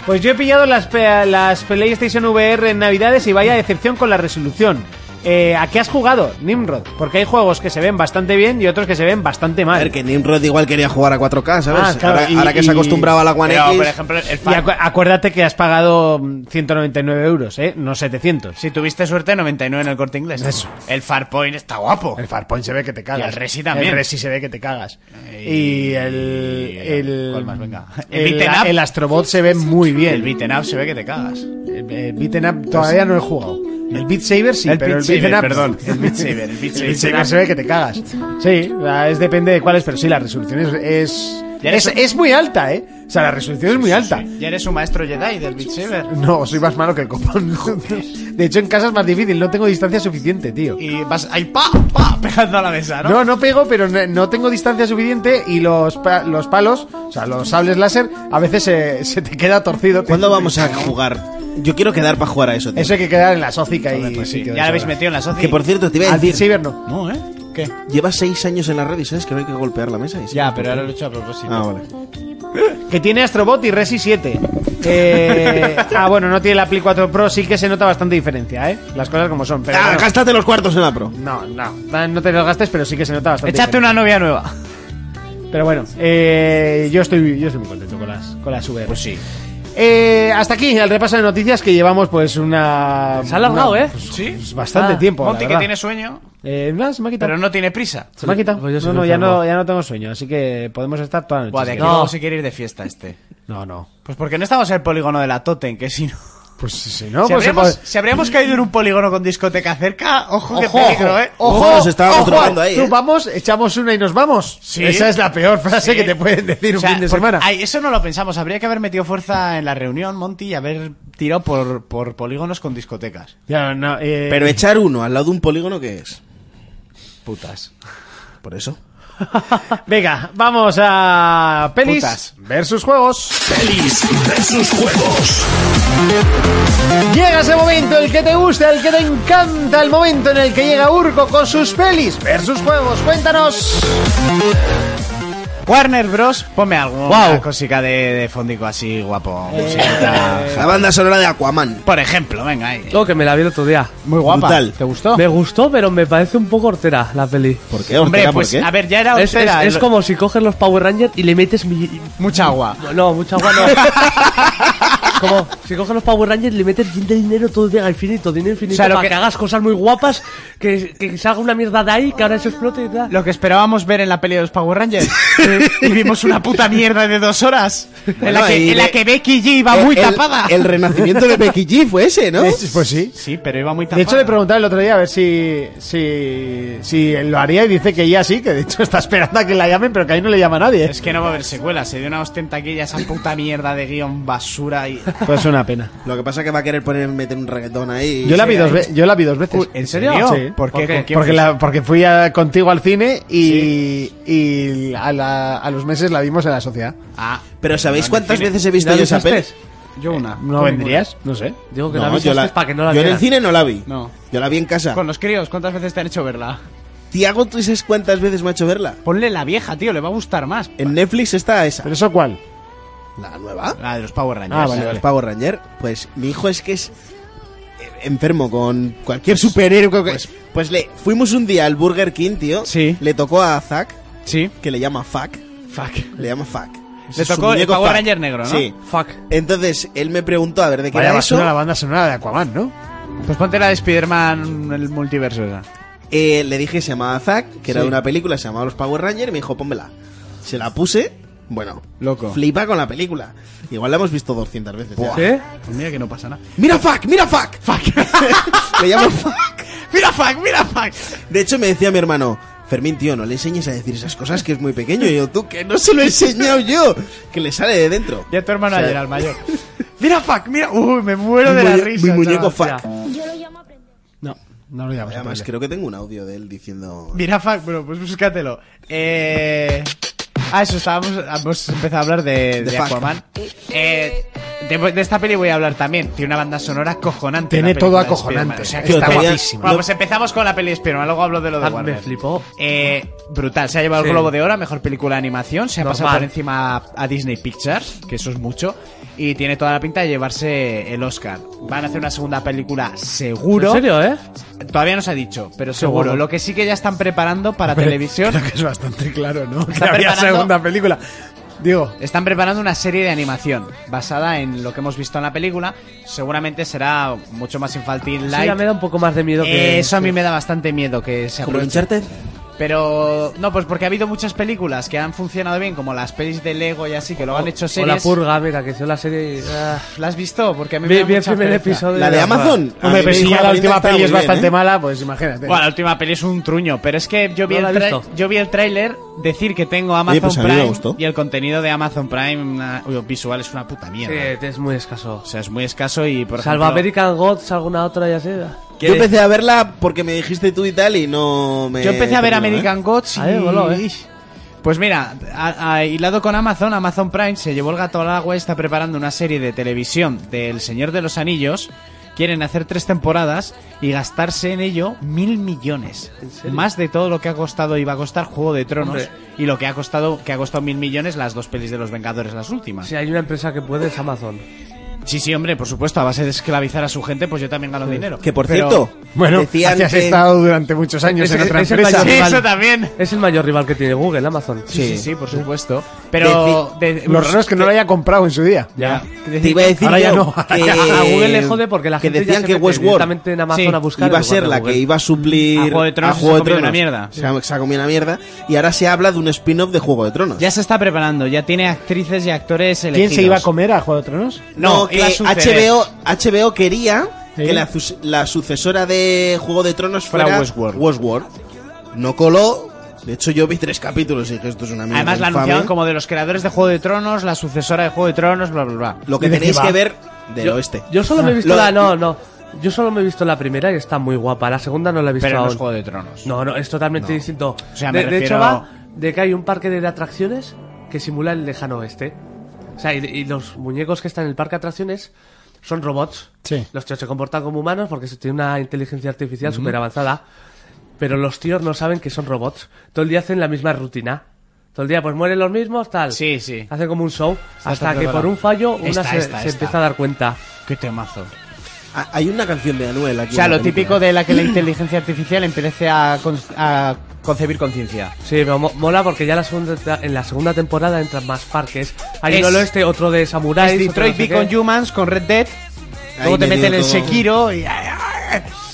[SPEAKER 4] Pues yo he pillado las, pe- las PlayStation VR en Navidades y vaya decepción con la resolución. Eh, ¿A qué has jugado, Nimrod? Porque hay juegos que se ven bastante bien y otros que se ven bastante mal.
[SPEAKER 5] A ver, que Nimrod igual quería jugar a 4K, ¿sabes?
[SPEAKER 4] Ah, claro,
[SPEAKER 5] Pues, ahora,
[SPEAKER 4] y-
[SPEAKER 5] ahora que se
[SPEAKER 4] y-
[SPEAKER 5] acostumbraba a la One
[SPEAKER 8] Pero,
[SPEAKER 5] X.
[SPEAKER 8] por ejemplo, el
[SPEAKER 4] Y
[SPEAKER 8] fan.
[SPEAKER 4] acu- acuérdate que has pagado mm, 199 euros, ¿eh? No 700.
[SPEAKER 8] Si tuviste suerte, 99 en el corte inglés.
[SPEAKER 4] Eso.
[SPEAKER 8] El Farpoint está guapo.
[SPEAKER 4] El Farpoint se ve que te cagas.
[SPEAKER 8] Y el Resi también.
[SPEAKER 4] El Resi se ve que te cagas.
[SPEAKER 8] Y-
[SPEAKER 4] Y el. el
[SPEAKER 8] Eh, ¿Cuál más? Venga. El
[SPEAKER 4] El,
[SPEAKER 8] beaten up.
[SPEAKER 4] el Astrobot se ve muy bien.
[SPEAKER 8] El beaten up se ve que te cagas.
[SPEAKER 4] El, el beaten eh, em up todavía no he jugado. El Beat Saber sí,
[SPEAKER 8] El
[SPEAKER 4] pero
[SPEAKER 8] Beat
[SPEAKER 4] el beaten
[SPEAKER 8] Saber,
[SPEAKER 4] up.
[SPEAKER 8] perdón. El Beat Saber, el
[SPEAKER 4] El
[SPEAKER 8] Beat
[SPEAKER 4] Beat
[SPEAKER 8] Saber.
[SPEAKER 4] Saber se ve que te cagas. Sí, o sea, es, depende de cuáles, pero sí, la resolución es. Es,
[SPEAKER 8] Ya eres
[SPEAKER 4] es,
[SPEAKER 8] un-
[SPEAKER 4] es muy alta, ¿eh? O sea, la resolución es muy alta.
[SPEAKER 8] Ya eres un maestro Jedi del Beat Saber.
[SPEAKER 4] No, soy más malo que el copón. De hecho, en casa es más difícil, no tengo distancia suficiente, tío.
[SPEAKER 8] Y vas ahí, pa, pa, pegando a la mesa, ¿no?
[SPEAKER 4] No, no pego, pero ne- no tengo distancia suficiente y los, pa- los palos, o sea, los sables láser, a veces se, se te queda torcido.
[SPEAKER 5] ¿Cuándo vamos a jugar? Yo quiero quedar para jugar a eso. tío.
[SPEAKER 4] Eso hay que quedar en la sócica y...
[SPEAKER 8] Pues sí,
[SPEAKER 4] sitio de
[SPEAKER 8] ya lo habéis
[SPEAKER 4] sobra.
[SPEAKER 8] metido en la socia.
[SPEAKER 5] Que por cierto, te iba a
[SPEAKER 4] Al Beat
[SPEAKER 5] decir,
[SPEAKER 4] Saber no.
[SPEAKER 8] No, ¿eh? ¿Qué?
[SPEAKER 5] llevas seis años en la red y sabes que no hay que golpear la mesa. Y sí.
[SPEAKER 8] Ya, pero ahora lo he hecho a propósito.
[SPEAKER 5] Ah, vale.
[SPEAKER 4] Que tiene Astrobot y Resi 7. Eh, ah, bueno, no tiene la Play 4 Pro, sí que se nota bastante diferencia, ¿eh? Las cosas como son, pero...
[SPEAKER 5] Ah,
[SPEAKER 4] bueno,
[SPEAKER 5] gástate los cuartos en la pro.
[SPEAKER 4] no, no, no te los gastes, pero sí que se nota bastante.
[SPEAKER 8] Échate una novia nueva.
[SPEAKER 4] diferencia. Pero bueno, eh, yo, estoy, yo estoy muy contento con las, con las VR.
[SPEAKER 8] Pues sí.
[SPEAKER 4] Eh, hasta aquí el repaso de noticias que llevamos pues una...
[SPEAKER 7] Se ha alargado,
[SPEAKER 4] una-
[SPEAKER 7] ¿eh?
[SPEAKER 4] pues, bastante
[SPEAKER 7] Ah,
[SPEAKER 4] tiempo. la
[SPEAKER 8] Monty, que
[SPEAKER 4] verdad.
[SPEAKER 8] tiene sueño,
[SPEAKER 4] Eh, no, se me ha quitado.
[SPEAKER 8] pero no tiene prisa.
[SPEAKER 4] Se me ha quitado.
[SPEAKER 7] Pues yo sí
[SPEAKER 4] no,
[SPEAKER 7] que
[SPEAKER 4] no ya,
[SPEAKER 7] enfermo.
[SPEAKER 4] no, ya no tengo sueño, así que podemos estar toda la noche.
[SPEAKER 8] Buah,
[SPEAKER 4] si
[SPEAKER 8] de aquí
[SPEAKER 7] No.
[SPEAKER 8] luego se quiere ir de fiesta este.
[SPEAKER 4] quieres. No, no.
[SPEAKER 8] Pues porque no estamos en el polígono de la Totem, que si no...
[SPEAKER 4] Pues sí, sí, ¿no?
[SPEAKER 8] si,
[SPEAKER 4] Pues se
[SPEAKER 8] habríamos,
[SPEAKER 4] puede-
[SPEAKER 8] si habríamos caído en un polígono con discoteca cerca, ojo, que
[SPEAKER 4] Ojo,
[SPEAKER 8] peligro, ¿eh?
[SPEAKER 4] Ojo,
[SPEAKER 5] Ojo, nos estaba
[SPEAKER 4] ojo,
[SPEAKER 5] controlando ahí,
[SPEAKER 4] Tú
[SPEAKER 5] ¿eh?
[SPEAKER 4] vamos, echamos una y nos vamos.
[SPEAKER 8] Sí.
[SPEAKER 4] Esa es la peor frase
[SPEAKER 8] Sí.
[SPEAKER 4] que te pueden decir
[SPEAKER 8] O sea,
[SPEAKER 4] un fin de
[SPEAKER 8] porque-
[SPEAKER 4] semana.
[SPEAKER 8] ay, eso no lo pensamos. Habría que haber metido fuerza en la reunión, Monty, y haber tirado por, por polígonos con discotecas.
[SPEAKER 4] Ya, no, eh,
[SPEAKER 5] Pero echar uno al lado de un polígono, ¿qué es?
[SPEAKER 8] Putas.
[SPEAKER 5] Por eso.
[SPEAKER 4] Venga, vamos a pelis
[SPEAKER 8] Putas.
[SPEAKER 4] versus juegos.
[SPEAKER 10] Pelis versus juegos.
[SPEAKER 4] Llega ese momento, el que te gusta, el que te encanta, el momento en el que llega Urco con sus pelis versus juegos. Cuéntanos.
[SPEAKER 8] Warner Bros, ponme algo.
[SPEAKER 4] Guau. Eh.
[SPEAKER 8] Una cosica de, de fondico así guapo. musiquita.
[SPEAKER 5] La banda sonora de Aquaman.
[SPEAKER 8] Por ejemplo, venga ahí.
[SPEAKER 7] No, que me la vi el otro día.
[SPEAKER 8] Muy guapa.
[SPEAKER 5] brutal.
[SPEAKER 8] ¿Te gustó?
[SPEAKER 7] Me gustó, pero me parece un poco hortera la peli.
[SPEAKER 5] ¿Por qué?
[SPEAKER 8] Hombre,
[SPEAKER 5] Ortega, ¿por
[SPEAKER 8] pues
[SPEAKER 5] qué?
[SPEAKER 8] a ver, ya era
[SPEAKER 7] Es, es-
[SPEAKER 8] austera.
[SPEAKER 7] es como si coges los Power Rangers y le metes mi-
[SPEAKER 8] Mucha agua.
[SPEAKER 7] No, mucha agua no. Como si coges los Power Rangers y le metes de dinero todo llega a infinito, dinero infinito
[SPEAKER 8] O sea, lo
[SPEAKER 7] para
[SPEAKER 8] que-
[SPEAKER 7] que... hagas cosas muy guapas, que, que salga una mierda de ahí, que ahora eso explote y tal.
[SPEAKER 8] Lo que esperábamos ver en la peli de los Power Rangers. y vimos una puta mierda de dos horas. en,
[SPEAKER 5] Bueno,
[SPEAKER 8] la
[SPEAKER 5] y
[SPEAKER 8] que, en la
[SPEAKER 5] de-
[SPEAKER 8] que Becky G iba muy
[SPEAKER 5] El- el-
[SPEAKER 8] tapada.
[SPEAKER 5] El renacimiento de Becky G fue ese, ¿no?
[SPEAKER 4] Pues sí.
[SPEAKER 8] Sí, pero iba muy tapada.
[SPEAKER 4] De hecho, le preguntaba el otro día a ver si, si, si lo haría y dice que ya sí, que de hecho está esperando a que la llamen, pero que ahí no le llama nadie.
[SPEAKER 8] Es que no va a haber secuela, se dio una ostenta aquí ya esa puta mierda de guión basura y...
[SPEAKER 4] Pues una pena.
[SPEAKER 5] Lo que pasa es que va a querer poner, meter un reggaetón ahí.
[SPEAKER 4] Yo la vi dos, ve- yo la vi dos veces.
[SPEAKER 8] ¿En serio?
[SPEAKER 4] Sí.
[SPEAKER 7] ¿Por qué?
[SPEAKER 8] ¿Por qué? ¿Con quién
[SPEAKER 4] Porque,
[SPEAKER 8] fuiste?
[SPEAKER 4] la, porque fui a- contigo al cine y, y a, la- a los meses la vimos en la sociedad.
[SPEAKER 8] Ah,
[SPEAKER 5] Pero ¿sabéis
[SPEAKER 8] No, en el
[SPEAKER 5] cuántas
[SPEAKER 8] cine.
[SPEAKER 5] veces he visto
[SPEAKER 7] ¿La
[SPEAKER 5] yo esa
[SPEAKER 7] visaste?
[SPEAKER 5] peli?
[SPEAKER 8] yo una.
[SPEAKER 4] ¿No vendrías? No sé.
[SPEAKER 7] Digo que la
[SPEAKER 5] No,
[SPEAKER 7] avisaste
[SPEAKER 5] yo la-
[SPEAKER 7] para que no la
[SPEAKER 5] yo en el
[SPEAKER 7] vieran.
[SPEAKER 5] cine no la vi.
[SPEAKER 8] No.
[SPEAKER 5] Yo la vi en casa.
[SPEAKER 8] Con los críos, ¿cuántas veces te han hecho verla?
[SPEAKER 5] Tiago, ¿tú sabes cuántas veces me ha hecho verla?
[SPEAKER 8] Ponle la vieja, tío, le va a gustar más.
[SPEAKER 5] En Netflix está esa.
[SPEAKER 4] ¿Pero eso cuál?
[SPEAKER 5] ¿La nueva?
[SPEAKER 8] La de los Power Rangers.
[SPEAKER 4] Ah,
[SPEAKER 5] La
[SPEAKER 4] vale,
[SPEAKER 5] de los
[SPEAKER 4] vale.
[SPEAKER 5] Power Ranger. Pues mi hijo es que es eh, enfermo con cualquier superhéroe. que- Pues, le fuimos un día al Burger King, tío.
[SPEAKER 8] Sí.
[SPEAKER 5] Le tocó a Zack,
[SPEAKER 8] Sí.
[SPEAKER 5] que le llama Fuck.
[SPEAKER 8] Fuck.
[SPEAKER 5] Le llama Fuck. Ese
[SPEAKER 8] Le
[SPEAKER 5] es su
[SPEAKER 8] tocó el
[SPEAKER 5] muñeco
[SPEAKER 8] Power
[SPEAKER 5] Fuck.
[SPEAKER 8] Ranger negro, ¿no?
[SPEAKER 5] Sí.
[SPEAKER 7] Fuck.
[SPEAKER 5] Entonces él me preguntó a ver de qué
[SPEAKER 4] Vaya
[SPEAKER 5] era
[SPEAKER 4] basura
[SPEAKER 5] eso.
[SPEAKER 4] la banda sonora de Aquaman, ¿no?
[SPEAKER 8] Pues ponte la de Spider-Man, el multiverso esa.
[SPEAKER 5] Eh, le dije que se llamaba Zack, que era de una película, se llamaba Los Power Rangers, y me dijo, pónmela. Se la puse, bueno,
[SPEAKER 8] Loco.
[SPEAKER 5] flipa con la película. Igual la hemos visto 200 veces. ya.
[SPEAKER 7] ¿Sí?
[SPEAKER 8] Pues mira que no pasa nada.
[SPEAKER 5] ¡Mira Fuck! ¡Mira Fuck! le llamo Fuck.
[SPEAKER 8] ¡Mira fuck, mira fuck!
[SPEAKER 5] De hecho, me decía mi hermano, Fermín, tío, no le enseñes a decir esas cosas que es muy pequeño. Y yo, tú, que no se lo he enseñado yo, que le sale de dentro.
[SPEAKER 8] Ya tu hermano
[SPEAKER 5] O sea,
[SPEAKER 8] ayer, al mayor. ¡Mira fuck, mira! ¡Uy, me muero
[SPEAKER 5] mi
[SPEAKER 8] de la
[SPEAKER 5] muñe-
[SPEAKER 8] risa!
[SPEAKER 5] Mi muñeco
[SPEAKER 8] chaval.
[SPEAKER 5] Fuck.
[SPEAKER 4] No, no lo llamas.
[SPEAKER 5] Además, creo que tengo un audio de él diciendo...
[SPEAKER 8] Mira, fuck, bro, pues búscatelo. Eh... Ah, eso, estábamos, hemos empezado a hablar de,
[SPEAKER 5] De
[SPEAKER 8] de
[SPEAKER 5] fuck.
[SPEAKER 8] Aquaman. Eh, de, de esta peli voy a hablar también. Tiene una banda sonora acojonante.
[SPEAKER 4] Tiene
[SPEAKER 8] la
[SPEAKER 4] todo
[SPEAKER 8] película de
[SPEAKER 4] acojonante.
[SPEAKER 8] Spider-Man, O sea, que
[SPEAKER 5] Tío,
[SPEAKER 8] está
[SPEAKER 5] todavía-
[SPEAKER 8] guapísima. Bueno, pues empezamos con la peli de Spider-Man, luego hablo de lo de
[SPEAKER 7] Ah, me
[SPEAKER 8] Warner.
[SPEAKER 7] flipó.
[SPEAKER 8] Eh, brutal, se ha llevado
[SPEAKER 7] Sí.
[SPEAKER 8] el Globo de Oro, a mejor película de animación. Se ha
[SPEAKER 7] Normal.
[SPEAKER 8] pasado por encima a- a Disney Pictures, que eso es mucho. Y tiene toda la pinta de llevarse el Oscar. Van a hacer una segunda película seguro.
[SPEAKER 7] ¿En serio, eh?
[SPEAKER 8] Todavía no se ha dicho, pero seguro.
[SPEAKER 7] guapo.
[SPEAKER 8] Lo que sí que ya están preparando para televisión,
[SPEAKER 4] Creo que es bastante claro, ¿no? Que
[SPEAKER 8] Está
[SPEAKER 4] había
[SPEAKER 8] preparando-
[SPEAKER 4] segunda película. Digo,
[SPEAKER 8] están preparando una serie de animación basada en lo que hemos visto en la película. Seguramente será mucho más infantil,
[SPEAKER 7] Sí,
[SPEAKER 8] light.
[SPEAKER 7] ya me da un poco más de miedo que...
[SPEAKER 8] Eso a mí me da bastante miedo que se
[SPEAKER 5] ¿Como
[SPEAKER 8] aproveche.
[SPEAKER 5] Uncharted?
[SPEAKER 8] Pero no, pues porque ha habido muchas películas que han funcionado bien, como las pelis de Lego y así, que luego han hecho
[SPEAKER 7] O la
[SPEAKER 8] series.
[SPEAKER 7] purga, mira, que son la serie... y- ah.
[SPEAKER 8] ¿La has visto? Porque a mí me
[SPEAKER 7] Vi,
[SPEAKER 8] da
[SPEAKER 7] vi el
[SPEAKER 8] mucha
[SPEAKER 7] primer
[SPEAKER 8] pereza.
[SPEAKER 7] episodio.
[SPEAKER 5] ¿La de
[SPEAKER 7] la-
[SPEAKER 5] Amazon? A
[SPEAKER 4] hombre, pero
[SPEAKER 5] mí me
[SPEAKER 4] si
[SPEAKER 5] dijo
[SPEAKER 4] ya la última
[SPEAKER 5] estaba
[SPEAKER 4] peli es
[SPEAKER 5] muy bien,
[SPEAKER 4] bastante
[SPEAKER 5] ¿eh?
[SPEAKER 4] mala, pues imagínate.
[SPEAKER 8] Bueno, la última peli es un truño, pero es que yo vi,
[SPEAKER 7] No la
[SPEAKER 8] el,
[SPEAKER 7] he
[SPEAKER 8] trai-
[SPEAKER 7] visto.
[SPEAKER 8] yo vi el tráiler decir que tengo
[SPEAKER 5] Oye,
[SPEAKER 8] Amazon
[SPEAKER 5] pues a mí me
[SPEAKER 8] Prime
[SPEAKER 5] gustó.
[SPEAKER 8] y el contenido de Amazon Prime una- uy, visual es una puta
[SPEAKER 7] Sí,
[SPEAKER 8] mierda.
[SPEAKER 7] es muy escaso.
[SPEAKER 8] O sea, es muy escaso y por
[SPEAKER 7] Salva
[SPEAKER 8] ejemplo,
[SPEAKER 7] American Gods, alguna otra y así. ¿Qué?
[SPEAKER 5] Yo empecé a verla porque me dijiste tú y tal y no me...
[SPEAKER 8] yo empecé a ver
[SPEAKER 5] terminó, ¿eh?
[SPEAKER 8] American Gods y...
[SPEAKER 7] A ver, voló, ¿eh?
[SPEAKER 8] Pues mira, a- a- hilado con Amazon, Amazon Prime se llevó el gato al agua y está preparando una serie de televisión del Señor de los Anillos. Quieren hacer tres temporadas y gastarse en ello mil millones. Más de todo lo que ha costado y va a costar Juego de Tronos
[SPEAKER 7] Hombre.
[SPEAKER 8] y lo que ha costado que ha costado mil millones las dos pelis de los Vengadores, las últimas.
[SPEAKER 7] Si hay una empresa que puede, es Amazon.
[SPEAKER 8] Sí, sí, hombre, por supuesto, a base de esclavizar a su gente, pues yo también gano dinero.
[SPEAKER 5] Que por
[SPEAKER 8] Pero-
[SPEAKER 5] cierto,
[SPEAKER 4] Bueno,
[SPEAKER 5] decían
[SPEAKER 4] así has
[SPEAKER 5] que-
[SPEAKER 4] estado durante muchos años
[SPEAKER 7] Ese-
[SPEAKER 4] en otra
[SPEAKER 7] ese
[SPEAKER 4] empresa.
[SPEAKER 7] payaso-
[SPEAKER 8] Sí, eso también.
[SPEAKER 7] Es el mayor rival que tiene Google, Amazon.
[SPEAKER 8] Sí, sí, sí, por supuesto. Pero de-
[SPEAKER 4] Lo raro es que no lo haya comprado en su día.
[SPEAKER 7] Ya.
[SPEAKER 5] Te iba a decir
[SPEAKER 4] Ahora ya
[SPEAKER 5] yo
[SPEAKER 4] no, ahora
[SPEAKER 5] que,
[SPEAKER 7] a Google le jode porque la
[SPEAKER 5] que
[SPEAKER 7] gente
[SPEAKER 5] decían
[SPEAKER 7] ya se
[SPEAKER 5] que
[SPEAKER 7] mete
[SPEAKER 5] Westworld
[SPEAKER 7] directamente en Amazon
[SPEAKER 8] Sí,
[SPEAKER 7] a buscar
[SPEAKER 5] iba a
[SPEAKER 7] en
[SPEAKER 5] ser
[SPEAKER 7] lugar
[SPEAKER 5] la
[SPEAKER 7] de
[SPEAKER 5] que
[SPEAKER 7] Google.
[SPEAKER 5] iba a suplir
[SPEAKER 8] A Juego de Tronos
[SPEAKER 5] a
[SPEAKER 8] se
[SPEAKER 5] Juego
[SPEAKER 8] ha
[SPEAKER 5] de
[SPEAKER 8] comido una
[SPEAKER 5] Tronos.
[SPEAKER 8] mierda.
[SPEAKER 5] Se ha, se ha comido una mierda y ahora se habla de un spin-off de Juego de Tronos.
[SPEAKER 8] Ya se está preparando, ya tiene actrices y actores elegidos.
[SPEAKER 4] ¿Quién se iba a comer a Juego de Tronos?
[SPEAKER 8] No,
[SPEAKER 5] que
[SPEAKER 8] iba a suceder.
[SPEAKER 5] HBO, HBO quería
[SPEAKER 4] Sí.
[SPEAKER 5] que la, sus- la sucesora de Juego de Tronos
[SPEAKER 8] Fuera
[SPEAKER 5] fuera,
[SPEAKER 8] Westworld.
[SPEAKER 5] No coló. De hecho, yo vi tres capítulos y dije, esto es una mierda.
[SPEAKER 8] Además la
[SPEAKER 5] infame".
[SPEAKER 8] anunciaban como de los creadores de Juego de Tronos, la sucesora de Juego de Tronos, bla, bla, bla.
[SPEAKER 5] Lo que
[SPEAKER 4] ¿Y de qué
[SPEAKER 5] tenéis
[SPEAKER 4] va?
[SPEAKER 5] que ver del oeste.
[SPEAKER 7] Yo solo me
[SPEAKER 8] Ah.
[SPEAKER 7] he visto
[SPEAKER 5] Lo-
[SPEAKER 7] la. No, no. Yo solo me he visto la primera y está muy guapa. La segunda no la he visto
[SPEAKER 8] Pero no
[SPEAKER 7] aún.
[SPEAKER 8] es Juego de Tronos.
[SPEAKER 7] No, no, es totalmente distinto.
[SPEAKER 8] sea, me
[SPEAKER 7] de, de
[SPEAKER 8] refiero-
[SPEAKER 7] hecho, va de que hay un parque de atracciones que simula el lejano oeste. O sea, y, y los muñecos que están en el parque de atracciones son robots.
[SPEAKER 4] Sí.
[SPEAKER 7] Los tíos se comportan como humanos porque se tiene una inteligencia artificial súper avanzada. Pero los tíos no saben que son robots. Todo el día hacen la misma rutina. Todo el día, pues mueren los mismos, tal.
[SPEAKER 8] Sí, sí.
[SPEAKER 7] Hacen como un show.
[SPEAKER 8] está
[SPEAKER 7] hasta que
[SPEAKER 8] preparado.
[SPEAKER 7] por un fallo una
[SPEAKER 8] Esta,
[SPEAKER 7] se,
[SPEAKER 8] esta,
[SPEAKER 7] se
[SPEAKER 8] esta.
[SPEAKER 7] empieza a dar cuenta.
[SPEAKER 8] Qué temazo.
[SPEAKER 5] Ah, Hay una canción de Anuel aquí.
[SPEAKER 8] O sea,
[SPEAKER 5] en la
[SPEAKER 8] lo
[SPEAKER 5] película.
[SPEAKER 8] típico de la que la inteligencia artificial empiece a, con- a concebir conciencia.
[SPEAKER 7] Sí, pero mo- mola porque ya la segunda te- en la segunda temporada entran más parques. Hay
[SPEAKER 8] Es-
[SPEAKER 7] uno al oeste, otro de
[SPEAKER 8] Es
[SPEAKER 7] samuráis. otro
[SPEAKER 8] Detroit
[SPEAKER 7] Ah, no sé
[SPEAKER 8] Become
[SPEAKER 7] qué.
[SPEAKER 8] Humans con Red Dead,
[SPEAKER 5] Ahí
[SPEAKER 8] luego te
[SPEAKER 5] medio
[SPEAKER 8] meten el
[SPEAKER 5] como-
[SPEAKER 8] Sekiro y...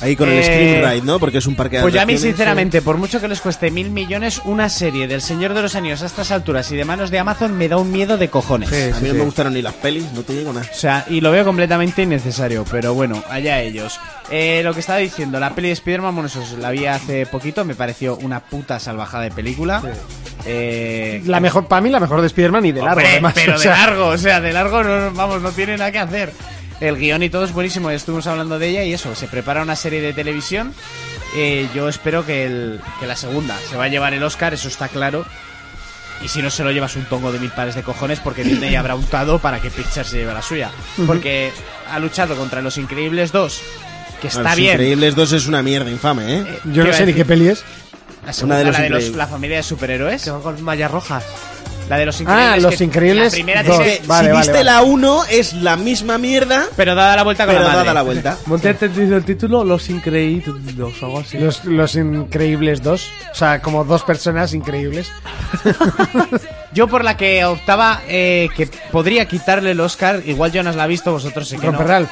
[SPEAKER 5] Ahí con el
[SPEAKER 8] Eh,
[SPEAKER 5] Scream Ride, ¿no? Porque es un parque de
[SPEAKER 8] Pues ya a mí,
[SPEAKER 5] atracciones.
[SPEAKER 8] sinceramente, por mucho que les cueste mil millones, una serie del Señor de los Anillos a estas alturas y de manos de Amazon me da un miedo de cojones.
[SPEAKER 7] Sí,
[SPEAKER 5] A
[SPEAKER 7] sí,
[SPEAKER 5] mí no
[SPEAKER 7] sí.
[SPEAKER 5] me gustaron ni las pelis, no te digo nada.
[SPEAKER 8] O sea, y lo veo completamente innecesario, pero bueno, allá ellos. Eh, lo que estaba diciendo, la peli de Spider-Man, bueno, eso la vi hace poquito, me pareció una puta salvajada de película. Eh,
[SPEAKER 4] La mejor, para mí, la mejor de Spider-Man y de largo,
[SPEAKER 8] Hombre,
[SPEAKER 4] además.
[SPEAKER 8] Pero
[SPEAKER 4] o sea,
[SPEAKER 8] de largo, o sea, de largo no, vamos, no tiene nada que hacer. El guión y todo es buenísimo, estuvimos hablando de ella y eso, se prepara una serie de televisión. Eh, yo espero que, el- que la segunda se va a llevar el Oscar, eso está claro. Y si no se lo llevas un tongo de mil pares de cojones porque Disney habrá untado para que Pixar se lleve la suya. Porque ha luchado contra Los Increíbles 2, que está
[SPEAKER 5] Los
[SPEAKER 8] bien.
[SPEAKER 5] Increíbles 2 es una mierda infame, ¿eh?
[SPEAKER 8] Eh,
[SPEAKER 4] yo no
[SPEAKER 8] iba a
[SPEAKER 4] sé ni qué
[SPEAKER 8] decir?
[SPEAKER 4] peli es.
[SPEAKER 8] La segunda,
[SPEAKER 5] de Los
[SPEAKER 8] la de los-
[SPEAKER 5] Increíbles.
[SPEAKER 8] la familia de superhéroes.
[SPEAKER 7] Que van con mallas rojas.
[SPEAKER 8] La de Los Increíbles.
[SPEAKER 4] Ah, Los
[SPEAKER 8] que-
[SPEAKER 4] Increíbles.
[SPEAKER 8] La primera
[SPEAKER 4] dos.
[SPEAKER 8] tiene-
[SPEAKER 5] Que
[SPEAKER 4] Vale,
[SPEAKER 5] si
[SPEAKER 4] vale,
[SPEAKER 5] viste
[SPEAKER 4] vale.
[SPEAKER 5] la 1 es la misma mierda,
[SPEAKER 8] Pero dada la vuelta con
[SPEAKER 5] pero
[SPEAKER 8] la madre.
[SPEAKER 5] dada la vuelta.
[SPEAKER 7] Monte ha entendido el título Los Increídos o algo así.
[SPEAKER 4] Los, los Increíbles dos. O sea, como dos personas increíbles.
[SPEAKER 8] Yo por la que optaba eh, que podría quitarle el Oscar, igual Jonas la ha visto, vosotros sé que
[SPEAKER 4] Con
[SPEAKER 8] no.
[SPEAKER 4] Ferral.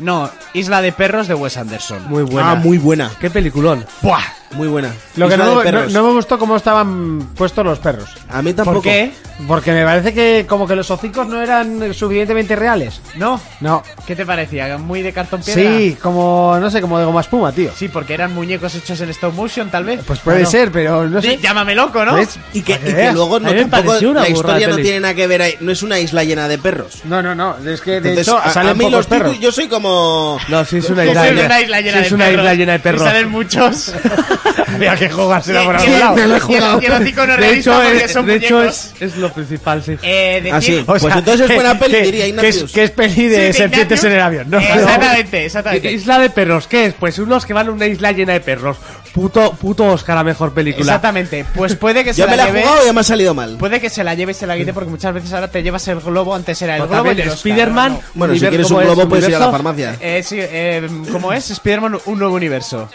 [SPEAKER 8] No, Isla de Perros de Wes Anderson.
[SPEAKER 7] Muy buena.
[SPEAKER 5] Ah, muy buena,
[SPEAKER 7] Qué peliculón.
[SPEAKER 8] ¡Buah!
[SPEAKER 5] muy buena.
[SPEAKER 4] Lo que
[SPEAKER 5] Isla
[SPEAKER 4] no,
[SPEAKER 5] de
[SPEAKER 4] me- no-
[SPEAKER 5] perros.
[SPEAKER 4] no me gustó cómo estaban puestos los perros.
[SPEAKER 5] A mí tampoco.
[SPEAKER 8] ¿Por qué?
[SPEAKER 4] Porque me parece que como que los hocicos no eran eh, suficientemente reales.
[SPEAKER 8] ¿No?
[SPEAKER 4] No.
[SPEAKER 8] ¿Qué te parecía? ¿Muy de cartón piedra?
[SPEAKER 4] Sí, como, no sé, como de goma espuma, tío.
[SPEAKER 8] Sí, porque eran muñecos hechos en stop motion, tal vez.
[SPEAKER 4] Pues puede
[SPEAKER 8] Bueno,
[SPEAKER 4] ser, pero no sé.
[SPEAKER 8] sí, Llámame loco, ¿no?
[SPEAKER 4] ¿Ves?
[SPEAKER 5] Y que,
[SPEAKER 4] Para que
[SPEAKER 5] y que
[SPEAKER 4] veas.
[SPEAKER 5] luego no,
[SPEAKER 7] A mí me
[SPEAKER 5] tampoco
[SPEAKER 7] pareció una
[SPEAKER 5] la
[SPEAKER 7] burrada
[SPEAKER 5] historia no
[SPEAKER 7] peli.
[SPEAKER 5] tiene nada que ver, ahí, no es una isla llena de perros.
[SPEAKER 4] No, no, no. Es que de
[SPEAKER 5] Entonces,
[SPEAKER 4] hecho
[SPEAKER 5] a- a,
[SPEAKER 4] salen
[SPEAKER 5] mí
[SPEAKER 4] pocos
[SPEAKER 5] los
[SPEAKER 4] perros.
[SPEAKER 5] títulos- yo soy como
[SPEAKER 7] No, sí es una
[SPEAKER 8] Sí,
[SPEAKER 7] isla.
[SPEAKER 8] es
[SPEAKER 7] llena-
[SPEAKER 8] una isla llena
[SPEAKER 7] sí,
[SPEAKER 8] de
[SPEAKER 7] es una
[SPEAKER 8] perros.
[SPEAKER 7] isla llena de perros.
[SPEAKER 8] Y salen muchos.
[SPEAKER 4] Había que jugársela por
[SPEAKER 8] Y-
[SPEAKER 4] algún
[SPEAKER 8] y-
[SPEAKER 4] lado.
[SPEAKER 8] y- y- y el hocico no es
[SPEAKER 7] De
[SPEAKER 8] realista
[SPEAKER 4] eh,
[SPEAKER 7] hecho,
[SPEAKER 8] porque
[SPEAKER 7] es,
[SPEAKER 8] son
[SPEAKER 7] de hecho
[SPEAKER 8] muñecos.
[SPEAKER 7] es, es lo principal, sí.
[SPEAKER 8] Eh, decir,
[SPEAKER 5] así.
[SPEAKER 4] O
[SPEAKER 5] pues
[SPEAKER 4] sea,
[SPEAKER 5] entonces
[SPEAKER 4] que-
[SPEAKER 5] buena peli,
[SPEAKER 4] que-
[SPEAKER 5] diría
[SPEAKER 4] que es,
[SPEAKER 5] Ignatius.
[SPEAKER 4] que es peli
[SPEAKER 8] Sí,
[SPEAKER 4] de
[SPEAKER 8] de
[SPEAKER 4] serpientes
[SPEAKER 8] Ignatius.
[SPEAKER 4] en el avión. No,
[SPEAKER 8] Eh, Exactamente,
[SPEAKER 7] Dice,
[SPEAKER 8] exactamente.
[SPEAKER 7] Isla de perros, ¿qué es? Pues unos que van a una isla llena de perros. Puto, puto Oscar, la mejor película.
[SPEAKER 8] Exactamente. Pues puede que se
[SPEAKER 5] yo me la he
[SPEAKER 8] lleve-
[SPEAKER 5] jugado y me ha salido mal.
[SPEAKER 8] Puede que se la lleve y se la quite porque muchas veces ahora te llevas el globo, antes era el
[SPEAKER 7] Pero
[SPEAKER 8] globo
[SPEAKER 7] también
[SPEAKER 8] y el Oscar,
[SPEAKER 7] Spider-Man.
[SPEAKER 8] ¿no?
[SPEAKER 5] bueno, si
[SPEAKER 7] universo,
[SPEAKER 5] quieres un
[SPEAKER 7] ¿cómo es?
[SPEAKER 5] globo puedes ir a la
[SPEAKER 7] ¿Universo?
[SPEAKER 5] farmacia.
[SPEAKER 8] Eh, sí, eh, ¿cómo es? Spider-Man, un nuevo universo.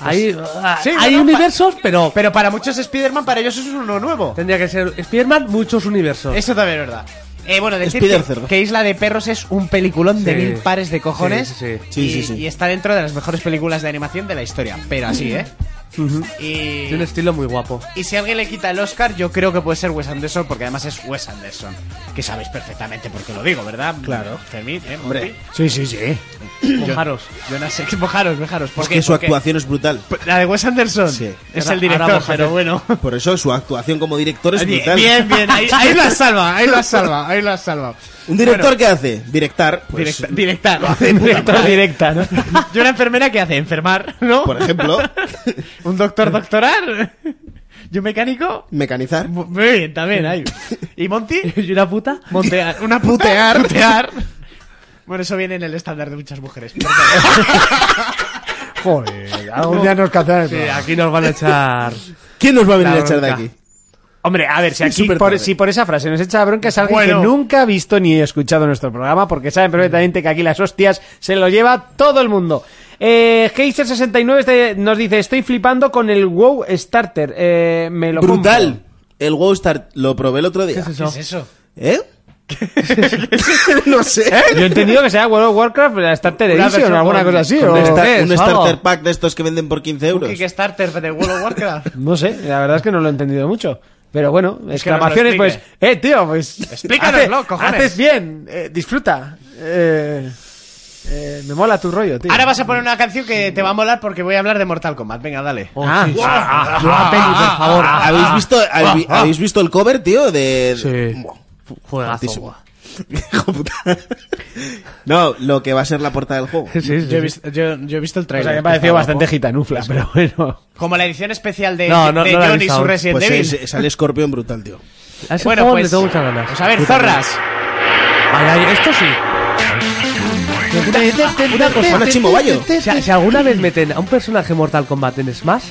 [SPEAKER 7] Hay, ah,
[SPEAKER 8] Sí,
[SPEAKER 7] hay
[SPEAKER 8] bueno,
[SPEAKER 7] universos, pero,
[SPEAKER 8] Pero para muchos Spider-Man, para ellos es uno nuevo.
[SPEAKER 7] tendría que ser Spider-Man, muchos universos.
[SPEAKER 8] Eso también es verdad. Eh, bueno, decir que,
[SPEAKER 5] Spider-Cerdo.
[SPEAKER 8] que Isla de Perros es un peliculón de
[SPEAKER 7] Sí.
[SPEAKER 8] mil pares de cojones
[SPEAKER 7] Sí, sí, sí.
[SPEAKER 5] Sí,
[SPEAKER 8] y,
[SPEAKER 5] sí, sí.
[SPEAKER 8] y está dentro de las mejores películas de animación de la historia, pero así, ¿eh? Y-
[SPEAKER 7] Tiene un estilo muy guapo.
[SPEAKER 8] Y si alguien le quita el Oscar, yo creo que puede ser Wes Anderson, porque además es Wes Anderson. Que sabéis perfectamente por qué lo digo, ¿verdad? Claro. Fermín, ¿eh?
[SPEAKER 5] Hombre,
[SPEAKER 4] Sí, sí, sí.
[SPEAKER 7] Mojaros.
[SPEAKER 8] Yo no sé. Mojaros, mojaros. ¿Por
[SPEAKER 5] es
[SPEAKER 8] qué?
[SPEAKER 5] que su
[SPEAKER 8] Porque
[SPEAKER 5] actuación es brutal.
[SPEAKER 8] La de Wes Anderson.
[SPEAKER 5] Sí.
[SPEAKER 8] Es
[SPEAKER 7] Ahora-
[SPEAKER 8] el director,
[SPEAKER 7] ahora mojaré.
[SPEAKER 8] pero bueno.
[SPEAKER 5] Por eso su actuación como director es
[SPEAKER 8] Bien,
[SPEAKER 5] brutal.
[SPEAKER 8] bien, bien. Ahí, ahí lo has salvado, ahí lo has salvado, ahí lo has salvado.
[SPEAKER 5] Un director que hace directar, pues,
[SPEAKER 8] Directa, directa, lo hace director directa, ¿no? Y una enfermera que hace enfermar, ¿no?
[SPEAKER 5] por ejemplo,
[SPEAKER 8] Un doctor doctorar. Y un mecánico.
[SPEAKER 5] mecanizar.
[SPEAKER 8] Mu- Muy bien, también ahí. ¿Y Monty?
[SPEAKER 7] ¿Y una puta?
[SPEAKER 8] Montear. Una putear. putear. Bueno, eso viene en el estándar de muchas mujeres.
[SPEAKER 4] Joder, algún día nos cantarán el
[SPEAKER 7] Sí,
[SPEAKER 4] programa.
[SPEAKER 7] aquí nos van a echar.
[SPEAKER 5] ¿Quién nos va a venir
[SPEAKER 7] La
[SPEAKER 5] a echar de
[SPEAKER 7] bronca.
[SPEAKER 5] aquí?
[SPEAKER 4] Hombre, a ver, si, aquí
[SPEAKER 5] súper
[SPEAKER 4] por,
[SPEAKER 5] tarde.
[SPEAKER 4] si por esa frase nos echa la bronca es alguien
[SPEAKER 8] Bueno.
[SPEAKER 4] que nunca ha visto ni escuchado nuestro programa, porque saben perfectamente que aquí las hostias se lo lleva todo el mundo. Eh, Heiser69 este- nos dice, estoy flipando con el WoW Starter. Eh, me lo
[SPEAKER 5] Brutal.
[SPEAKER 4] compro".
[SPEAKER 5] El WoW Start lo probé el otro día.
[SPEAKER 7] eso?
[SPEAKER 8] ¿Qué es eso?
[SPEAKER 5] ¿Eh? no sé.
[SPEAKER 4] Yo he entendido que sea World of Warcraft, la Starter Edition
[SPEAKER 8] versión
[SPEAKER 4] o alguna
[SPEAKER 8] con-
[SPEAKER 4] cosa así.
[SPEAKER 5] Un,
[SPEAKER 4] o-
[SPEAKER 5] sta-
[SPEAKER 8] tres,
[SPEAKER 5] un
[SPEAKER 8] algo.
[SPEAKER 5] starter pack de estos que venden por 15 euros.
[SPEAKER 8] Kickstarter de World of Warcraft.
[SPEAKER 4] No sé, la verdad es que no lo he entendido mucho. Pero bueno,
[SPEAKER 8] que no me lo
[SPEAKER 4] exclamaciones pues,
[SPEAKER 8] explique.
[SPEAKER 4] eh, tío, pues...
[SPEAKER 8] Explícanoslo,
[SPEAKER 4] hace-
[SPEAKER 8] cojones.
[SPEAKER 4] Haces bien, eh, disfruta. Eh, eh, me mola tu rollo, tío.
[SPEAKER 8] Ahora vas a poner una canción que te va a molar porque voy a hablar de Mortal Kombat. Venga, dale.
[SPEAKER 7] Oh,
[SPEAKER 4] Ah.
[SPEAKER 7] sí. Una peli,
[SPEAKER 5] ah,
[SPEAKER 7] por favor.
[SPEAKER 5] ¿Habéis visto, habéis, habéis visto el cover, tío? De...
[SPEAKER 7] Sí.
[SPEAKER 5] Buah,
[SPEAKER 7] Fu- Juegazo.
[SPEAKER 5] altísimo. Hijo puta. no, lo que va a ser la puerta del juego.
[SPEAKER 7] Sí, sí,
[SPEAKER 8] Yo
[SPEAKER 7] sí.
[SPEAKER 8] he visto, yo, yo he visto el
[SPEAKER 4] O
[SPEAKER 8] trailer.
[SPEAKER 4] sea, me ha parecido bastante gitanufla, pero bueno.
[SPEAKER 8] Como la edición especial de,
[SPEAKER 7] No, no,
[SPEAKER 8] de
[SPEAKER 7] no la he
[SPEAKER 8] Johnny y
[SPEAKER 7] visto
[SPEAKER 8] su
[SPEAKER 7] aún.
[SPEAKER 8] Resident
[SPEAKER 5] Pues
[SPEAKER 8] Evil.
[SPEAKER 5] es, es al escorpión brutal, tío.
[SPEAKER 7] A ese
[SPEAKER 8] Bueno,
[SPEAKER 7] juego
[SPEAKER 8] pues.
[SPEAKER 7] le tengo muchas ganas.
[SPEAKER 8] pues a ver, zorras.
[SPEAKER 7] Ay, ay, esto sí. Una cosa.
[SPEAKER 5] Juana Chimobayo.
[SPEAKER 7] Si, si alguna vez meten a un personaje Mortal Kombat en Smash,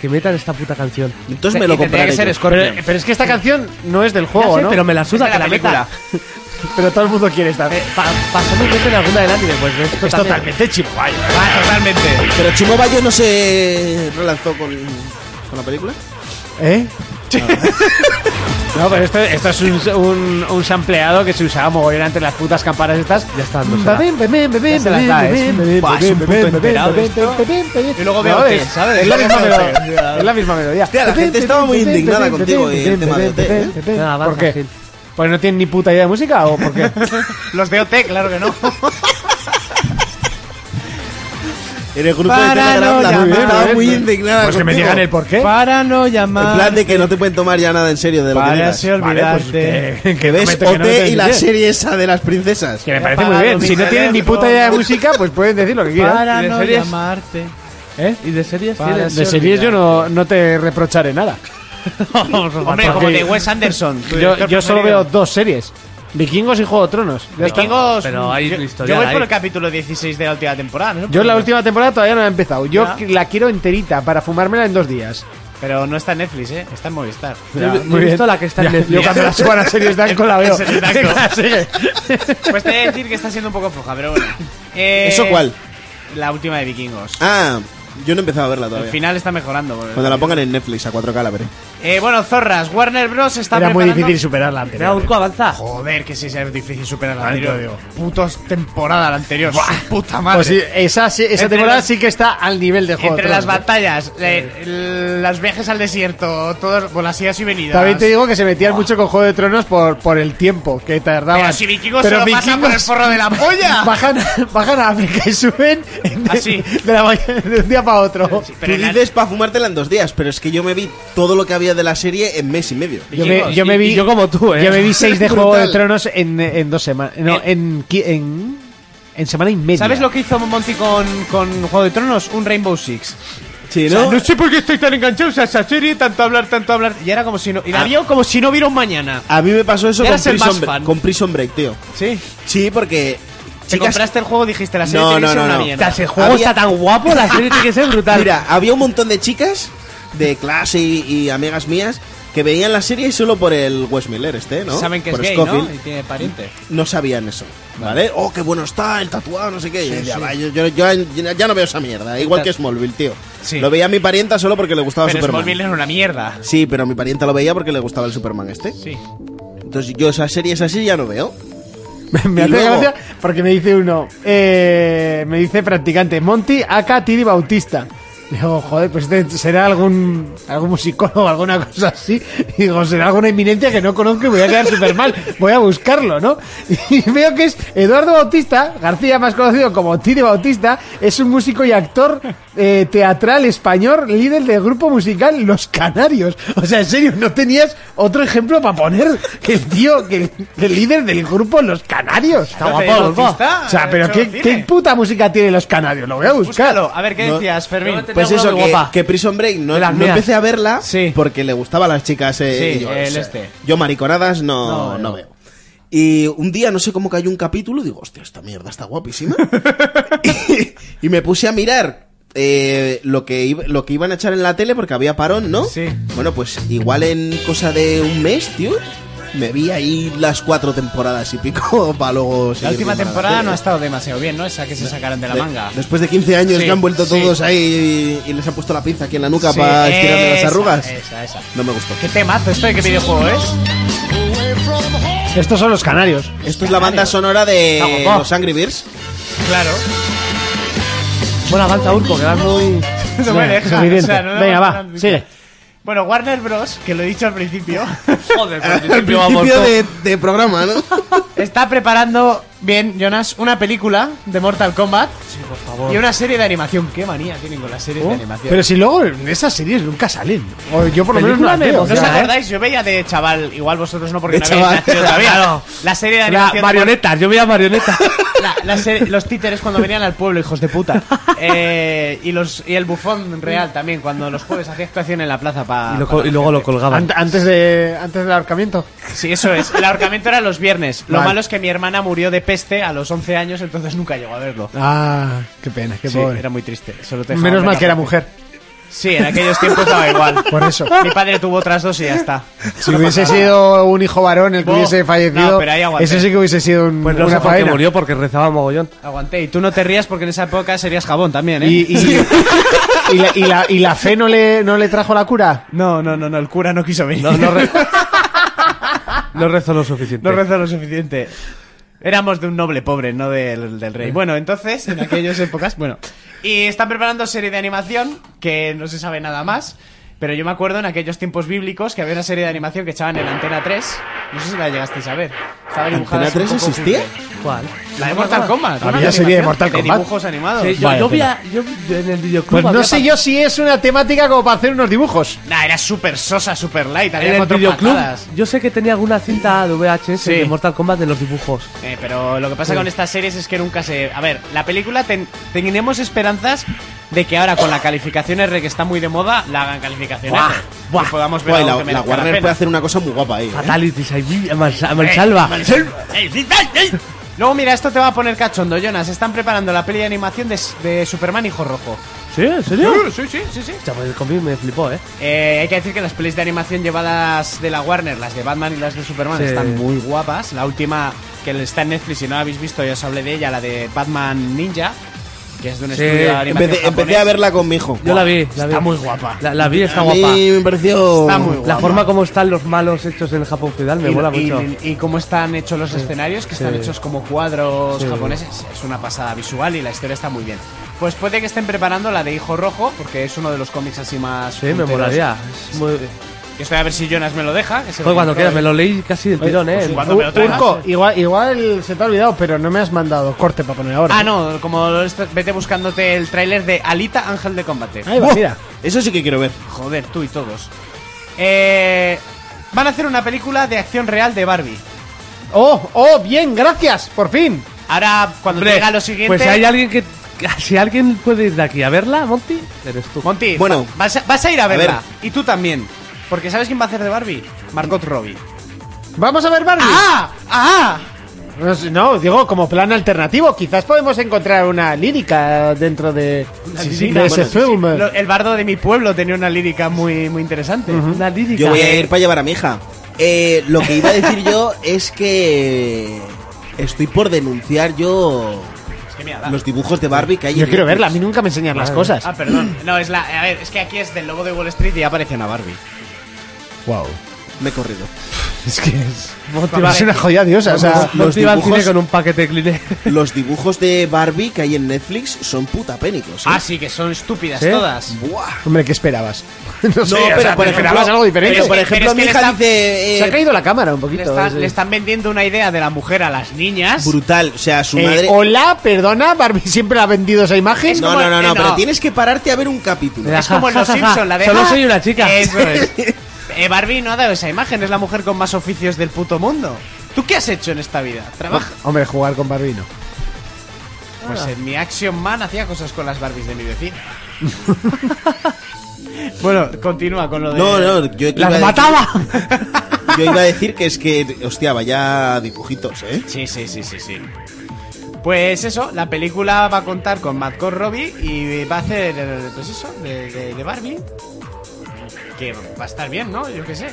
[SPEAKER 7] que metan esta puta canción.
[SPEAKER 5] Entonces me lo
[SPEAKER 8] Y tendría
[SPEAKER 5] compraré.
[SPEAKER 8] que ser
[SPEAKER 5] yo.
[SPEAKER 8] Scorpion.
[SPEAKER 4] Pero es que esta canción no es del
[SPEAKER 7] Ya
[SPEAKER 4] juego,
[SPEAKER 7] sé,
[SPEAKER 4] ¿no?
[SPEAKER 7] Pero me la
[SPEAKER 8] Es
[SPEAKER 7] suda
[SPEAKER 8] de
[SPEAKER 7] que la
[SPEAKER 8] la película.
[SPEAKER 7] meta.
[SPEAKER 4] Pero todo el mundo quiere esta.
[SPEAKER 7] Eh, pa- Pasando y meten alguna del anime, pues esto
[SPEAKER 4] Es
[SPEAKER 7] también.
[SPEAKER 4] totalmente chivo.
[SPEAKER 8] Ah, totalmente.
[SPEAKER 5] Pero Chimobayo no se relanzó con, con la película.
[SPEAKER 4] ¿Eh? No, pero esto, esto es un, un, un sampleado que se usaba mogollón ante las putas campanas estas.
[SPEAKER 7] Ya está, no será.
[SPEAKER 4] Ya se las da, es un- Buah, es un puto enterado esto.
[SPEAKER 8] Y luego veo
[SPEAKER 4] No,
[SPEAKER 8] OT,
[SPEAKER 4] es-
[SPEAKER 8] ¿sabes?
[SPEAKER 4] Es la misma
[SPEAKER 8] Luego veo
[SPEAKER 4] melodía. Es la misma melodía.
[SPEAKER 5] Hostia, la gente estaba muy indignada contigo en el tema de OT, ¿eh?
[SPEAKER 7] Venga, avanza,
[SPEAKER 4] ¿Por qué?
[SPEAKER 7] Gil.
[SPEAKER 4] ¿Pues no tienen ni puta idea de música o por qué?
[SPEAKER 8] Los de OT, claro que no.
[SPEAKER 5] En el grupo de
[SPEAKER 8] Para
[SPEAKER 5] Telegram
[SPEAKER 8] no
[SPEAKER 5] la gente
[SPEAKER 8] llamar.
[SPEAKER 5] estaba muy indignada
[SPEAKER 4] Pues que me
[SPEAKER 5] contigo.
[SPEAKER 4] digan el por qué.
[SPEAKER 8] Para no
[SPEAKER 5] En
[SPEAKER 8] llamar.
[SPEAKER 5] plan de que no te pueden tomar ya nada en serio de lo que
[SPEAKER 8] para
[SPEAKER 5] digas.
[SPEAKER 8] se olvidarte.
[SPEAKER 4] pues, que, Eh,
[SPEAKER 5] Que ves
[SPEAKER 4] comento que no
[SPEAKER 5] OT
[SPEAKER 4] te
[SPEAKER 5] y la
[SPEAKER 4] diré.
[SPEAKER 5] serie esa de las princesas.
[SPEAKER 4] Que me parece muy bien. Si no tienen ni puta idea de música, pues pueden decir lo que quieran.
[SPEAKER 8] Para
[SPEAKER 7] ¿De
[SPEAKER 8] no
[SPEAKER 7] series?
[SPEAKER 8] llamarte.
[SPEAKER 4] ¿Eh?
[SPEAKER 7] Y de series
[SPEAKER 4] De
[SPEAKER 7] tienes.
[SPEAKER 4] series yo no, no te reprocharé nada.
[SPEAKER 8] Hombre, como de Wes Anderson. tu
[SPEAKER 4] Yo,
[SPEAKER 8] director
[SPEAKER 4] yo solo
[SPEAKER 8] preferido.
[SPEAKER 4] veo dos series. Vikingos y Juego de Tronos. Ya está.
[SPEAKER 8] Vikingos.
[SPEAKER 7] Pero hay
[SPEAKER 8] yo,
[SPEAKER 7] una historia
[SPEAKER 8] Yo voy
[SPEAKER 7] ahí.
[SPEAKER 8] por el capítulo 16 de la última temporada. ¿no?
[SPEAKER 4] Yo la última temporada todavía no la he empezado. Yo
[SPEAKER 8] Ya.
[SPEAKER 4] qui- la quiero enterita para fumármela en dos días.
[SPEAKER 8] Pero no está en Netflix, ¿eh? Está en Movistar.
[SPEAKER 7] Yo he- yo he visto la que está en
[SPEAKER 4] Ya,
[SPEAKER 7] Netflix.
[SPEAKER 4] Yo cuando la subo a la serie Danco la veo.
[SPEAKER 8] Ese es Danco.
[SPEAKER 4] Venga, sigue.
[SPEAKER 8] Pues te voy a decir que está siendo un poco floja, pero bueno. Eh,
[SPEAKER 5] ¿Eso cuál?
[SPEAKER 8] La última de Vikingos.
[SPEAKER 5] Ah, yo no he empezado a verla
[SPEAKER 8] El
[SPEAKER 5] todavía.
[SPEAKER 8] final está mejorando. por-
[SPEAKER 5] Cuando la pongan en Netflix a 4K la veré.
[SPEAKER 8] Eh, bueno, zorras. Warner Bros. está
[SPEAKER 4] Era muy
[SPEAKER 8] preparando-
[SPEAKER 4] difícil superarla
[SPEAKER 7] Venga,
[SPEAKER 4] antes.
[SPEAKER 7] Urco, avanza.
[SPEAKER 8] Joder, que sí, es difícil superar la
[SPEAKER 4] Vale,
[SPEAKER 8] anterior.
[SPEAKER 4] te lo digo.
[SPEAKER 8] Putos temporada la anterior. su Puta madre.
[SPEAKER 4] Pues sí, esa, sí- esa
[SPEAKER 8] Entre
[SPEAKER 4] temporada
[SPEAKER 8] las-
[SPEAKER 4] sí que está al nivel de juego. de
[SPEAKER 8] Entre las
[SPEAKER 4] Tronos.
[SPEAKER 8] batallas, eh, el- los viajes al desierto, todos, bueno, las idas y venidas.
[SPEAKER 4] También te digo que se metían mucho con Juego de Tronos por, por el tiempo que tardaban.
[SPEAKER 8] Pero si vikingos se lo pasan por el
[SPEAKER 4] vikingos
[SPEAKER 8] forro de la polla.
[SPEAKER 4] Bajan, bajan a África y suben en- de,
[SPEAKER 8] Así.
[SPEAKER 4] de la ma- de un día para otro.
[SPEAKER 8] Sí, Ah,
[SPEAKER 5] Tú
[SPEAKER 8] pero en la-
[SPEAKER 5] dices para fumártela en dos días, pero es que yo me vi todo lo que había de la serie en mes y medio.
[SPEAKER 4] Yo me, yo me vi,
[SPEAKER 7] Y yo como tú, eh.
[SPEAKER 4] yo me vi seis de Juego de
[SPEAKER 5] Brutal.
[SPEAKER 4] Tronos en, en dos semanas. No, en, qui- en, en semana y media.
[SPEAKER 8] Eh. ¿Sabes lo que hizo Monty con, con Juego de Tronos? Un Rainbow Six.
[SPEAKER 5] Sí,
[SPEAKER 8] O sea, no sé por qué estoy tan enganchado a esa serie, tanto hablar, tanto hablar. Y era como si no. Y la
[SPEAKER 5] Ah.
[SPEAKER 8] vio como si no hubiera un mañana.
[SPEAKER 5] A mí me pasó eso
[SPEAKER 8] Ya
[SPEAKER 5] con
[SPEAKER 8] eres el
[SPEAKER 5] Prison,
[SPEAKER 8] más
[SPEAKER 5] Break-
[SPEAKER 8] fan.
[SPEAKER 5] con Prison Break, tío.
[SPEAKER 8] Sí.
[SPEAKER 5] Sí, porque...
[SPEAKER 8] Te
[SPEAKER 5] chicas-
[SPEAKER 8] compraste el juego, dijiste la serie
[SPEAKER 5] No,
[SPEAKER 8] tiene que
[SPEAKER 5] no,
[SPEAKER 8] ser
[SPEAKER 5] no,
[SPEAKER 8] una
[SPEAKER 5] no.
[SPEAKER 8] mierda.
[SPEAKER 7] El juego
[SPEAKER 5] Había-
[SPEAKER 7] está tan guapo, la serie tiene que ser brutal.
[SPEAKER 5] Mira, había un montón de chicas de clase y, y amigas mías que veían la serie solo por el Wes Miller este, ¿no?
[SPEAKER 8] Saben que es
[SPEAKER 5] por
[SPEAKER 8] gay,
[SPEAKER 5] Scofield.
[SPEAKER 8] ¿no? Y tiene pariente.
[SPEAKER 5] no sabían eso, ¿vale? Oh, qué bueno está, el tatuado, no sé qué. Y yo decía, "Va, yo, yo- yo ya no veo esa mierda. Igual que Smallville, tío.
[SPEAKER 8] Sí.
[SPEAKER 5] Lo veía mi parienta solo porque le gustaba
[SPEAKER 8] Pero
[SPEAKER 5] Superman.
[SPEAKER 8] Smallville era una mierda.
[SPEAKER 5] Sí, pero mi parienta lo veía porque le gustaba el Superman este.
[SPEAKER 8] Sí.
[SPEAKER 5] Entonces yo esa serie, esa serie ya no veo.
[SPEAKER 4] Me
[SPEAKER 5] Y
[SPEAKER 4] hace
[SPEAKER 5] luego-
[SPEAKER 4] gracia porque me dice uno, eh, me dice practicante, Monty acá Tiri Bautista. Digo, joder, pues este será algún, algún musicólogo, alguna cosa así. Digo, será alguna eminencia que no conozco y voy a quedar súper mal. Voy a buscarlo, ¿no? Y veo que es Eduardo Bautista, García más conocido como Tiri Bautista, es un músico y actor eh, teatral español, líder del grupo musical Los Canarios. O sea, en serio, no tenías otro ejemplo para poner que el tío, que el, que el líder del grupo Los Canarios.
[SPEAKER 7] Está guapo, Urco.
[SPEAKER 4] O
[SPEAKER 8] eh,
[SPEAKER 4] sea, pero ¿qué, qué puta música tienen los canarios? Lo voy a buscar.
[SPEAKER 8] Búscalo. A ver, ¿qué
[SPEAKER 5] No.
[SPEAKER 8] decías, Fermín?
[SPEAKER 7] Tenía
[SPEAKER 5] Pues
[SPEAKER 7] una
[SPEAKER 5] eso,
[SPEAKER 7] muy
[SPEAKER 5] que,
[SPEAKER 7] guapa.
[SPEAKER 5] que Prison Break no,
[SPEAKER 7] De las
[SPEAKER 5] no
[SPEAKER 7] mías.
[SPEAKER 5] empecé a verla
[SPEAKER 8] Sí.
[SPEAKER 5] porque le gustaban las chicas. eh,
[SPEAKER 8] Sí,
[SPEAKER 5] y yo,
[SPEAKER 8] el
[SPEAKER 5] o sea,
[SPEAKER 8] este.
[SPEAKER 5] yo mariconadas no, no,
[SPEAKER 8] no.
[SPEAKER 5] veo. Y un día, no sé cómo cayó un capítulo, digo, hostia, esta mierda está guapísima. y, y me puse a mirar eh, lo, que iba- lo que iban a echar en la tele porque había parón, ¿no?
[SPEAKER 8] Sí.
[SPEAKER 5] Bueno, pues igual en cosa de un mes, tío, Me vi ahí las cuatro temporadas y pico para luego
[SPEAKER 8] La
[SPEAKER 5] seguir
[SPEAKER 8] última
[SPEAKER 5] viendo
[SPEAKER 8] temporada
[SPEAKER 5] serie.
[SPEAKER 8] no ha estado demasiado bien, ¿no? Esa que se sacaron de la
[SPEAKER 5] De-
[SPEAKER 8] manga.
[SPEAKER 5] Después de 15 años
[SPEAKER 8] Sí,
[SPEAKER 5] que han vuelto
[SPEAKER 8] sí.
[SPEAKER 5] todos ahí y, y les han puesto la pinza aquí en la nuca
[SPEAKER 8] Sí,
[SPEAKER 5] para estirarle las
[SPEAKER 8] esa,
[SPEAKER 5] arrugas.
[SPEAKER 8] Esa, esa.
[SPEAKER 5] No me gustó.
[SPEAKER 8] ¿Qué temazo esto de qué videojuego es?
[SPEAKER 4] Estos son los canarios.
[SPEAKER 5] Esto es la banda sonora de
[SPEAKER 8] Ojo.
[SPEAKER 5] los Angry Birds.
[SPEAKER 8] Claro.
[SPEAKER 7] Bueno, avanza Urco, que vas muy...
[SPEAKER 8] No me deja,
[SPEAKER 4] suficiente.
[SPEAKER 8] o sea, no me
[SPEAKER 4] Venga,
[SPEAKER 8] deja
[SPEAKER 4] va,
[SPEAKER 8] nada.
[SPEAKER 4] sigue.
[SPEAKER 8] Bueno, Warner Bros., que lo he dicho al principio,
[SPEAKER 7] Joder, pero
[SPEAKER 5] Al
[SPEAKER 7] al principio vamos
[SPEAKER 5] principio
[SPEAKER 7] todo-
[SPEAKER 5] de, de programa, ¿no?
[SPEAKER 8] está preparando bien, Jonas, una película de Mortal Kombat
[SPEAKER 7] Sí, por favor.
[SPEAKER 8] y una serie de animación. Qué manía tienen con las series de animación.
[SPEAKER 4] Oh, Pero si luego esas series nunca salen. O yo por lo menos no
[SPEAKER 7] Película
[SPEAKER 4] las veo.
[SPEAKER 7] me
[SPEAKER 8] ¿No os
[SPEAKER 7] emociona,
[SPEAKER 4] Ya, ¿eh?
[SPEAKER 8] acordáis? Yo veía de chaval, igual vosotros no porque
[SPEAKER 5] De
[SPEAKER 8] no habéis
[SPEAKER 5] chaval.
[SPEAKER 8] nacido todavía.
[SPEAKER 7] Claro.
[SPEAKER 8] La serie de
[SPEAKER 7] La
[SPEAKER 8] animación de
[SPEAKER 7] marioneta, yo veía marioneta.
[SPEAKER 8] La- la serie- los títeres cuando venían al pueblo, hijos de puta. Eh, y, los, y el bufón real también, cuando los jueves hacía actuación en la plaza para...
[SPEAKER 7] y, lo co- y luego lo colgaban.
[SPEAKER 4] Ant- antes, de, antes del ahorcamiento.
[SPEAKER 8] Sí, eso es. El ahorcamiento era los viernes. Lo
[SPEAKER 4] Vale.
[SPEAKER 8] malo es que mi hermana murió de peste a los 11 años, entonces nunca llegó a verlo.
[SPEAKER 4] Ah, qué pena, qué
[SPEAKER 8] Sí,
[SPEAKER 4] pobre.
[SPEAKER 8] era muy triste. Solo te dejaban
[SPEAKER 4] Menos
[SPEAKER 8] ver
[SPEAKER 4] mal
[SPEAKER 8] la
[SPEAKER 4] que era
[SPEAKER 8] parte.
[SPEAKER 4] mujer.
[SPEAKER 8] Sí, en aquellos tiempos daba igual.
[SPEAKER 4] Por eso.
[SPEAKER 8] Mi padre tuvo otras dos y ya está.
[SPEAKER 4] Si hubiese sido un hijo varón el que
[SPEAKER 8] Bo.
[SPEAKER 4] hubiese
[SPEAKER 8] No,
[SPEAKER 4] fallecido,
[SPEAKER 8] pero ahí aguanté.
[SPEAKER 4] eso sí que hubiese sido un-
[SPEAKER 7] Pues no sé
[SPEAKER 4] una
[SPEAKER 7] por qué
[SPEAKER 4] faena.
[SPEAKER 7] murió, porque rezaba mogollón.
[SPEAKER 8] Aguanté. Y tú no te rías porque en esa época serías jabón también, ¿eh?
[SPEAKER 4] Y, y- y la, y la- y la fe no le, no le trajo la cura.
[SPEAKER 8] No, no, no, no. El cura no quiso venir.
[SPEAKER 7] No, no, re- no rezó lo suficiente.
[SPEAKER 8] No rezó lo suficiente. Éramos de un noble pobre, no del, del rey. Bueno, entonces, en aquellas épocas, bueno. Y están preparando serie de animación, que no se sabe nada más. Pero yo me acuerdo en aquellos tiempos bíblicos que había una serie de animación que echaban en Antena 3. No sé si la llegasteis a ver. Estaba dibujada
[SPEAKER 5] ¿Antena
[SPEAKER 8] así un
[SPEAKER 5] 3
[SPEAKER 8] poco
[SPEAKER 5] existía?
[SPEAKER 8] creepy.
[SPEAKER 7] ¿Cuál?
[SPEAKER 8] La de Mortal Kombat. ¿no?
[SPEAKER 4] Había
[SPEAKER 8] Una
[SPEAKER 4] serie de
[SPEAKER 8] animación
[SPEAKER 4] Mortal Kombat.
[SPEAKER 8] dibujos animados.
[SPEAKER 7] Sí, yo,
[SPEAKER 4] Vale,
[SPEAKER 7] yo vi a- yo en el videoclub.
[SPEAKER 4] Pues no
[SPEAKER 7] había
[SPEAKER 4] sé
[SPEAKER 7] pa-
[SPEAKER 4] yo si es una temática como para hacer unos dibujos.
[SPEAKER 8] Nah, era súper sosa, súper light. Había
[SPEAKER 7] En el
[SPEAKER 8] cuatro
[SPEAKER 7] videoclub.
[SPEAKER 8] patadas.
[SPEAKER 7] Yo sé que tenía alguna cinta de VHS
[SPEAKER 8] Sí.
[SPEAKER 7] de Mortal Kombat de los dibujos.
[SPEAKER 8] Eh, pero lo que pasa con estas series es que nunca se... A ver, la película ten- tenemos esperanzas de que ahora con la calificación R que está muy de moda, la hagan calificación
[SPEAKER 7] Buah,
[SPEAKER 8] R.
[SPEAKER 7] buah.
[SPEAKER 8] Y podamos ver
[SPEAKER 5] Guay,
[SPEAKER 8] algo
[SPEAKER 5] la, la
[SPEAKER 8] que merezca la
[SPEAKER 5] Warner
[SPEAKER 8] pena.
[SPEAKER 5] puede hacer una cosa muy guapa ahí. ¿eh?
[SPEAKER 7] Fatalities, ahí vi- a mans- a mansalva.
[SPEAKER 8] Luego mira, esto te va a poner cachondo, Jonas. Están preparando la peli de animación de, de Superman Hijo Rojo.
[SPEAKER 7] ¿Sí? ¿En serio?
[SPEAKER 8] Sí, sí, sí, sí.
[SPEAKER 7] Chaval, el cómic me flipó, ¿eh?
[SPEAKER 8] Eh, hay que decir que las pelis de animación llevadas de la Warner, las de Batman y las de Superman,
[SPEAKER 7] Sí.
[SPEAKER 8] están muy guapas. La última que está en Netflix, si no la habéis visto, ya os hablé de ella, la de Batman Ninja, que es de un
[SPEAKER 7] Sí.
[SPEAKER 8] estudio de animación
[SPEAKER 5] Empecé, empecé
[SPEAKER 8] japonés.
[SPEAKER 5] a verla con mi hijo.
[SPEAKER 7] Yo la vi, la vi.
[SPEAKER 8] Está muy guapa.
[SPEAKER 7] La, la vi, está
[SPEAKER 5] A
[SPEAKER 7] guapa.
[SPEAKER 5] mí me pareció.
[SPEAKER 8] Está muy
[SPEAKER 7] La
[SPEAKER 8] guapa.
[SPEAKER 7] forma como están los malos hechos en el Japón feudal me
[SPEAKER 8] Y-
[SPEAKER 7] mola
[SPEAKER 8] y,
[SPEAKER 7] mucho.
[SPEAKER 8] y cómo están hechos los escenarios, que están
[SPEAKER 7] Sí.
[SPEAKER 8] hechos como cuadros
[SPEAKER 7] Sí.
[SPEAKER 8] japoneses. Es una pasada visual y la historia está muy bien. Pues puede que estén preparando la de Hijo Rojo, porque es uno de los cómics así más.
[SPEAKER 7] Sí, me
[SPEAKER 8] punteros.
[SPEAKER 7] molaría. Es muy-
[SPEAKER 8] Yo estoy a ver si Jonas me lo deja. que se lo
[SPEAKER 7] Joder, cuando
[SPEAKER 8] compró
[SPEAKER 7] quieras, me lo leí casi del tirón, ¿eh?
[SPEAKER 8] pues igual. Cuando me lo traigas.
[SPEAKER 4] Urco, igual, igual se te ha olvidado, pero no me has mandado corte para poner ahora.
[SPEAKER 8] Ah, no, como lo est- vete buscándote el tráiler de Alita Ángel de Combate.
[SPEAKER 4] Ahí va,
[SPEAKER 5] Buah,
[SPEAKER 4] mira.
[SPEAKER 5] Eso sí que quiero ver.
[SPEAKER 8] Joder, tú y todos. Eh, van a hacer una película de acción real de Barbie.
[SPEAKER 4] Oh, oh, bien, gracias, por fin.
[SPEAKER 8] Ahora, cuando
[SPEAKER 7] Hombre,
[SPEAKER 8] te llega lo siguiente.
[SPEAKER 7] Pues si hay alguien que. Si alguien puede ir de aquí a verla, Monty, eres tú.
[SPEAKER 8] Monty,
[SPEAKER 5] Bueno.
[SPEAKER 8] va- vas, a, vas a ir a
[SPEAKER 5] ver.
[SPEAKER 8] verla. Y tú también. Porque ¿sabes quién va a hacer de Barbie? Margot Robbie.
[SPEAKER 4] Vamos a ver Barbie.
[SPEAKER 8] ¡Ah! ¡Ah!
[SPEAKER 4] No, sé, no, digo, como plan alternativo, quizás podemos encontrar una lírica dentro de, de
[SPEAKER 8] lírica,
[SPEAKER 4] ese
[SPEAKER 8] bueno,
[SPEAKER 4] film.
[SPEAKER 7] eh.
[SPEAKER 8] Lo- eh, el bardo de mi pueblo tenía una lírica muy, muy interesante.
[SPEAKER 7] Una lírica.
[SPEAKER 5] Yo voy a ir para llevar a mi hija. Eh, lo que iba a decir yo es que. Estoy por denunciar yo.
[SPEAKER 8] Es que mira, da-
[SPEAKER 5] Los dibujos de Barbie que hay
[SPEAKER 4] Yo
[SPEAKER 5] en
[SPEAKER 4] quiero
[SPEAKER 5] Netflix.
[SPEAKER 4] verla, a mí nunca me enseñan las cosas.
[SPEAKER 8] Ah, perdón. No, es la. A ver, es que aquí es del lobo de Wall Street y aparece una Barbie.
[SPEAKER 5] Me he corrido.
[SPEAKER 4] Es que es,
[SPEAKER 7] Monty va-
[SPEAKER 4] es una joya diosa, o sea,
[SPEAKER 5] Los
[SPEAKER 7] Monty va al cine
[SPEAKER 5] dibujos-
[SPEAKER 7] con un paquete de Kleenex.
[SPEAKER 5] Los dibujos de Barbie que hay en Netflix son puta pénicos. ¿eh?
[SPEAKER 8] Ah, sí, que son estúpidas
[SPEAKER 7] ¿Sí?
[SPEAKER 8] todas.
[SPEAKER 5] Buah.
[SPEAKER 4] hombre, ¿qué esperabas? No sé,
[SPEAKER 5] No,
[SPEAKER 4] o sea,
[SPEAKER 5] pero por
[SPEAKER 4] ¿te
[SPEAKER 5] ejemplo-
[SPEAKER 4] esperabas algo diferente.
[SPEAKER 5] Pero por
[SPEAKER 8] es que- pero
[SPEAKER 5] ejemplo,
[SPEAKER 8] es que
[SPEAKER 5] mi
[SPEAKER 8] le
[SPEAKER 5] hija
[SPEAKER 8] está-
[SPEAKER 5] dice. eh,
[SPEAKER 4] Se ha caído la cámara un poquito.
[SPEAKER 8] Le, está-
[SPEAKER 4] sí.
[SPEAKER 8] le están vendiendo una idea de la mujer a las niñas.
[SPEAKER 5] brutal. O sea, su
[SPEAKER 4] Eh,
[SPEAKER 5] madre.
[SPEAKER 4] Hola, perdona, Barbie siempre ha vendido esa imagen.
[SPEAKER 5] No,
[SPEAKER 8] como-
[SPEAKER 5] no, no,
[SPEAKER 8] eh,
[SPEAKER 5] no,
[SPEAKER 8] no.
[SPEAKER 5] pero tienes que pararte a ver un capítulo.
[SPEAKER 7] Mira,
[SPEAKER 8] Es como en
[SPEAKER 7] Ja,
[SPEAKER 8] Los
[SPEAKER 7] ja, ja, ja.
[SPEAKER 8] Simpsons, la de.
[SPEAKER 7] Solo
[SPEAKER 8] "Ah,
[SPEAKER 7] soy una chica".
[SPEAKER 8] Eso es. Eh, Barbie no ha dado esa imagen, es la mujer con más oficios del puto mundo. ¿Tú qué has hecho en esta vida? Trabaja.
[SPEAKER 4] Hombre, jugar con Barbie no.
[SPEAKER 8] Pues en mi Action Man hacía cosas con las Barbies de mi vecina. bueno, continúa con lo de.
[SPEAKER 5] No, no, yo iba, a
[SPEAKER 7] ¡Las
[SPEAKER 5] decir-
[SPEAKER 7] mataba!
[SPEAKER 5] yo iba a decir que es que, hostia, vaya dibujitos, ¿eh?
[SPEAKER 8] Sí, sí, sí, sí, sí. Pues eso, la película va a contar con Madcore Robbie y va a hacer, eh, pues eso, de, de- de Barbie. Que va a estar bien, ¿no? Yo qué sé.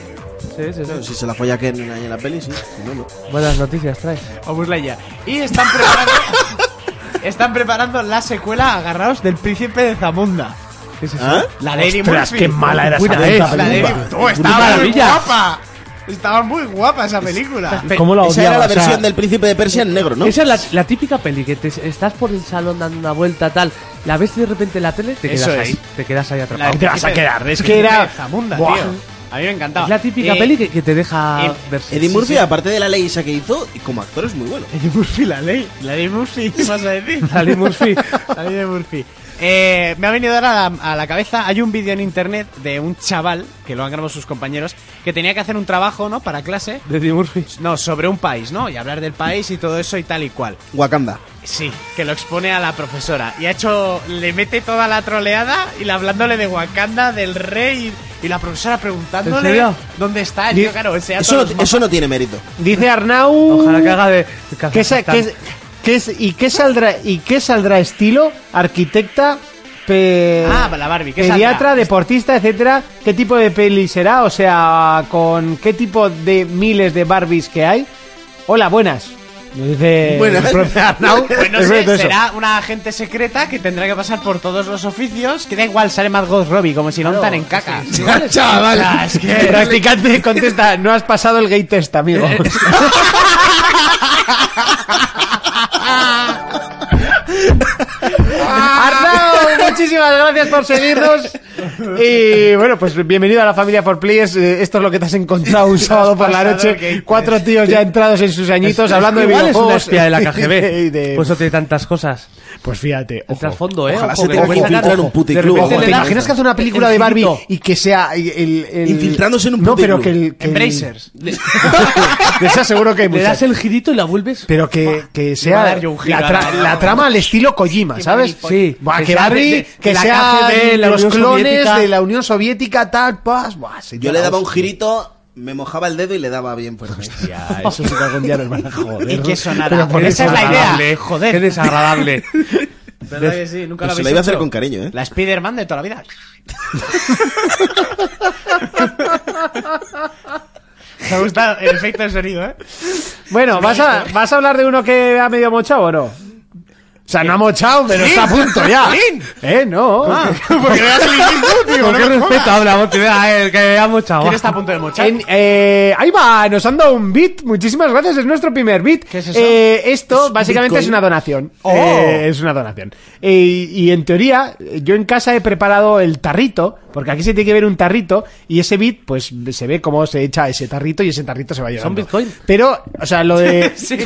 [SPEAKER 7] Sí, sí,
[SPEAKER 5] Claro,
[SPEAKER 7] sí.
[SPEAKER 5] Si se la folla que en, ahí en la peli, sí. Si no, no.
[SPEAKER 7] Buenas noticias traes.
[SPEAKER 8] O Buzz Lightyear. Y están preparando, están preparando la secuela Agarrados del Príncipe de Zamunda.
[SPEAKER 7] ¿Qué es eso?
[SPEAKER 5] ¿Ah?
[SPEAKER 8] La Lady
[SPEAKER 4] Ostras,
[SPEAKER 8] Murphy.
[SPEAKER 4] qué mala era esa
[SPEAKER 8] Buena
[SPEAKER 4] película.
[SPEAKER 8] La Lady ¡Oh, Estaba
[SPEAKER 7] maravilla.
[SPEAKER 8] muy guapa. Estaba muy guapa esa película.
[SPEAKER 7] ¿Cómo la
[SPEAKER 5] Esa era
[SPEAKER 7] odiaba?
[SPEAKER 5] la
[SPEAKER 7] O sea,
[SPEAKER 5] versión del príncipe de Persia en negro, ¿no?
[SPEAKER 7] Esa es la, la típica peli que te, estás por el salón dando una vuelta, tal. La ves de repente en la tele, te quedas
[SPEAKER 8] Eso
[SPEAKER 7] ahí.
[SPEAKER 8] es.
[SPEAKER 7] Te quedas ahí
[SPEAKER 8] La
[SPEAKER 7] atrapado.
[SPEAKER 8] del
[SPEAKER 4] te vas a
[SPEAKER 8] Príncipe-
[SPEAKER 4] quedar? Es que
[SPEAKER 8] Príncipe
[SPEAKER 4] era-
[SPEAKER 8] de Zamunda,
[SPEAKER 4] Buah.
[SPEAKER 8] tío. A mí me encantaba.
[SPEAKER 7] Es la típica
[SPEAKER 8] Eh,
[SPEAKER 7] peli que, que te deja
[SPEAKER 8] eh,
[SPEAKER 7] ver.
[SPEAKER 5] Eddie
[SPEAKER 7] Sí,
[SPEAKER 5] Murphy,
[SPEAKER 7] sí.
[SPEAKER 5] aparte de la ley esa que hizo, y como actor es muy bueno.
[SPEAKER 8] Lady Murphy, la ley. La Lady Murphy, ¿qué vas a decir?
[SPEAKER 7] La Lady Murphy.
[SPEAKER 8] la Lady Murphy. Eh, me ha venido ahora a la, a la cabeza, hay un vídeo en internet de un chaval, que lo han grabado sus compañeros, que tenía que hacer un trabajo, ¿no? Para clase.
[SPEAKER 7] De Eddie Murphy.
[SPEAKER 8] No, sobre un país, ¿no? Y hablar del país y todo eso y tal y cual.
[SPEAKER 5] Wakanda.
[SPEAKER 8] Sí, que lo expone a la profesora. Y ha hecho. Le mete toda la troleada y la hablándole de Wakanda, del rey. Y la profesora
[SPEAKER 7] ¿En
[SPEAKER 8] preguntándole
[SPEAKER 7] serio?
[SPEAKER 8] dónde está. Yo, claro, o sea,
[SPEAKER 5] Eso
[SPEAKER 8] todos
[SPEAKER 5] no,
[SPEAKER 8] los
[SPEAKER 5] eso no tiene mérito.
[SPEAKER 4] Dice Arnau.
[SPEAKER 7] Ojalá que haga de.
[SPEAKER 4] ¿Qué sa- qué- qué es- ¿Y qué saldrá y qué saldrá estilo? Arquitecta, pe-
[SPEAKER 8] Ah, la Barbie, ¿qué
[SPEAKER 4] pediatra,
[SPEAKER 8] saldrá?
[SPEAKER 4] deportista, etcétera. ¿Qué tipo de peli será? O sea, ¿con qué tipo de miles de Barbies que hay? Hola, buenas. Nos dice
[SPEAKER 5] Buenas.
[SPEAKER 4] el profe Arnau.
[SPEAKER 8] Pues no
[SPEAKER 4] Es
[SPEAKER 8] sé,
[SPEAKER 4] verdad eso.
[SPEAKER 8] será una agente secreta que tendrá que pasar por todos los oficios. Que da igual, sale Margot Robbie, como si no untan en caca.
[SPEAKER 4] Chaval,
[SPEAKER 8] es que-
[SPEAKER 4] El practicante contesta, no has pasado el gay test, amigo. Arnau, muchísimas gracias por seguirnos. Y bueno, pues bienvenido a la familia por Players. Eh, Esto es lo que te has encontrado un sábado por la
[SPEAKER 8] pasado el
[SPEAKER 4] noche.
[SPEAKER 8] gay
[SPEAKER 4] Cuatro tíos ya entrados en sus añitos hablando de
[SPEAKER 7] Igual es una
[SPEAKER 4] videojuegos.
[SPEAKER 7] espía de la
[SPEAKER 4] y
[SPEAKER 7] KGB.
[SPEAKER 4] de-
[SPEAKER 7] Por eso tiene tantas cosas.
[SPEAKER 4] pues fíjate.
[SPEAKER 7] El trasfondo, ¿eh?
[SPEAKER 5] Ojalá
[SPEAKER 7] Ojo,
[SPEAKER 5] se
[SPEAKER 7] que
[SPEAKER 5] tenga
[SPEAKER 7] pueden
[SPEAKER 5] que
[SPEAKER 7] sacar-
[SPEAKER 5] infiltrar un puticlub
[SPEAKER 7] de
[SPEAKER 5] o
[SPEAKER 7] repente
[SPEAKER 5] algo
[SPEAKER 7] le
[SPEAKER 4] ¿Te
[SPEAKER 7] dan-
[SPEAKER 5] así.
[SPEAKER 4] imaginas que hace una película de Barbie
[SPEAKER 7] Encinito.
[SPEAKER 4] y que sea el, el-
[SPEAKER 5] Infiltrándose en un
[SPEAKER 4] No, pero
[SPEAKER 5] puticlub.
[SPEAKER 4] que el. Que el-
[SPEAKER 8] Embracers.
[SPEAKER 4] De esa seguro que hay
[SPEAKER 7] Le das
[SPEAKER 4] muchas.
[SPEAKER 7] el girito y la vuelves.
[SPEAKER 4] Pero que, que
[SPEAKER 8] iba a
[SPEAKER 4] sea
[SPEAKER 8] dar yo un giro
[SPEAKER 4] la,
[SPEAKER 8] ahora,
[SPEAKER 4] tra-
[SPEAKER 8] ¿no?
[SPEAKER 4] la trama al estilo Kojima, ¿sabes?
[SPEAKER 7] Sí.
[SPEAKER 4] Buah,
[SPEAKER 7] Que
[SPEAKER 4] que
[SPEAKER 7] sea
[SPEAKER 4] Barbie,
[SPEAKER 7] de- de-
[SPEAKER 4] que
[SPEAKER 7] la
[SPEAKER 4] sea
[SPEAKER 7] KGB, la
[SPEAKER 4] los
[SPEAKER 7] Unión
[SPEAKER 4] clones
[SPEAKER 7] Soviética.
[SPEAKER 4] de la Unión Soviética, tal, pas, buah, sería
[SPEAKER 5] Yo le
[SPEAKER 4] la
[SPEAKER 5] daba un
[SPEAKER 4] hostia.
[SPEAKER 5] girito, me mojaba el dedo y le daba bien fuerte.
[SPEAKER 4] Eso sí que algún día nos van a joder.
[SPEAKER 8] Y que sonara.
[SPEAKER 4] Pero por
[SPEAKER 8] Pero esa es la
[SPEAKER 7] desagradable,
[SPEAKER 8] idea. Joder.
[SPEAKER 7] Qué desagradable.
[SPEAKER 8] ¿Verdad que sí?
[SPEAKER 5] Pero
[SPEAKER 8] Nunca
[SPEAKER 5] Pues
[SPEAKER 8] lo
[SPEAKER 5] se
[SPEAKER 8] habéis
[SPEAKER 5] la iba a hacer
[SPEAKER 8] hecho.
[SPEAKER 5] con cariño, ¿eh?
[SPEAKER 8] La Spider-Man de toda la vida. Me ha gustado el efecto de sonido, ¿eh?
[SPEAKER 4] Bueno, ¿vas a, ¿vas a hablar de uno que ha medio mochado o no? O sea, no ha mochado, pero está a punto ya. ¿Eh? No.
[SPEAKER 8] Ah, Porque no has
[SPEAKER 7] Con qué respeto hablamos, te vea
[SPEAKER 4] eh,
[SPEAKER 7] el que ha mochado.
[SPEAKER 8] ¿Quién está a punto de mochar?
[SPEAKER 4] En- eh, ahí va, nos han dado un bit. Muchísimas gracias, es nuestro primer bit.
[SPEAKER 8] ¿Qué es eso?
[SPEAKER 4] Eh, esto básicamente es una donación.
[SPEAKER 8] Oh.
[SPEAKER 4] Eh, es una donación. Eh, y en teoría, yo en casa he preparado el tarrito, porque aquí se tiene que ver un tarrito, y ese bit, pues se ve cómo se echa ese tarrito y ese tarrito se va llevando.
[SPEAKER 7] Bitcoin?
[SPEAKER 4] Pero, o sea, lo de,
[SPEAKER 8] Sí.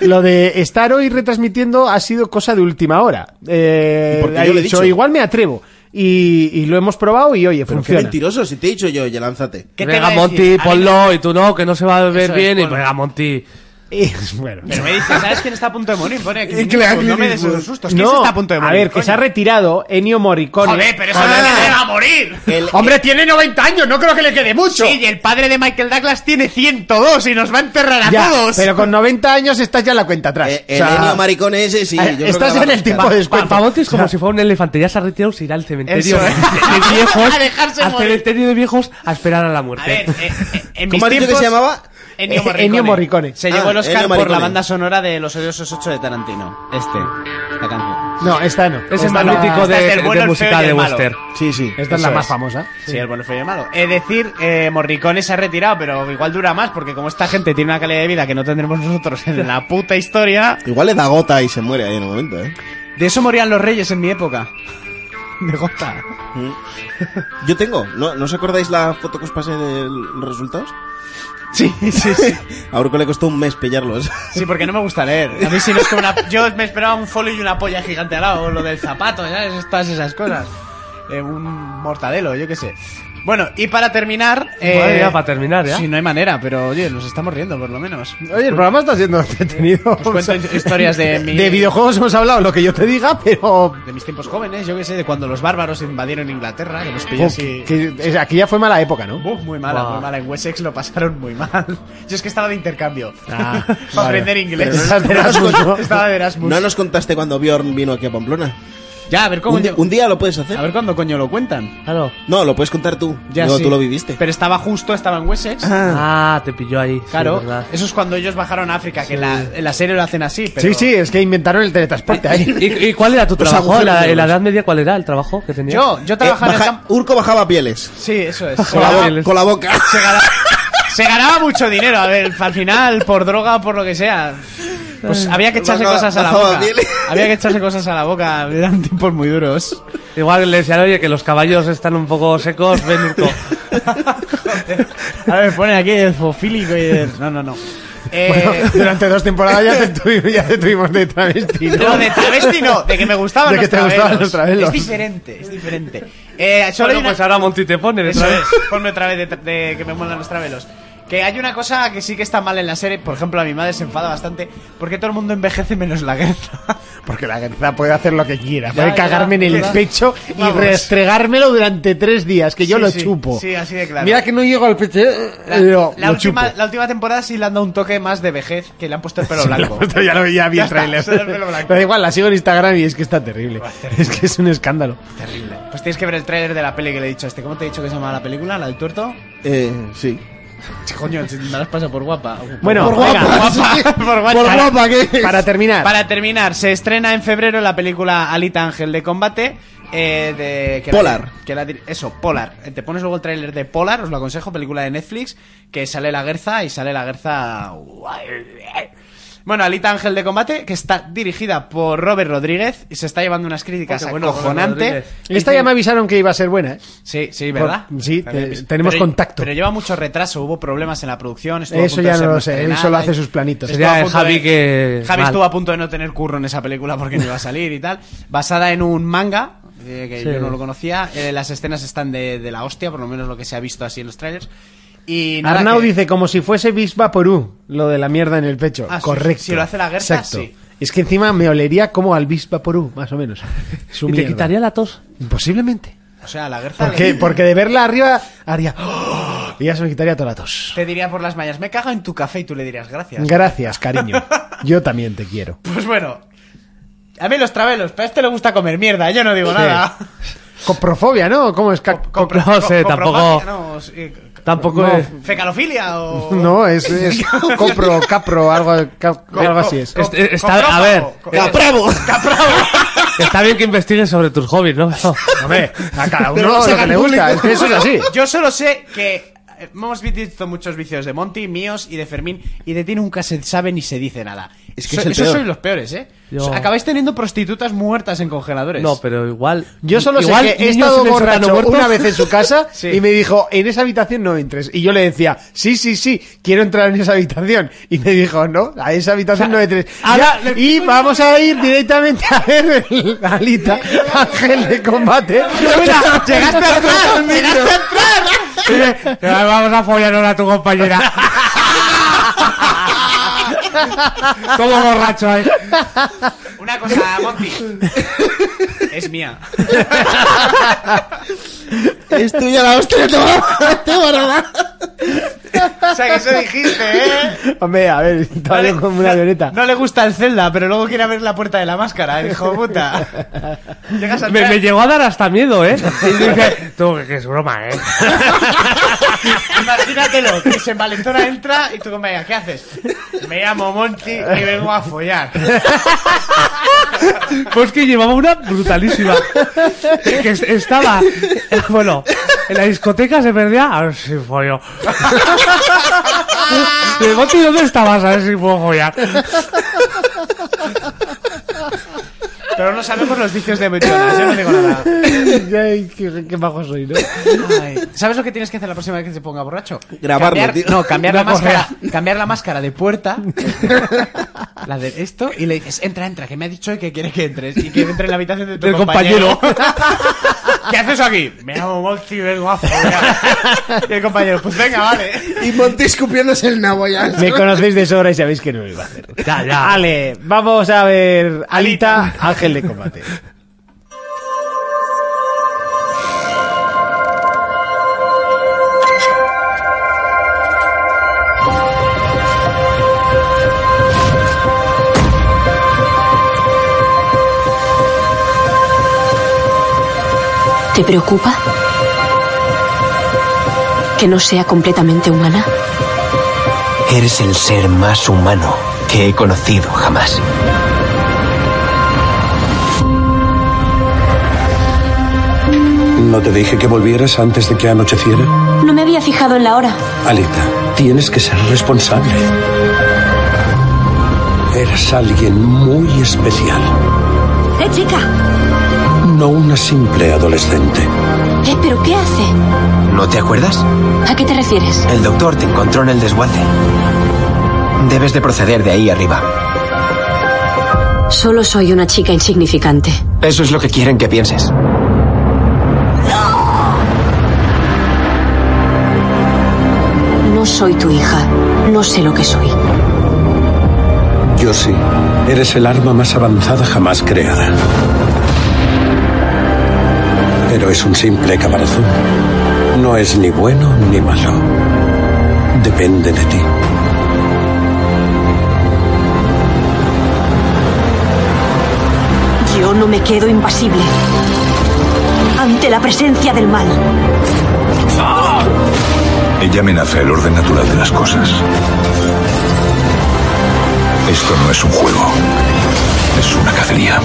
[SPEAKER 4] lo de estar hoy retransmitiendo ha sido cosa de última hora. Eh,
[SPEAKER 5] ¿Y por qué
[SPEAKER 4] ahí
[SPEAKER 5] yo le he
[SPEAKER 4] he dicho,
[SPEAKER 5] dicho?
[SPEAKER 4] igual me atrevo. Y, y lo hemos probado y oye,
[SPEAKER 5] Pero qué
[SPEAKER 4] funciona.
[SPEAKER 5] mentiroso, si te he dicho yo, ya lánzate. Eh,
[SPEAKER 8] ¿Qué te
[SPEAKER 7] Venga,
[SPEAKER 8] va a
[SPEAKER 7] Monty,
[SPEAKER 8] decir? A mí
[SPEAKER 7] ponlo. Y tú no, que no se va a ver
[SPEAKER 8] Eso es,
[SPEAKER 7] bien. Y
[SPEAKER 8] ponlo.
[SPEAKER 7] venga, Monty.
[SPEAKER 4] Y, bueno,
[SPEAKER 8] Pero me dice, ¿sabes quién está a punto de morir? Pone aquí.
[SPEAKER 5] Clint Eastwood.
[SPEAKER 8] no me des esos sustos. ¿Quién
[SPEAKER 4] No,
[SPEAKER 8] se está a punto de morir?
[SPEAKER 4] A ver, que
[SPEAKER 8] coño?
[SPEAKER 4] se ha retirado Ennio Morricone.
[SPEAKER 8] Joder, pero eso no es que se va a morir.
[SPEAKER 5] El-
[SPEAKER 4] Hombre, tiene 90 años, no creo que le quede mucho.
[SPEAKER 8] Sí, y el padre de Michael Douglas tiene 102 y nos va a enterrar a
[SPEAKER 4] Ya,
[SPEAKER 8] todos.
[SPEAKER 4] pero con 90 años estás ya en la cuenta atrás.
[SPEAKER 5] eh,
[SPEAKER 4] O
[SPEAKER 5] el
[SPEAKER 4] sea,
[SPEAKER 5] Enio Maricón ese, sí. yo
[SPEAKER 8] eh,
[SPEAKER 5] creo que
[SPEAKER 4] estás
[SPEAKER 5] la
[SPEAKER 4] ya
[SPEAKER 5] va
[SPEAKER 4] en
[SPEAKER 5] a
[SPEAKER 4] el tiempo
[SPEAKER 5] buscar.
[SPEAKER 4] de
[SPEAKER 7] Pa-
[SPEAKER 4] descuento.
[SPEAKER 7] pa' Monty es como si fuera un elefante. Ya se ha retirado, se irá al cementerio.
[SPEAKER 8] Eso
[SPEAKER 7] De,
[SPEAKER 8] es.
[SPEAKER 7] de viejos.
[SPEAKER 8] A dejarse
[SPEAKER 7] al
[SPEAKER 8] morir.
[SPEAKER 7] cementerio de viejos a esperar a la muerte.
[SPEAKER 8] A ver, eh, eh, en mis
[SPEAKER 5] ¿Cómo has dicho que
[SPEAKER 8] tiempos,
[SPEAKER 5] se llamaba?
[SPEAKER 8] Ennio
[SPEAKER 4] Eh,
[SPEAKER 8] Morricone.
[SPEAKER 4] Ennio Morricone.
[SPEAKER 8] Se llevó
[SPEAKER 5] Ah,
[SPEAKER 8] el Oscar
[SPEAKER 5] Ennio
[SPEAKER 8] por la
[SPEAKER 5] Morricone.
[SPEAKER 8] banda sonora de Los Odiosos 8 de Tarantino. Este, la canción.
[SPEAKER 4] No, esta no.
[SPEAKER 7] Ese es
[SPEAKER 4] Esta
[SPEAKER 7] más
[SPEAKER 4] no.
[SPEAKER 7] mítico
[SPEAKER 8] esta
[SPEAKER 7] de,
[SPEAKER 8] es del
[SPEAKER 7] de
[SPEAKER 8] bueno, el
[SPEAKER 7] música
[SPEAKER 8] feo y
[SPEAKER 7] de
[SPEAKER 8] el malo.
[SPEAKER 7] western.
[SPEAKER 5] Sí, sí.
[SPEAKER 4] Esta es
[SPEAKER 8] Eso
[SPEAKER 4] la más
[SPEAKER 8] es.
[SPEAKER 4] famosa.
[SPEAKER 8] Sí, el bueno, feo y el malo. Es decir, eh, Morricone se ha retirado, pero igual dura más, porque como esta gente tiene una calidad de vida que no tendremos nosotros en la puta historia...
[SPEAKER 5] Igual le da gota y se muere ahí en un momento, ¿eh?
[SPEAKER 8] De eso morían los reyes en mi época. De gota.
[SPEAKER 5] Yo tengo, ¿no, ¿no os acordáis la foto que os pasé de los resultados?
[SPEAKER 8] Sí, sí, sí.
[SPEAKER 5] A Urco le costó un mes pillarlos.
[SPEAKER 8] Sí, porque no me gusta leer. A mí sí no es como una... Yo me esperaba un folio y una polla gigante al lado, o lo del zapato, ¿sabes? Todas esas cosas. eh, un mortadelo, yo qué sé. Bueno, y para terminar... eh,
[SPEAKER 4] Eh,
[SPEAKER 7] Madre mía, para terminar, ¿ya?
[SPEAKER 8] Sí, no hay manera, pero oye, nos estamos riendo por lo menos.
[SPEAKER 4] Oye, el programa está siendo entretenido.
[SPEAKER 8] Os cuento historias de mi-
[SPEAKER 4] De videojuegos hemos hablado, lo que yo te diga, pero...
[SPEAKER 8] De mis tiempos jóvenes, yo qué sé, de cuando los bárbaros invadieron Inglaterra, que nos pilló
[SPEAKER 4] Uf,
[SPEAKER 8] así...
[SPEAKER 4] que- es- aquí ya fue mala época, ¿no?
[SPEAKER 8] Buf, muy mala,
[SPEAKER 7] Buah.
[SPEAKER 8] muy mala. En Wessex lo pasaron muy mal. Yo es que estaba de intercambio.
[SPEAKER 4] Ah,
[SPEAKER 8] para
[SPEAKER 4] vale.
[SPEAKER 8] aprender inglés.
[SPEAKER 4] Pero estás de Erasmus, ¿no?
[SPEAKER 8] Estaba de Erasmus.
[SPEAKER 5] No nos contaste cuando Bjorn vino aquí a Pamplona.
[SPEAKER 8] Ya, a ver cómo.
[SPEAKER 5] Un, di-
[SPEAKER 8] yo-
[SPEAKER 5] un día lo puedes
[SPEAKER 8] A
[SPEAKER 5] hacer.
[SPEAKER 8] ver cuándo coño lo cuentan.
[SPEAKER 7] Claro.
[SPEAKER 5] No, lo puedes contar tú.
[SPEAKER 8] Ya
[SPEAKER 5] Digo,
[SPEAKER 8] sí.
[SPEAKER 5] tú lo viviste.
[SPEAKER 8] Pero estaba justo, estaba en Wessex.
[SPEAKER 7] Ah, te pilló ahí. sí,
[SPEAKER 8] claro.
[SPEAKER 7] verdad.
[SPEAKER 8] eso es cuando ellos bajaron a África, que en la, en la serie lo hacen así. Pero...
[SPEAKER 4] Sí, sí, es que inventaron el teletransporte ahí.
[SPEAKER 7] ¿Y, y cuál era tu
[SPEAKER 5] Los
[SPEAKER 7] trabajo? ¿En la,
[SPEAKER 5] agujeros
[SPEAKER 7] en la
[SPEAKER 5] negros.
[SPEAKER 7] Edad Media cuál era el trabajo que tenías?
[SPEAKER 8] Yo, yo
[SPEAKER 5] Eh,
[SPEAKER 8] trabajaba en el
[SPEAKER 5] baja-
[SPEAKER 8] campo.
[SPEAKER 5] Urco bajaba pieles.
[SPEAKER 8] Sí, eso es. Se
[SPEAKER 5] Con la,
[SPEAKER 8] ganaba-
[SPEAKER 5] bo- con la boca.
[SPEAKER 8] se ganaba, se ganaba mucho dinero. A ver, al final, por droga, por lo que sea. Pues había que echarse
[SPEAKER 5] Bajaba-
[SPEAKER 8] cosas a la
[SPEAKER 5] bajaba
[SPEAKER 8] boca.
[SPEAKER 5] bien.
[SPEAKER 8] Había que echarse cosas a la boca. Eran tiempos muy duros.
[SPEAKER 7] Igual le decían, oye, que los caballos están un poco secos, ven Urco.
[SPEAKER 8] Ahora me ponen aquí de zoofílico y de... No, no, no. Eh,
[SPEAKER 4] Durante dos temporadas ya te tuvimos, ya te tuvimos de travesti, ¿no?
[SPEAKER 8] no, de travesti no, de que me gustaban,
[SPEAKER 4] De que
[SPEAKER 8] los,
[SPEAKER 4] te
[SPEAKER 8] travelos.
[SPEAKER 4] gustaban los travelos.
[SPEAKER 8] Es diferente, es diferente. Eh, solo hay
[SPEAKER 7] Bueno,
[SPEAKER 8] una-
[SPEAKER 7] pues ahora Monty te pone de
[SPEAKER 8] Eso
[SPEAKER 7] través.
[SPEAKER 8] es, ponme otra vez de, tra- de que me muelan los travelos. Que hay una cosa que sí que está mal en la serie, por ejemplo, a mi madre se enfada bastante, porque todo el mundo envejece menos la guerra.
[SPEAKER 4] Porque la pues, gente puede hacer lo que quiera. Puede
[SPEAKER 8] ya,
[SPEAKER 4] cagarme en el
[SPEAKER 8] ¿verdad?
[SPEAKER 4] pecho y
[SPEAKER 8] Vamos.
[SPEAKER 4] restregármelo durante tres días, que yo
[SPEAKER 8] Sí,
[SPEAKER 4] lo
[SPEAKER 8] sí,
[SPEAKER 4] chupo.
[SPEAKER 8] Sí, así de claro.
[SPEAKER 4] Mira que no llego al pecho, eh,
[SPEAKER 8] la,
[SPEAKER 4] lo,
[SPEAKER 8] la
[SPEAKER 4] lo chupo.
[SPEAKER 8] última, la última temporada sí le han dado un toque más de vejez, que le han puesto el pelo blanco.
[SPEAKER 4] Esto ya lo veía bien
[SPEAKER 8] Ya está,
[SPEAKER 4] trailer.
[SPEAKER 8] solo el pelo blanco.
[SPEAKER 4] Da igual, la sigo en Instagram y es que está terrible. Es que es un escándalo.
[SPEAKER 8] Terrible. Pues tienes que ver el tráiler de la peli que le he dicho a este. ¿Cómo te he dicho que se llama la película? ¿La del tuerto?
[SPEAKER 5] Eh, sí.
[SPEAKER 8] Coño, si me la has pasado por guapa.
[SPEAKER 4] Bueno,
[SPEAKER 8] por
[SPEAKER 4] venga,
[SPEAKER 8] guapa. por guapa.
[SPEAKER 5] Por
[SPEAKER 8] Para-
[SPEAKER 5] guapa, ¿qué es?
[SPEAKER 4] Para terminar,
[SPEAKER 8] Para terminar, se estrena en febrero la película Alita Ángel de Combate. eh, de, que la-
[SPEAKER 5] Polar.
[SPEAKER 8] que la dir- eso, Polar. Eh, Te pones luego el tráiler de Polar, os lo aconsejo, película de Netflix, que sale la Gerza y sale la Gerza... Bueno, Alita Ángel de Combate, que está dirigida por Robert Rodríguez y se está llevando unas críticas
[SPEAKER 7] Porque Oh, bueno, Robert
[SPEAKER 8] acojonantes.
[SPEAKER 7] Rodríguez.
[SPEAKER 4] esta ya me avisaron que iba a ser buena, ¿eh?
[SPEAKER 8] Sí, sí, ¿verdad?
[SPEAKER 4] Por- sí,
[SPEAKER 8] También
[SPEAKER 4] te-
[SPEAKER 8] pis-
[SPEAKER 4] tenemos contacto.
[SPEAKER 8] Pero lleva mucho retraso, hubo problemas en la producción. estuvo a
[SPEAKER 4] Eso
[SPEAKER 8] punto de
[SPEAKER 4] ya
[SPEAKER 8] ser
[SPEAKER 4] no lo sé, él
[SPEAKER 8] estrenada
[SPEAKER 4] solo
[SPEAKER 8] y-
[SPEAKER 4] hace sus planitos.
[SPEAKER 8] eh. Estuvo a
[SPEAKER 7] Sería el
[SPEAKER 8] punto
[SPEAKER 7] Javi
[SPEAKER 8] de-
[SPEAKER 7] que-
[SPEAKER 8] Javi
[SPEAKER 7] mal.
[SPEAKER 8] estuvo a punto de no tener curro en esa película porque no iba a salir y tal. Basada en un manga, eh, que
[SPEAKER 7] Sí.
[SPEAKER 8] yo no lo conocía. eh, las escenas están de, de la hostia, por lo menos lo que se ha visto así en los trailers. Y nada,
[SPEAKER 4] Arnau
[SPEAKER 8] que-
[SPEAKER 4] dice como si fuese Bisba Porú, lo de la mierda en el pecho.
[SPEAKER 8] Ah, sí,
[SPEAKER 4] Correcto.
[SPEAKER 8] si lo hace la Gerta,
[SPEAKER 4] Exacto.
[SPEAKER 8] sí.
[SPEAKER 4] Es que encima me olería como al Bisba Porú, más o menos. Su
[SPEAKER 7] Y te
[SPEAKER 4] mierda.
[SPEAKER 7] quitaría la tos.
[SPEAKER 4] Posiblemente.
[SPEAKER 8] O sea, la Gerza
[SPEAKER 4] ¿Por qué?
[SPEAKER 8] le-
[SPEAKER 4] Porque de verla arriba haría. ¡Oh! Y ya se me quitaría toda la tos.
[SPEAKER 8] te diría por las mallas, me cago en tu café y tú le dirías gracias.
[SPEAKER 4] Gracias, cariño. Yo también te quiero.
[SPEAKER 8] Pues bueno. A mí los travelos, pero a este le gusta comer mierda, yo no digo nada.
[SPEAKER 4] Coprofobia, ¿no? ¿Cómo es? ca-
[SPEAKER 8] Compro-
[SPEAKER 7] No sé,
[SPEAKER 8] co-
[SPEAKER 7] tampoco-
[SPEAKER 8] coprofagia, no, sí,
[SPEAKER 7] Tampoco
[SPEAKER 4] No.
[SPEAKER 7] es...
[SPEAKER 8] ¿Fecalofilia o.?
[SPEAKER 4] No, es, es copro, capro, algo, ca-
[SPEAKER 8] Co-
[SPEAKER 4] algo así es.
[SPEAKER 8] co-
[SPEAKER 7] Este-
[SPEAKER 8] co-
[SPEAKER 7] está- a ver.
[SPEAKER 8] co-
[SPEAKER 5] Eh,
[SPEAKER 4] eh,
[SPEAKER 5] ¡Capravo!
[SPEAKER 7] Está bien que investigues sobre tus hobbies, ¿no?
[SPEAKER 4] Hombre, a cada uno
[SPEAKER 5] Pero no
[SPEAKER 4] lo que
[SPEAKER 5] sacan
[SPEAKER 4] le gusta. es que eso es así.
[SPEAKER 8] Yo solo sé que. Hemos visto muchos vicios de Monty, míos y de Fermín, y de ti nunca se sabe ni se dice nada.
[SPEAKER 5] Es que
[SPEAKER 8] So-
[SPEAKER 5] es el
[SPEAKER 8] esos
[SPEAKER 5] peor.
[SPEAKER 8] sois los peores, ¿eh?
[SPEAKER 7] Yo-
[SPEAKER 8] So- Acabáis teniendo prostitutas muertas en congeladores.
[SPEAKER 7] No, pero igual...
[SPEAKER 4] Yo solo
[SPEAKER 7] igual
[SPEAKER 4] sé que he
[SPEAKER 7] niños
[SPEAKER 4] estado
[SPEAKER 7] en el sótano
[SPEAKER 4] borracho
[SPEAKER 7] muertos-
[SPEAKER 4] una vez en su casa
[SPEAKER 8] Sí.
[SPEAKER 4] y me dijo, en esa habitación no entres. Y yo le decía, sí, sí, sí, quiero entrar en esa habitación. Y me dijo, no, a esa habitación no entres.
[SPEAKER 7] ahora
[SPEAKER 4] Ya,
[SPEAKER 7] le-
[SPEAKER 4] y vamos a ir directamente a ver el Alita, Ángel de Combate.
[SPEAKER 8] ¡Llegaste a entrar! ¡Llegaste a entrar!
[SPEAKER 7] Te Vamos a follar ahora a tu compañera. Todo borracho, ¿eh?
[SPEAKER 8] Una cosa, Monty. es mía.
[SPEAKER 5] es tuya la hostia, te va- te va a robar.
[SPEAKER 8] O sea, que eso dijiste, ¿eh?
[SPEAKER 4] Hombre, a ver, estaba yo
[SPEAKER 8] le-
[SPEAKER 4] como una violeta.
[SPEAKER 8] no le gusta el Zelda, pero luego quiere abrir la puerta de la máscara, el hijo de puta. Llegas a
[SPEAKER 7] Me,
[SPEAKER 8] entrar-
[SPEAKER 7] me llegó a dar hasta miedo, ¿eh? Y dije, tú, que es broma, ¿eh?
[SPEAKER 8] Imagínatelo, que se envalentona entra y tú como "Venga, ¿qué haces? Me llamo Monty y vengo a follar.
[SPEAKER 7] Pues que llevaba una brutalísima. Que es- estaba. eh, Bueno, en la discoteca se perdía. A ver si follo. De Monty, ¿dónde estabas? A ver si puedo follar.
[SPEAKER 8] Pero no sabemos los vicios de Metonas, yo no digo nada.
[SPEAKER 4] Ay, "Pues, qué, qué bajo soy, ¿no?
[SPEAKER 8] Ay, ¿Sabes lo que tienes que hacer la próxima vez que se ponga borracho?
[SPEAKER 5] Grabarlo,
[SPEAKER 8] cambiar,
[SPEAKER 5] tío.
[SPEAKER 8] No, cambiar la
[SPEAKER 5] Una
[SPEAKER 8] máscara, cambiar la máscara de puerta, la de esto, y le dices, entra, entra, que me ha dicho que quiere que entres, y que entre en la habitación de tu
[SPEAKER 7] Del compañero.
[SPEAKER 8] ¿Qué haces aquí? Me llamo Monty y vengo a follar. Y el compañero, pues venga, vale.
[SPEAKER 5] Y Monty escupiéndose el nabo ya.
[SPEAKER 4] Me conocéis de sobra y sabéis que no lo iba a hacer.
[SPEAKER 7] Ya, ya.
[SPEAKER 4] Vale, vamos a ver. Alita, ángel de combate.
[SPEAKER 9] ¿Te preocupa? ¿Que no sea completamente humana?
[SPEAKER 11] Eres el ser más humano que he conocido jamás.
[SPEAKER 10] ¿No te dije que volvieras antes de que anocheciera?
[SPEAKER 9] No me había fijado en la hora.
[SPEAKER 10] Alita, tienes que ser responsable. Eras alguien muy especial,
[SPEAKER 9] ¡Eh, chica!
[SPEAKER 10] no una simple adolescente.
[SPEAKER 9] ¿Eh, pero qué hace?
[SPEAKER 11] ¿No te acuerdas?
[SPEAKER 9] ¿A qué te refieres?
[SPEAKER 11] El doctor te encontró en el desguace. Debes de proceder de ahí arriba.
[SPEAKER 9] Solo soy una chica insignificante.
[SPEAKER 11] Eso es lo que quieren que pienses.
[SPEAKER 9] No soy tu hija. No sé lo que soy.
[SPEAKER 10] Yo sí. Eres el arma más avanzada jamás creada. Pero es un simple caparazón. No es ni bueno ni malo. Depende de ti.
[SPEAKER 9] Yo no me quedo impasible ante la presencia del mal.
[SPEAKER 10] Ella amenaza el orden natural de las cosas. Esto no es un juego. Es una cacería.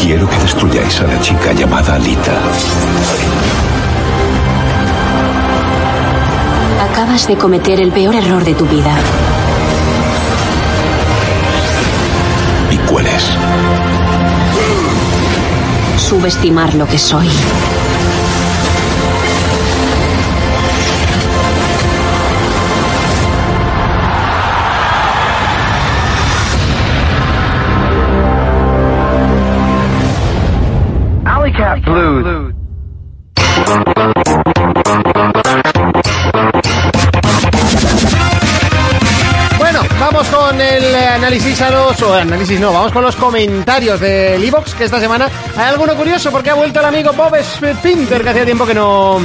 [SPEAKER 10] Quiero que destruyáis a la chica llamada Alita.
[SPEAKER 9] Acabas de cometer el peor error de tu vida.
[SPEAKER 10] ¿Y cuál es?
[SPEAKER 9] Subestimar lo que soy.
[SPEAKER 12] Bueno, vamos con el eh, análisis a los. O análisis no, vamos con los comentarios del Evox, que esta semana hay alguno curioso porque ha vuelto el amigo Bob Spinter, que hacía tiempo que no.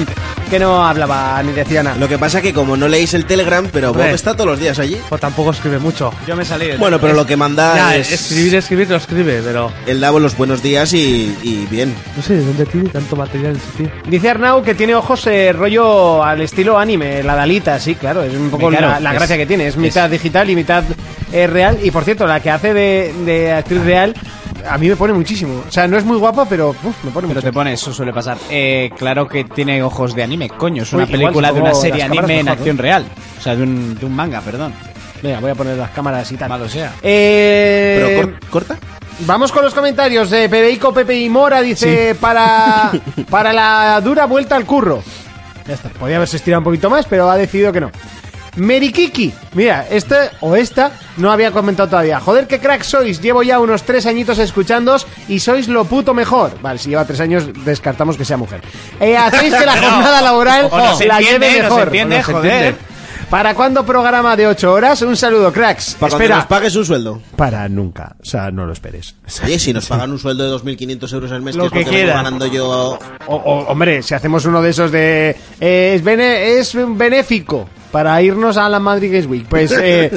[SPEAKER 12] que no hablaba ni decía nada.
[SPEAKER 5] Lo que pasa que como no leéis el Telegram, pero Bob
[SPEAKER 7] Hombre.
[SPEAKER 5] está todos los días allí.
[SPEAKER 7] Pues tampoco escribe mucho.
[SPEAKER 8] Yo me salí. del-
[SPEAKER 5] Bueno, pero lo que manda
[SPEAKER 7] Ya,
[SPEAKER 5] es...
[SPEAKER 7] escribir, escribir, lo escribe, pero
[SPEAKER 5] El Davo los buenos días y, y bien.
[SPEAKER 7] no sé de dónde tiene tanto material ese tío.
[SPEAKER 4] Dice Arnau que tiene ojos eh, rollo al estilo anime, la Dalita, sí, claro, es un poco
[SPEAKER 8] Claro,
[SPEAKER 4] la, la
[SPEAKER 8] es-
[SPEAKER 4] gracia que tiene, es mitad digital y mitad eh, real, y por cierto, la que hace de, de actriz real, a mí me pone muchísimo, o sea, no es muy guapa, pero uf, me pone
[SPEAKER 8] Pero
[SPEAKER 4] mucho.
[SPEAKER 8] te pone, eso suele pasar. Eh, claro que tiene ojos de anime, coño. Es una
[SPEAKER 4] Uy, igual
[SPEAKER 8] película
[SPEAKER 4] se
[SPEAKER 8] de
[SPEAKER 4] tomó
[SPEAKER 8] una serie
[SPEAKER 4] las cámaras
[SPEAKER 8] anime en
[SPEAKER 4] mejor, ¿no?
[SPEAKER 8] acción real. O sea, de un, de un manga, perdón.
[SPEAKER 4] Venga, voy a poner las cámaras y tal.
[SPEAKER 8] Malo sea.
[SPEAKER 4] Eh,
[SPEAKER 5] Pero cor- corta.
[SPEAKER 4] Vamos con los comentarios. de Pebeico Pepe y Mora dice para, para la dura vuelta al curro. Ya está. Podría haberse estirado un poquito más, pero ha decidido que no. Merikiki, mira, este o esta no había comentado todavía. Joder, qué crack sois. Llevo ya unos tres añitos escuchándos y sois lo puto mejor. Vale, si lleva tres años, descartamos que sea mujer. Eh, hacéis que la jornada laboral
[SPEAKER 8] O nos
[SPEAKER 4] la
[SPEAKER 8] entiende,
[SPEAKER 4] lleve
[SPEAKER 8] nos
[SPEAKER 4] mejor.
[SPEAKER 8] entiende,
[SPEAKER 4] O nos
[SPEAKER 8] joder.
[SPEAKER 4] ¿Para cuándo programa de ocho horas? Un saludo, cracks.
[SPEAKER 5] Para cuando nos
[SPEAKER 4] Espera,
[SPEAKER 5] pagues un sueldo.
[SPEAKER 4] para nunca. O sea, no lo esperes.
[SPEAKER 5] Oye, si nos pagan un sueldo de 2.500 euros al mes,
[SPEAKER 4] Lo
[SPEAKER 5] que es
[SPEAKER 4] que
[SPEAKER 5] lo que vengo
[SPEAKER 4] quiera.
[SPEAKER 5] ganando yo...
[SPEAKER 4] O- o- hombre, si hacemos uno de esos de... eh, es, bene- es un benéfico para irnos a la Madrid Games Week. Pues, eh,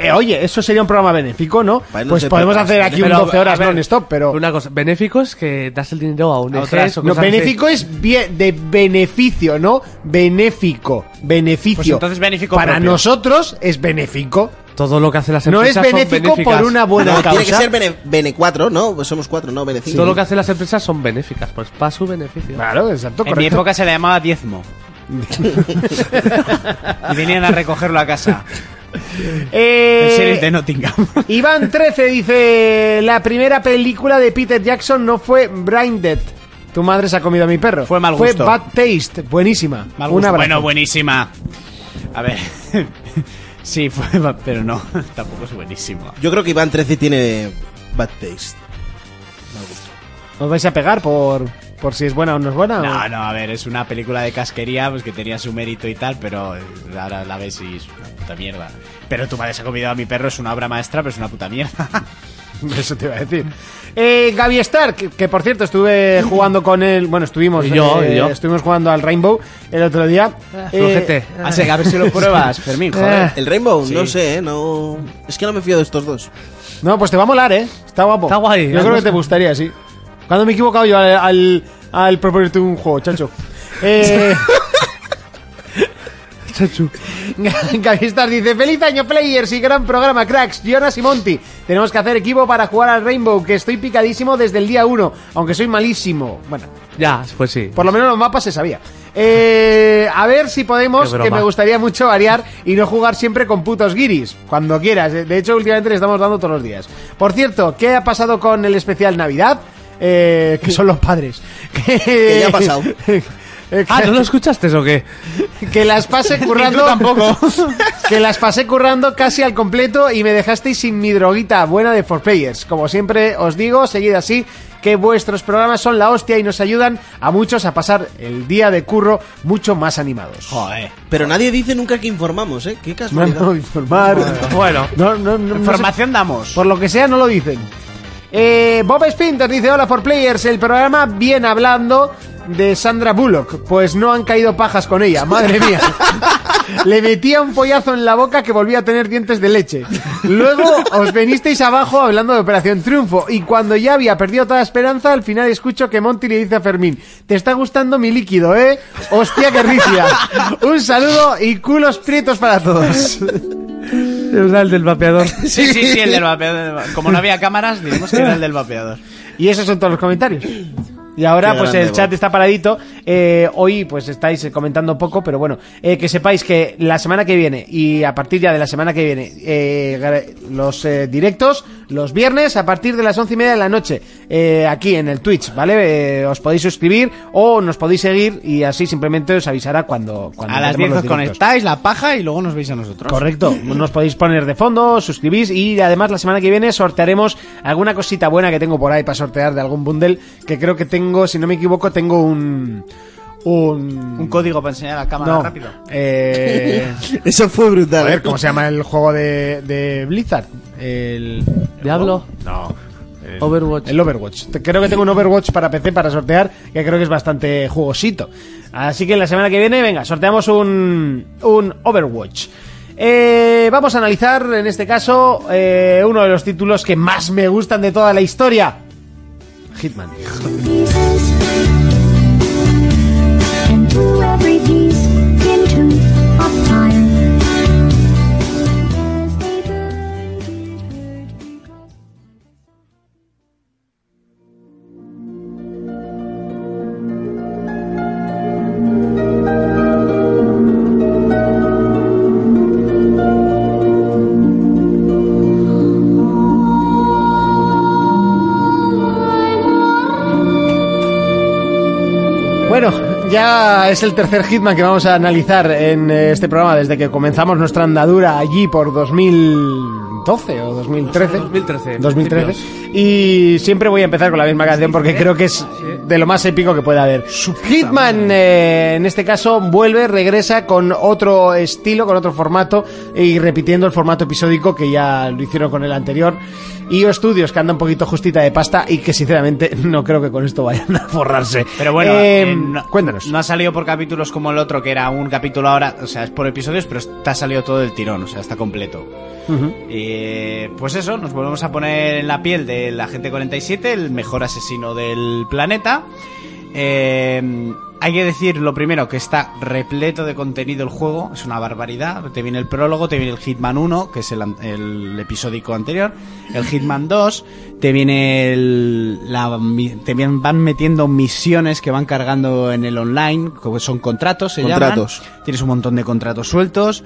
[SPEAKER 4] eh, oye, eso sería un programa benéfico, ¿no?
[SPEAKER 5] Para irnos
[SPEAKER 4] Pues
[SPEAKER 5] de
[SPEAKER 4] podemos
[SPEAKER 5] perras.
[SPEAKER 4] hacer aquí un
[SPEAKER 7] Pero,
[SPEAKER 4] 12 horas
[SPEAKER 7] a ver,
[SPEAKER 4] non-stop, pero...
[SPEAKER 7] Una cosa, benéfico es que das el dinero a un
[SPEAKER 8] otras-
[SPEAKER 7] o
[SPEAKER 4] No,
[SPEAKER 7] cosas así.
[SPEAKER 4] benéfico es bien de beneficio, ¿no? Benéfico. Beneficio.
[SPEAKER 8] Pues entonces benéfico
[SPEAKER 4] Para
[SPEAKER 8] propio.
[SPEAKER 4] nosotros es benéfico.
[SPEAKER 7] Todo lo que hacen las
[SPEAKER 4] No es
[SPEAKER 7] empresas son
[SPEAKER 4] benéfico
[SPEAKER 7] benéficas.
[SPEAKER 4] por una buena
[SPEAKER 5] no,
[SPEAKER 4] causa.
[SPEAKER 5] tiene que ser bene, bene 4, ¿no? Pues somos 4, ¿no? Bene 5.
[SPEAKER 7] Todo lo que hacen las empresas son benéficas, pues para su beneficio.
[SPEAKER 4] Claro, exacto,
[SPEAKER 8] En mi
[SPEAKER 4] correcto.
[SPEAKER 8] época se le llamaba diezmo. y venían a recogerlo a casa.
[SPEAKER 4] Eh,
[SPEAKER 8] El sheriff de Nottingham.
[SPEAKER 4] Iván 13 dice: La primera película de Peter Jackson no fue Blinded. Tu madre se ha comido a mi perro.
[SPEAKER 8] Fue mal gusto.
[SPEAKER 4] Bad Taste. Buenísima.
[SPEAKER 8] Mal
[SPEAKER 4] Un
[SPEAKER 8] gusto.
[SPEAKER 4] abrazo.
[SPEAKER 8] Bueno, buenísima. A ver. sí, fue, ma- pero no, tampoco es buenísimo.
[SPEAKER 5] Yo creo que Iván 13 tiene bad taste.
[SPEAKER 4] ¿Nos vais a pegar por, por si es buena o no es buena?
[SPEAKER 8] No, no, a ver, es una película de casquería, pues que tenía su mérito y tal, pero ahora la ves y es una puta mierda. Pero tu madre se ha comido a mi perro, es una obra maestra, pero es una puta mierda.
[SPEAKER 4] Eso te iba a decir. Eh, Gaby Stark, que, que por cierto estuve jugando con él. Bueno, estuvimos.
[SPEAKER 7] Y yo,
[SPEAKER 4] eh,
[SPEAKER 7] y yo.
[SPEAKER 4] Estuvimos jugando al Rainbow el otro día. Eh,
[SPEAKER 7] Flojete.
[SPEAKER 5] Ah,
[SPEAKER 8] Así que a ver si lo pruebas, Fermín, joder.
[SPEAKER 5] El Rainbow, no sé, ¿eh? no. Es que no me fío de estos dos.
[SPEAKER 4] No, pues te va a molar, ¿eh? Está guapo.
[SPEAKER 7] Está guay,
[SPEAKER 4] Yo
[SPEAKER 7] ¿eh?
[SPEAKER 4] creo que te gustaría, sí. Cuando me he equivocado yo al, al, al proponerte un juego, chacho. Eh, Gavistar dice, feliz año players y gran programa, cracks, Jonas y Monty. Tenemos que hacer equipo para jugar al Rainbow, que estoy picadísimo desde el día 1, aunque soy malísimo. Bueno,
[SPEAKER 7] Ya, pues sí.
[SPEAKER 4] por lo menos los mapas se sabía. Eh, a ver si podemos,
[SPEAKER 7] Qué
[SPEAKER 4] que
[SPEAKER 7] broma.
[SPEAKER 4] me gustaría mucho variar y no jugar siempre con putos guiris, cuando quieras. Eh, De hecho, últimamente le estamos dando todos los días. Por cierto, ¿qué ha pasado con el especial Navidad? Eh, que son los padres. Que,
[SPEAKER 5] ya ha pasado.
[SPEAKER 4] Eh, que-
[SPEAKER 7] Ah, ¿no lo escuchaste o qué?
[SPEAKER 4] que las pasé currando. tampoco. que las pasé currando casi al completo y me dejasteis sin mi droguita buena de 4Players. Como siempre os digo, seguid así, que vuestros programas son la hostia y nos ayudan a muchos a pasar el día de curro mucho más animados.
[SPEAKER 8] Joder.
[SPEAKER 5] Pero nadie dice nunca que informamos, ¿eh? Qué
[SPEAKER 4] No,
[SPEAKER 5] casualidad.
[SPEAKER 4] no, informar.
[SPEAKER 7] Bueno.
[SPEAKER 4] No, no, no, no sé.
[SPEAKER 8] Información damos.
[SPEAKER 4] Por lo que sea, no lo dicen. Eh, Bob Spinter dice: Hola, for players. El programa viene hablando de Sandra Bullock. Pues no han caído pajas con ella, madre mía. Le metía un pollazo en la boca que volvía a tener dientes de leche. Luego os venisteis abajo hablando de Operación Triunfo. Y cuando ya había perdido toda esperanza, al final escucho que Monty le dice a Fermín: Te está gustando mi líquido, ¿eh? Hostia, que ricia. Un saludo y culos prietos para todos.
[SPEAKER 7] Era el del vapeador.
[SPEAKER 8] Sí, sí, sí, el del vapeador. Como no había cámaras, dijimos que era el del vapeador.
[SPEAKER 4] Y esos son todos los comentarios. Y ahora,
[SPEAKER 5] Qué
[SPEAKER 4] pues
[SPEAKER 5] grande,
[SPEAKER 4] el chat
[SPEAKER 5] Bob.
[SPEAKER 4] está paradito. Eh, hoy, pues estáis eh, comentando poco, pero bueno, eh, que sepáis que la semana que viene y a partir ya de la semana que viene, eh, gra- los eh, directos, los viernes, a partir de las once y media de la noche, eh, aquí en el Twitch, ¿vale? Eh, os podéis suscribir o nos podéis seguir y así simplemente os avisará cuando. cuando
[SPEAKER 8] A las
[SPEAKER 4] metemos
[SPEAKER 8] 10
[SPEAKER 4] los
[SPEAKER 8] os
[SPEAKER 4] directos.
[SPEAKER 8] conectáis, la paja y luego nos veis a nosotros.
[SPEAKER 4] Correcto, nos podéis poner de fondo, os suscribís y además la semana que viene sortearemos alguna cosita buena que tengo por ahí para sortear de algún bundle que creo que tengo, si no me equivoco, tengo un... Un...
[SPEAKER 8] Un código para enseñar a la cámara
[SPEAKER 4] no,
[SPEAKER 8] rápido.
[SPEAKER 4] eh,
[SPEAKER 5] Eso fue
[SPEAKER 4] a
[SPEAKER 5] brutal. ¿eh?
[SPEAKER 4] ver, ¿cómo se llama el juego de, de Blizzard? El...
[SPEAKER 7] Diablo.
[SPEAKER 4] No. el-
[SPEAKER 7] Overwatch.
[SPEAKER 4] El Overwatch. Te- Creo que tengo un Overwatch para PC para sortear, que creo que es bastante jugosito. Así que la semana que viene, venga, sorteamos un, un Overwatch. Eh, vamos a analizar, en este caso, eh, uno de los títulos que más me gustan de toda la historia. Hitman. Bueno, ya es el tercer Hitman que vamos a analizar en eh, este programa desde que comenzamos nuestra andadura allí por 2012 o 2013.
[SPEAKER 7] 2013,
[SPEAKER 4] 2013. Y siempre voy a empezar con la misma canción porque creo que es de lo más épico que puede haber. Hitman, eh, en este caso, vuelve, regresa con otro estilo, con otro formato y repitiendo el formato episódico que ya lo hicieron con el anterior. Y estudios que anda un poquito justita de pasta y que sinceramente no creo que con esto vayan a forrarse.
[SPEAKER 8] Pero bueno,
[SPEAKER 4] Eh,
[SPEAKER 8] eh, no-
[SPEAKER 4] cuéntanos.
[SPEAKER 8] No ha salido por capítulos como el otro, que era un capítulo ahora, o sea, es por episodios, pero está salido todo del tirón, o sea, está completo. Eh, pues eso, nos volvemos a poner en la piel del agente 47, el mejor asesino del planeta. Eh, hay que decir lo primero que está repleto de contenido el juego, es una barbaridad. Te viene el prólogo, te viene el Hitman 1, que es el, an- el episódico anterior, el Hitman 2, te viene el, la mi- te vienen- van metiendo misiones que van cargando en el online, como son contratos, se llaman.
[SPEAKER 5] Contratos.
[SPEAKER 8] Tienes un montón de contratos sueltos.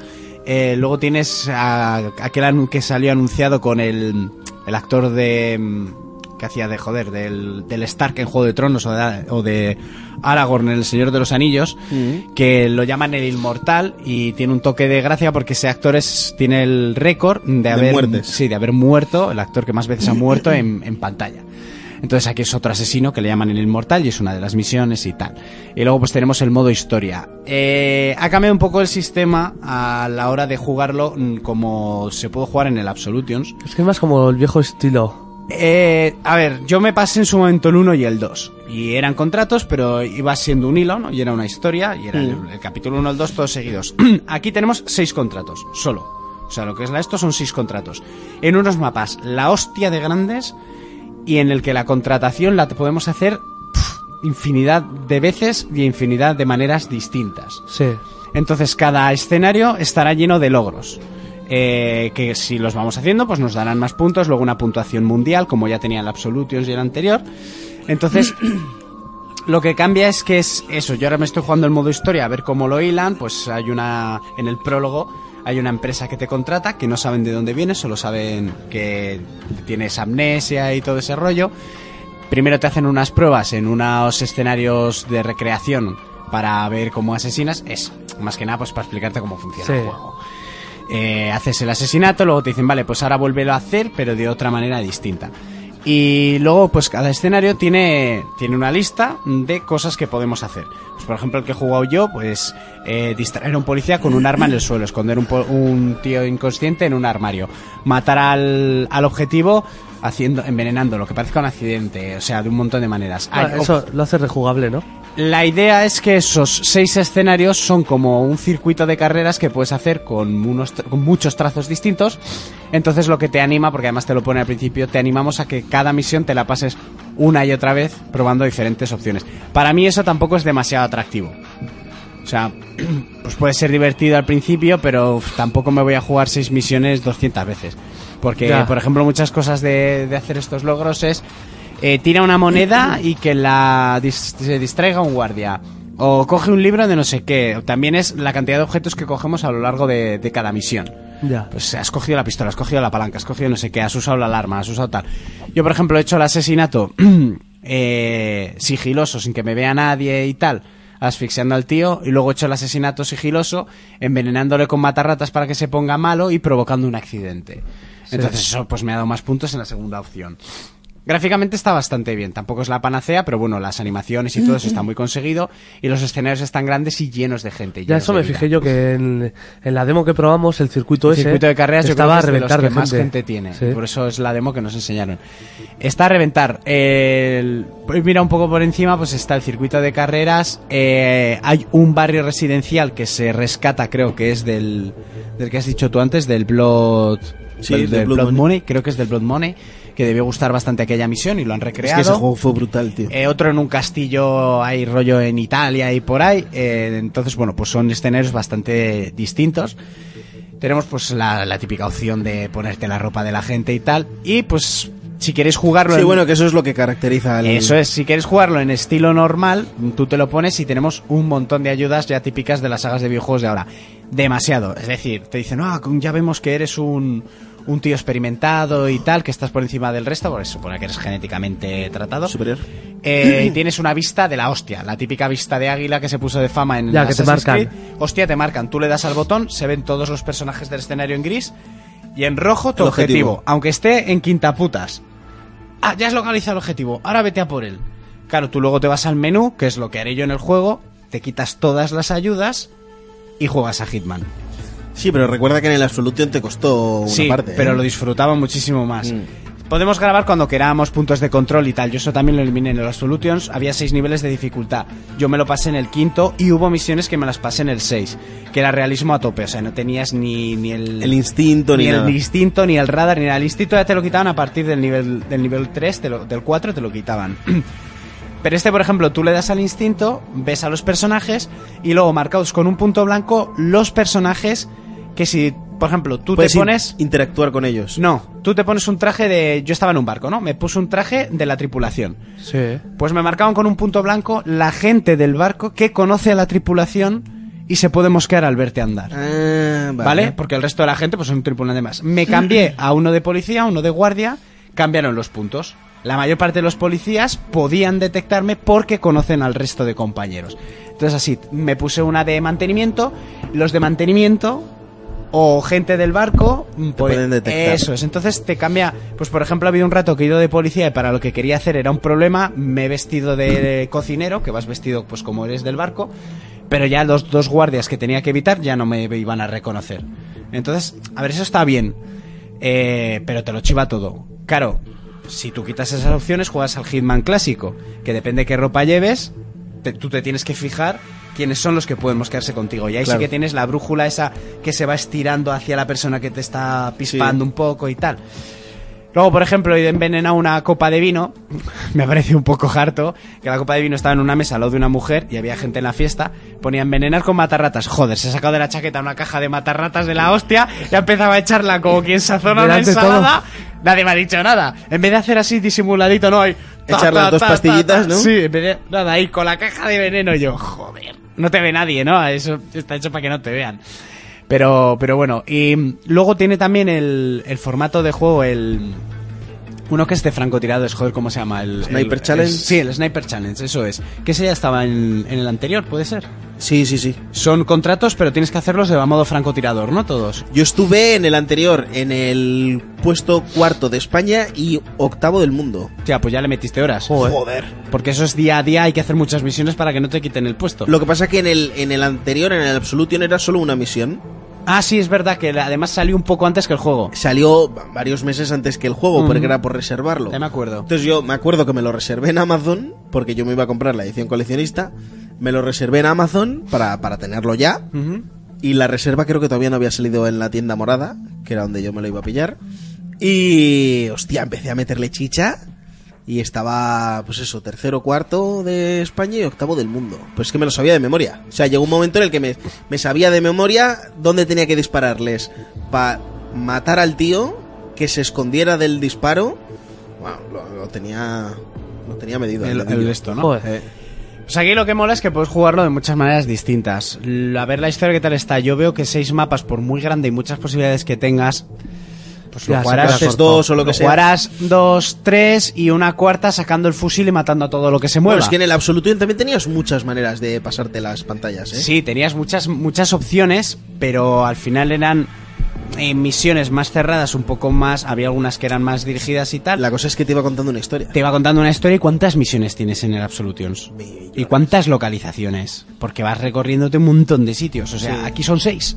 [SPEAKER 8] Eh, luego tienes a- aquel anu- que salió anunciado con el, el actor de mm, que hacía de joder del, del Stark en Juego de Tronos o de, o de Aragorn en El Señor de los Anillos que lo llaman el inmortal y tiene un toque de gracia porque ese actor es, tiene el récord de haber
[SPEAKER 5] muertes.
[SPEAKER 8] sí de haber muerto el actor que más veces ha muerto en, en pantalla Entonces aquí es otro asesino que le llaman el inmortal y es una de las misiones y tal. Y luego pues tenemos el modo historia. Eh, ha cambiado un poco el sistema a la hora de jugarlo mm, como se puede jugar en el Absolutions.
[SPEAKER 7] Es que es más como el viejo estilo.
[SPEAKER 8] Eh, a ver, yo me pasé en su momento el 1 y el 2. Y eran contratos, pero iba siendo un hilo, ¿no? Y era una historia, y era el, el capítulo 1 al 2 todos seguidos. Aquí tenemos seis contratos, solo. O sea, lo que es la esto son seis contratos. En unos mapas, la hostia de grandes, y en el que la contratación la podemos hacer pf, infinidad de veces y infinidad de maneras distintas.
[SPEAKER 7] Sí.
[SPEAKER 8] Entonces cada escenario estará lleno de logros. eh, que si los vamos haciendo, pues nos darán más puntos, luego una puntuación mundial, como ya tenía el Absolutions y el anterior. Entonces, lo que cambia es que es eso. Yo ahora me estoy jugando el modo historia a ver cómo lo hilan. Pues hay una. En el prólogo hay una empresa que te contrata que no saben de dónde vienes, solo saben que tienes amnesia y todo ese rollo. Primero te hacen unas pruebas en unos escenarios de recreación para ver cómo asesinas. Es más que nada pues para explicarte cómo funciona
[SPEAKER 7] Sí.
[SPEAKER 8] el juego. Eh, haces el asesinato, luego te dicen, vale, pues ahora vuélvelo a hacer, pero de otra manera distinta. Y luego, pues cada escenario tiene, tiene una lista de cosas que podemos hacer. Pues, por ejemplo, el que he jugado yo, pues eh, distraer a un policía con un arma en el suelo, esconder un, po- un tío inconsciente en un armario, matar al, al objetivo haciendo envenenando lo que parezca un accidente, o sea, de un montón de maneras.
[SPEAKER 7] Ah,
[SPEAKER 8] Hay
[SPEAKER 7] eso lo hace rejugable, ¿no?
[SPEAKER 8] la idea es que esos seis escenarios son como un circuito de carreras que puedes hacer con, unos tra- con muchos trazos distintos. Entonces lo que te anima, porque además te lo pone al principio, te animamos a que cada misión te la pases una y otra vez probando diferentes opciones. Para mí eso tampoco es demasiado atractivo. O sea, pues puede ser divertido al principio, pero uf, tampoco me voy a jugar seis misiones 200 veces. Porque,
[SPEAKER 7] Ya.
[SPEAKER 8] por ejemplo, muchas cosas de, de hacer estos logros es eh, tira una moneda y que la dis- se distraiga un guardia. O coge un libro de no sé qué. O También es la cantidad de objetos que cogemos a lo largo de, de cada misión.
[SPEAKER 7] Ya.
[SPEAKER 8] Pues has cogido la pistola, has cogido la palanca, has cogido no sé qué, has usado la alarma, has usado tal. Yo, por ejemplo, he hecho el asesinato eh, sigiloso, sin que me vea nadie y tal, asfixiando al tío, y luego he hecho el asesinato sigiloso, envenenándole con matarratas para que se ponga malo y provocando un accidente. Entonces eso pues me ha dado más puntos en la segunda opción. Gráficamente está bastante bien, tampoco es la panacea, pero bueno, las animaciones y todo eso está muy conseguido y los escenarios están grandes y llenos de gente.
[SPEAKER 7] Ya
[SPEAKER 8] llenos
[SPEAKER 7] eso
[SPEAKER 8] de
[SPEAKER 7] me
[SPEAKER 8] vida.
[SPEAKER 7] fijé yo que en, en la demo que probamos el circuito
[SPEAKER 8] El
[SPEAKER 7] ese
[SPEAKER 8] circuito de carreras yo
[SPEAKER 7] estaba
[SPEAKER 8] creo que es de los
[SPEAKER 7] a reventar
[SPEAKER 8] que
[SPEAKER 7] de
[SPEAKER 8] más gente tiene.
[SPEAKER 7] Sí.
[SPEAKER 8] Por eso es la demo que nos enseñaron. Está a reventar. El- pues mira un poco por encima, pues está el circuito de carreras. Eh, hay un barrio residencial que se rescata, creo que es del, del que has dicho tú antes, del Blood.
[SPEAKER 5] Sí,
[SPEAKER 8] del,
[SPEAKER 5] del
[SPEAKER 8] del
[SPEAKER 5] Blood
[SPEAKER 8] Blood,
[SPEAKER 5] Money.
[SPEAKER 8] Money. creo que es del Blood Money, que debió gustar bastante aquella misión y lo han
[SPEAKER 5] Es
[SPEAKER 8] recreado.
[SPEAKER 5] que ese juego fue brutal, tío.
[SPEAKER 8] Eh, otro en un castillo hay rollo en Italia y por ahí. Eh, entonces, bueno, pues son escenarios bastante distintos. Tenemos pues la, la típica opción de ponerte la ropa de la gente y tal. Y pues si quieres jugarlo
[SPEAKER 5] Sí,
[SPEAKER 8] en-
[SPEAKER 5] bueno, que eso es lo que caracteriza al.
[SPEAKER 8] Eso es, si quieres jugarlo en estilo normal, tú te lo pones y tenemos un montón de ayudas ya típicas de las sagas de videojuegos de ahora. Demasiado. Es decir, te dicen, ah, ya vemos que eres un, un tío experimentado y tal, que estás por encima del resto, porque se supone que eres genéticamente tratado.
[SPEAKER 5] Superior.
[SPEAKER 8] Eh, y tienes una vista de la hostia, la típica vista de águila que se puso de fama en
[SPEAKER 7] Ya, que te
[SPEAKER 8] Assassin's
[SPEAKER 7] marcan.
[SPEAKER 8] Creed. Hostia, te marcan. Tú le das al botón, se ven todos los personajes del escenario en gris y en rojo tu
[SPEAKER 5] El
[SPEAKER 8] objetivo,
[SPEAKER 5] objetivo.
[SPEAKER 8] aunque esté en quinta putas. Ah, ya has localizado el objetivo, ahora vete a por él. Claro, tú luego te vas al menú, que es lo que haré yo en el juego, te quitas todas las ayudas y juegas a Hitman.
[SPEAKER 5] Sí, pero recuerda que en el Absolution te costó una
[SPEAKER 8] sí,
[SPEAKER 5] parte.
[SPEAKER 8] pero
[SPEAKER 5] ¿eh? Mm.
[SPEAKER 8] lo disfrutaba muchísimo más. Podemos grabar cuando queramos, puntos de control y tal. Yo eso también lo eliminé en los Solutions. Había seis niveles de dificultad. Yo me lo pasé en el quinto y hubo misiones que me las pasé en el seis, que era realismo a tope. O sea, no tenías ni, ni el,
[SPEAKER 5] El instinto ni,
[SPEAKER 8] ni
[SPEAKER 5] nada.
[SPEAKER 8] el instinto, ni el radar, ni nada. El instinto ya te lo quitaban a partir del nivel, del nivel 3, te lo- del 4 te lo quitaban. Pero este, por ejemplo, tú le das al instinto, ves a los personajes y luego marcados con un punto blanco los personajes que si, por ejemplo, tú
[SPEAKER 5] Puedes
[SPEAKER 8] te pones...
[SPEAKER 5] in- interactuar con ellos.
[SPEAKER 8] No, tú te pones un traje de... Yo estaba en un barco, ¿no? Me puse un traje de la tripulación.
[SPEAKER 7] Sí.
[SPEAKER 8] Pues me marcaban con un punto blanco la gente del barco que conoce a la tripulación y se puede mosquear al verte andar.
[SPEAKER 5] Ah, vale.
[SPEAKER 8] ¿Vale? Porque el resto de la gente pues son tripulantes más. Me cambié a uno de policía, a uno de guardia, cambiaron los puntos. La mayor parte de los policías podían detectarme porque conocen al resto de compañeros. Entonces así, me puse una de mantenimiento, los de mantenimiento o gente del barco, pues
[SPEAKER 5] pueden detectar.
[SPEAKER 8] eso es. Entonces te cambia, pues por ejemplo, ha habido un rato que he ido de policía y para lo que quería hacer era un problema, me he vestido de cocinero, que vas vestido pues como eres del barco, pero ya los dos guardias que tenía que evitar ya no me iban a reconocer. Entonces, a ver, eso está bien, eh, pero te lo chiva todo. Claro, si tú quitas esas opciones, juegas al Hitman clásico, que depende qué ropa lleves, te- tú te tienes que fijar quiénes son los que podemos quedarse contigo. Y ahí
[SPEAKER 5] Claro.
[SPEAKER 8] sí que tienes la brújula esa que se va estirando hacia la persona que te está pispando un poco y tal. Luego, por ejemplo, he envenenado una copa de vino. Me parece un poco harto que la copa de vino estaba en una mesa al lado de una mujer y había gente en la fiesta. Ponía envenenar con matarratas. Joder, se ha sacado de la chaqueta una caja de matarratas de la hostia y ha empezado a echarla como quien sazona una
[SPEAKER 7] Delante de todo.
[SPEAKER 8] ensalada. Nadie me ha dicho nada. En vez de hacer así disimuladito, no hay. ta,
[SPEAKER 5] Echar las
[SPEAKER 8] ta,
[SPEAKER 5] dos
[SPEAKER 8] ta, ta,
[SPEAKER 5] pastillitas, ¿no?
[SPEAKER 8] ta. Sí, en vez de- nada, ahí con la caja de veneno yo. Joder, no te ve nadie, ¿no? Eso está hecho para que no te vean. Pero, pero bueno, y mm, luego tiene también el, el formato de juego, el... Uno que es de francotiradores, joder, ¿cómo se llama? El,
[SPEAKER 5] ¿Sniper
[SPEAKER 8] el-
[SPEAKER 5] Challenge?
[SPEAKER 8] el- sí, el Sniper Challenge, eso es. Que ese ya estaba en, en el anterior, puede ser.
[SPEAKER 5] Sí, sí, sí.
[SPEAKER 8] Son contratos, pero tienes que hacerlos de modo francotirador, ¿no? Todos.
[SPEAKER 5] Yo estuve en el anterior, en el puesto cuarto de España y octavo del mundo.
[SPEAKER 8] Tía, pues ya le metiste horas. Porque eso es día a día, hay que hacer muchas misiones para que no te quiten el puesto.
[SPEAKER 5] Lo que pasa que en el, en el anterior, en el Absolution, era solo una misión.
[SPEAKER 8] Ah, sí, es verdad que la- además salió un poco antes que el juego.
[SPEAKER 5] Salió varios meses antes que el juego, porque era por reservarlo.
[SPEAKER 8] Ya me acuerdo.
[SPEAKER 5] Entonces yo me acuerdo que me lo reservé en Amazon, porque yo me iba a comprar la edición coleccionista. Me lo reservé en Amazon para, para tenerlo ya. Y la reserva creo que todavía no había salido en la tienda morada, que era donde yo me lo iba a pillar. Y hostia, empecé a meterle chicha. Y estaba, pues eso, tercero, cuarto de España y octavo del mundo. Pues es que me lo sabía de memoria. O sea, llegó un momento en el que me, me sabía de memoria dónde tenía que dispararles. Para matar al tío, que se escondiera del disparo. Bueno, lo, lo tenía. Lo tenía medido. al
[SPEAKER 8] El, el
[SPEAKER 5] dedillo.
[SPEAKER 8] esto, ¿no?
[SPEAKER 7] Joder.
[SPEAKER 8] Pues aquí lo que mola es que puedes jugarlo de muchas maneras distintas. L- A ver la historia que tal está. Yo veo que seis mapas, por muy grande y muchas posibilidades que tengas, pues lo
[SPEAKER 7] Ya, se
[SPEAKER 8] jugarás
[SPEAKER 5] queda corto. dos o lo que sea.
[SPEAKER 8] Jugarás dos, tres y una cuarta sacando el fusil y matando a todo lo que se mueva.
[SPEAKER 5] Bueno, es que en el Absolution también tenías muchas maneras de pasarte las pantallas, ¿eh?
[SPEAKER 8] Sí, tenías muchas, muchas opciones, pero al final eran eh, misiones más cerradas, un poco más. Había algunas que eran más dirigidas y tal.
[SPEAKER 5] La cosa es que te iba contando una historia.
[SPEAKER 8] Te iba contando una historia y cuántas misiones tienes en el Absolutions.
[SPEAKER 5] Millones.
[SPEAKER 8] Y cuántas localizaciones. Porque vas recorriéndote un montón de sitios. O sea, aquí son seis.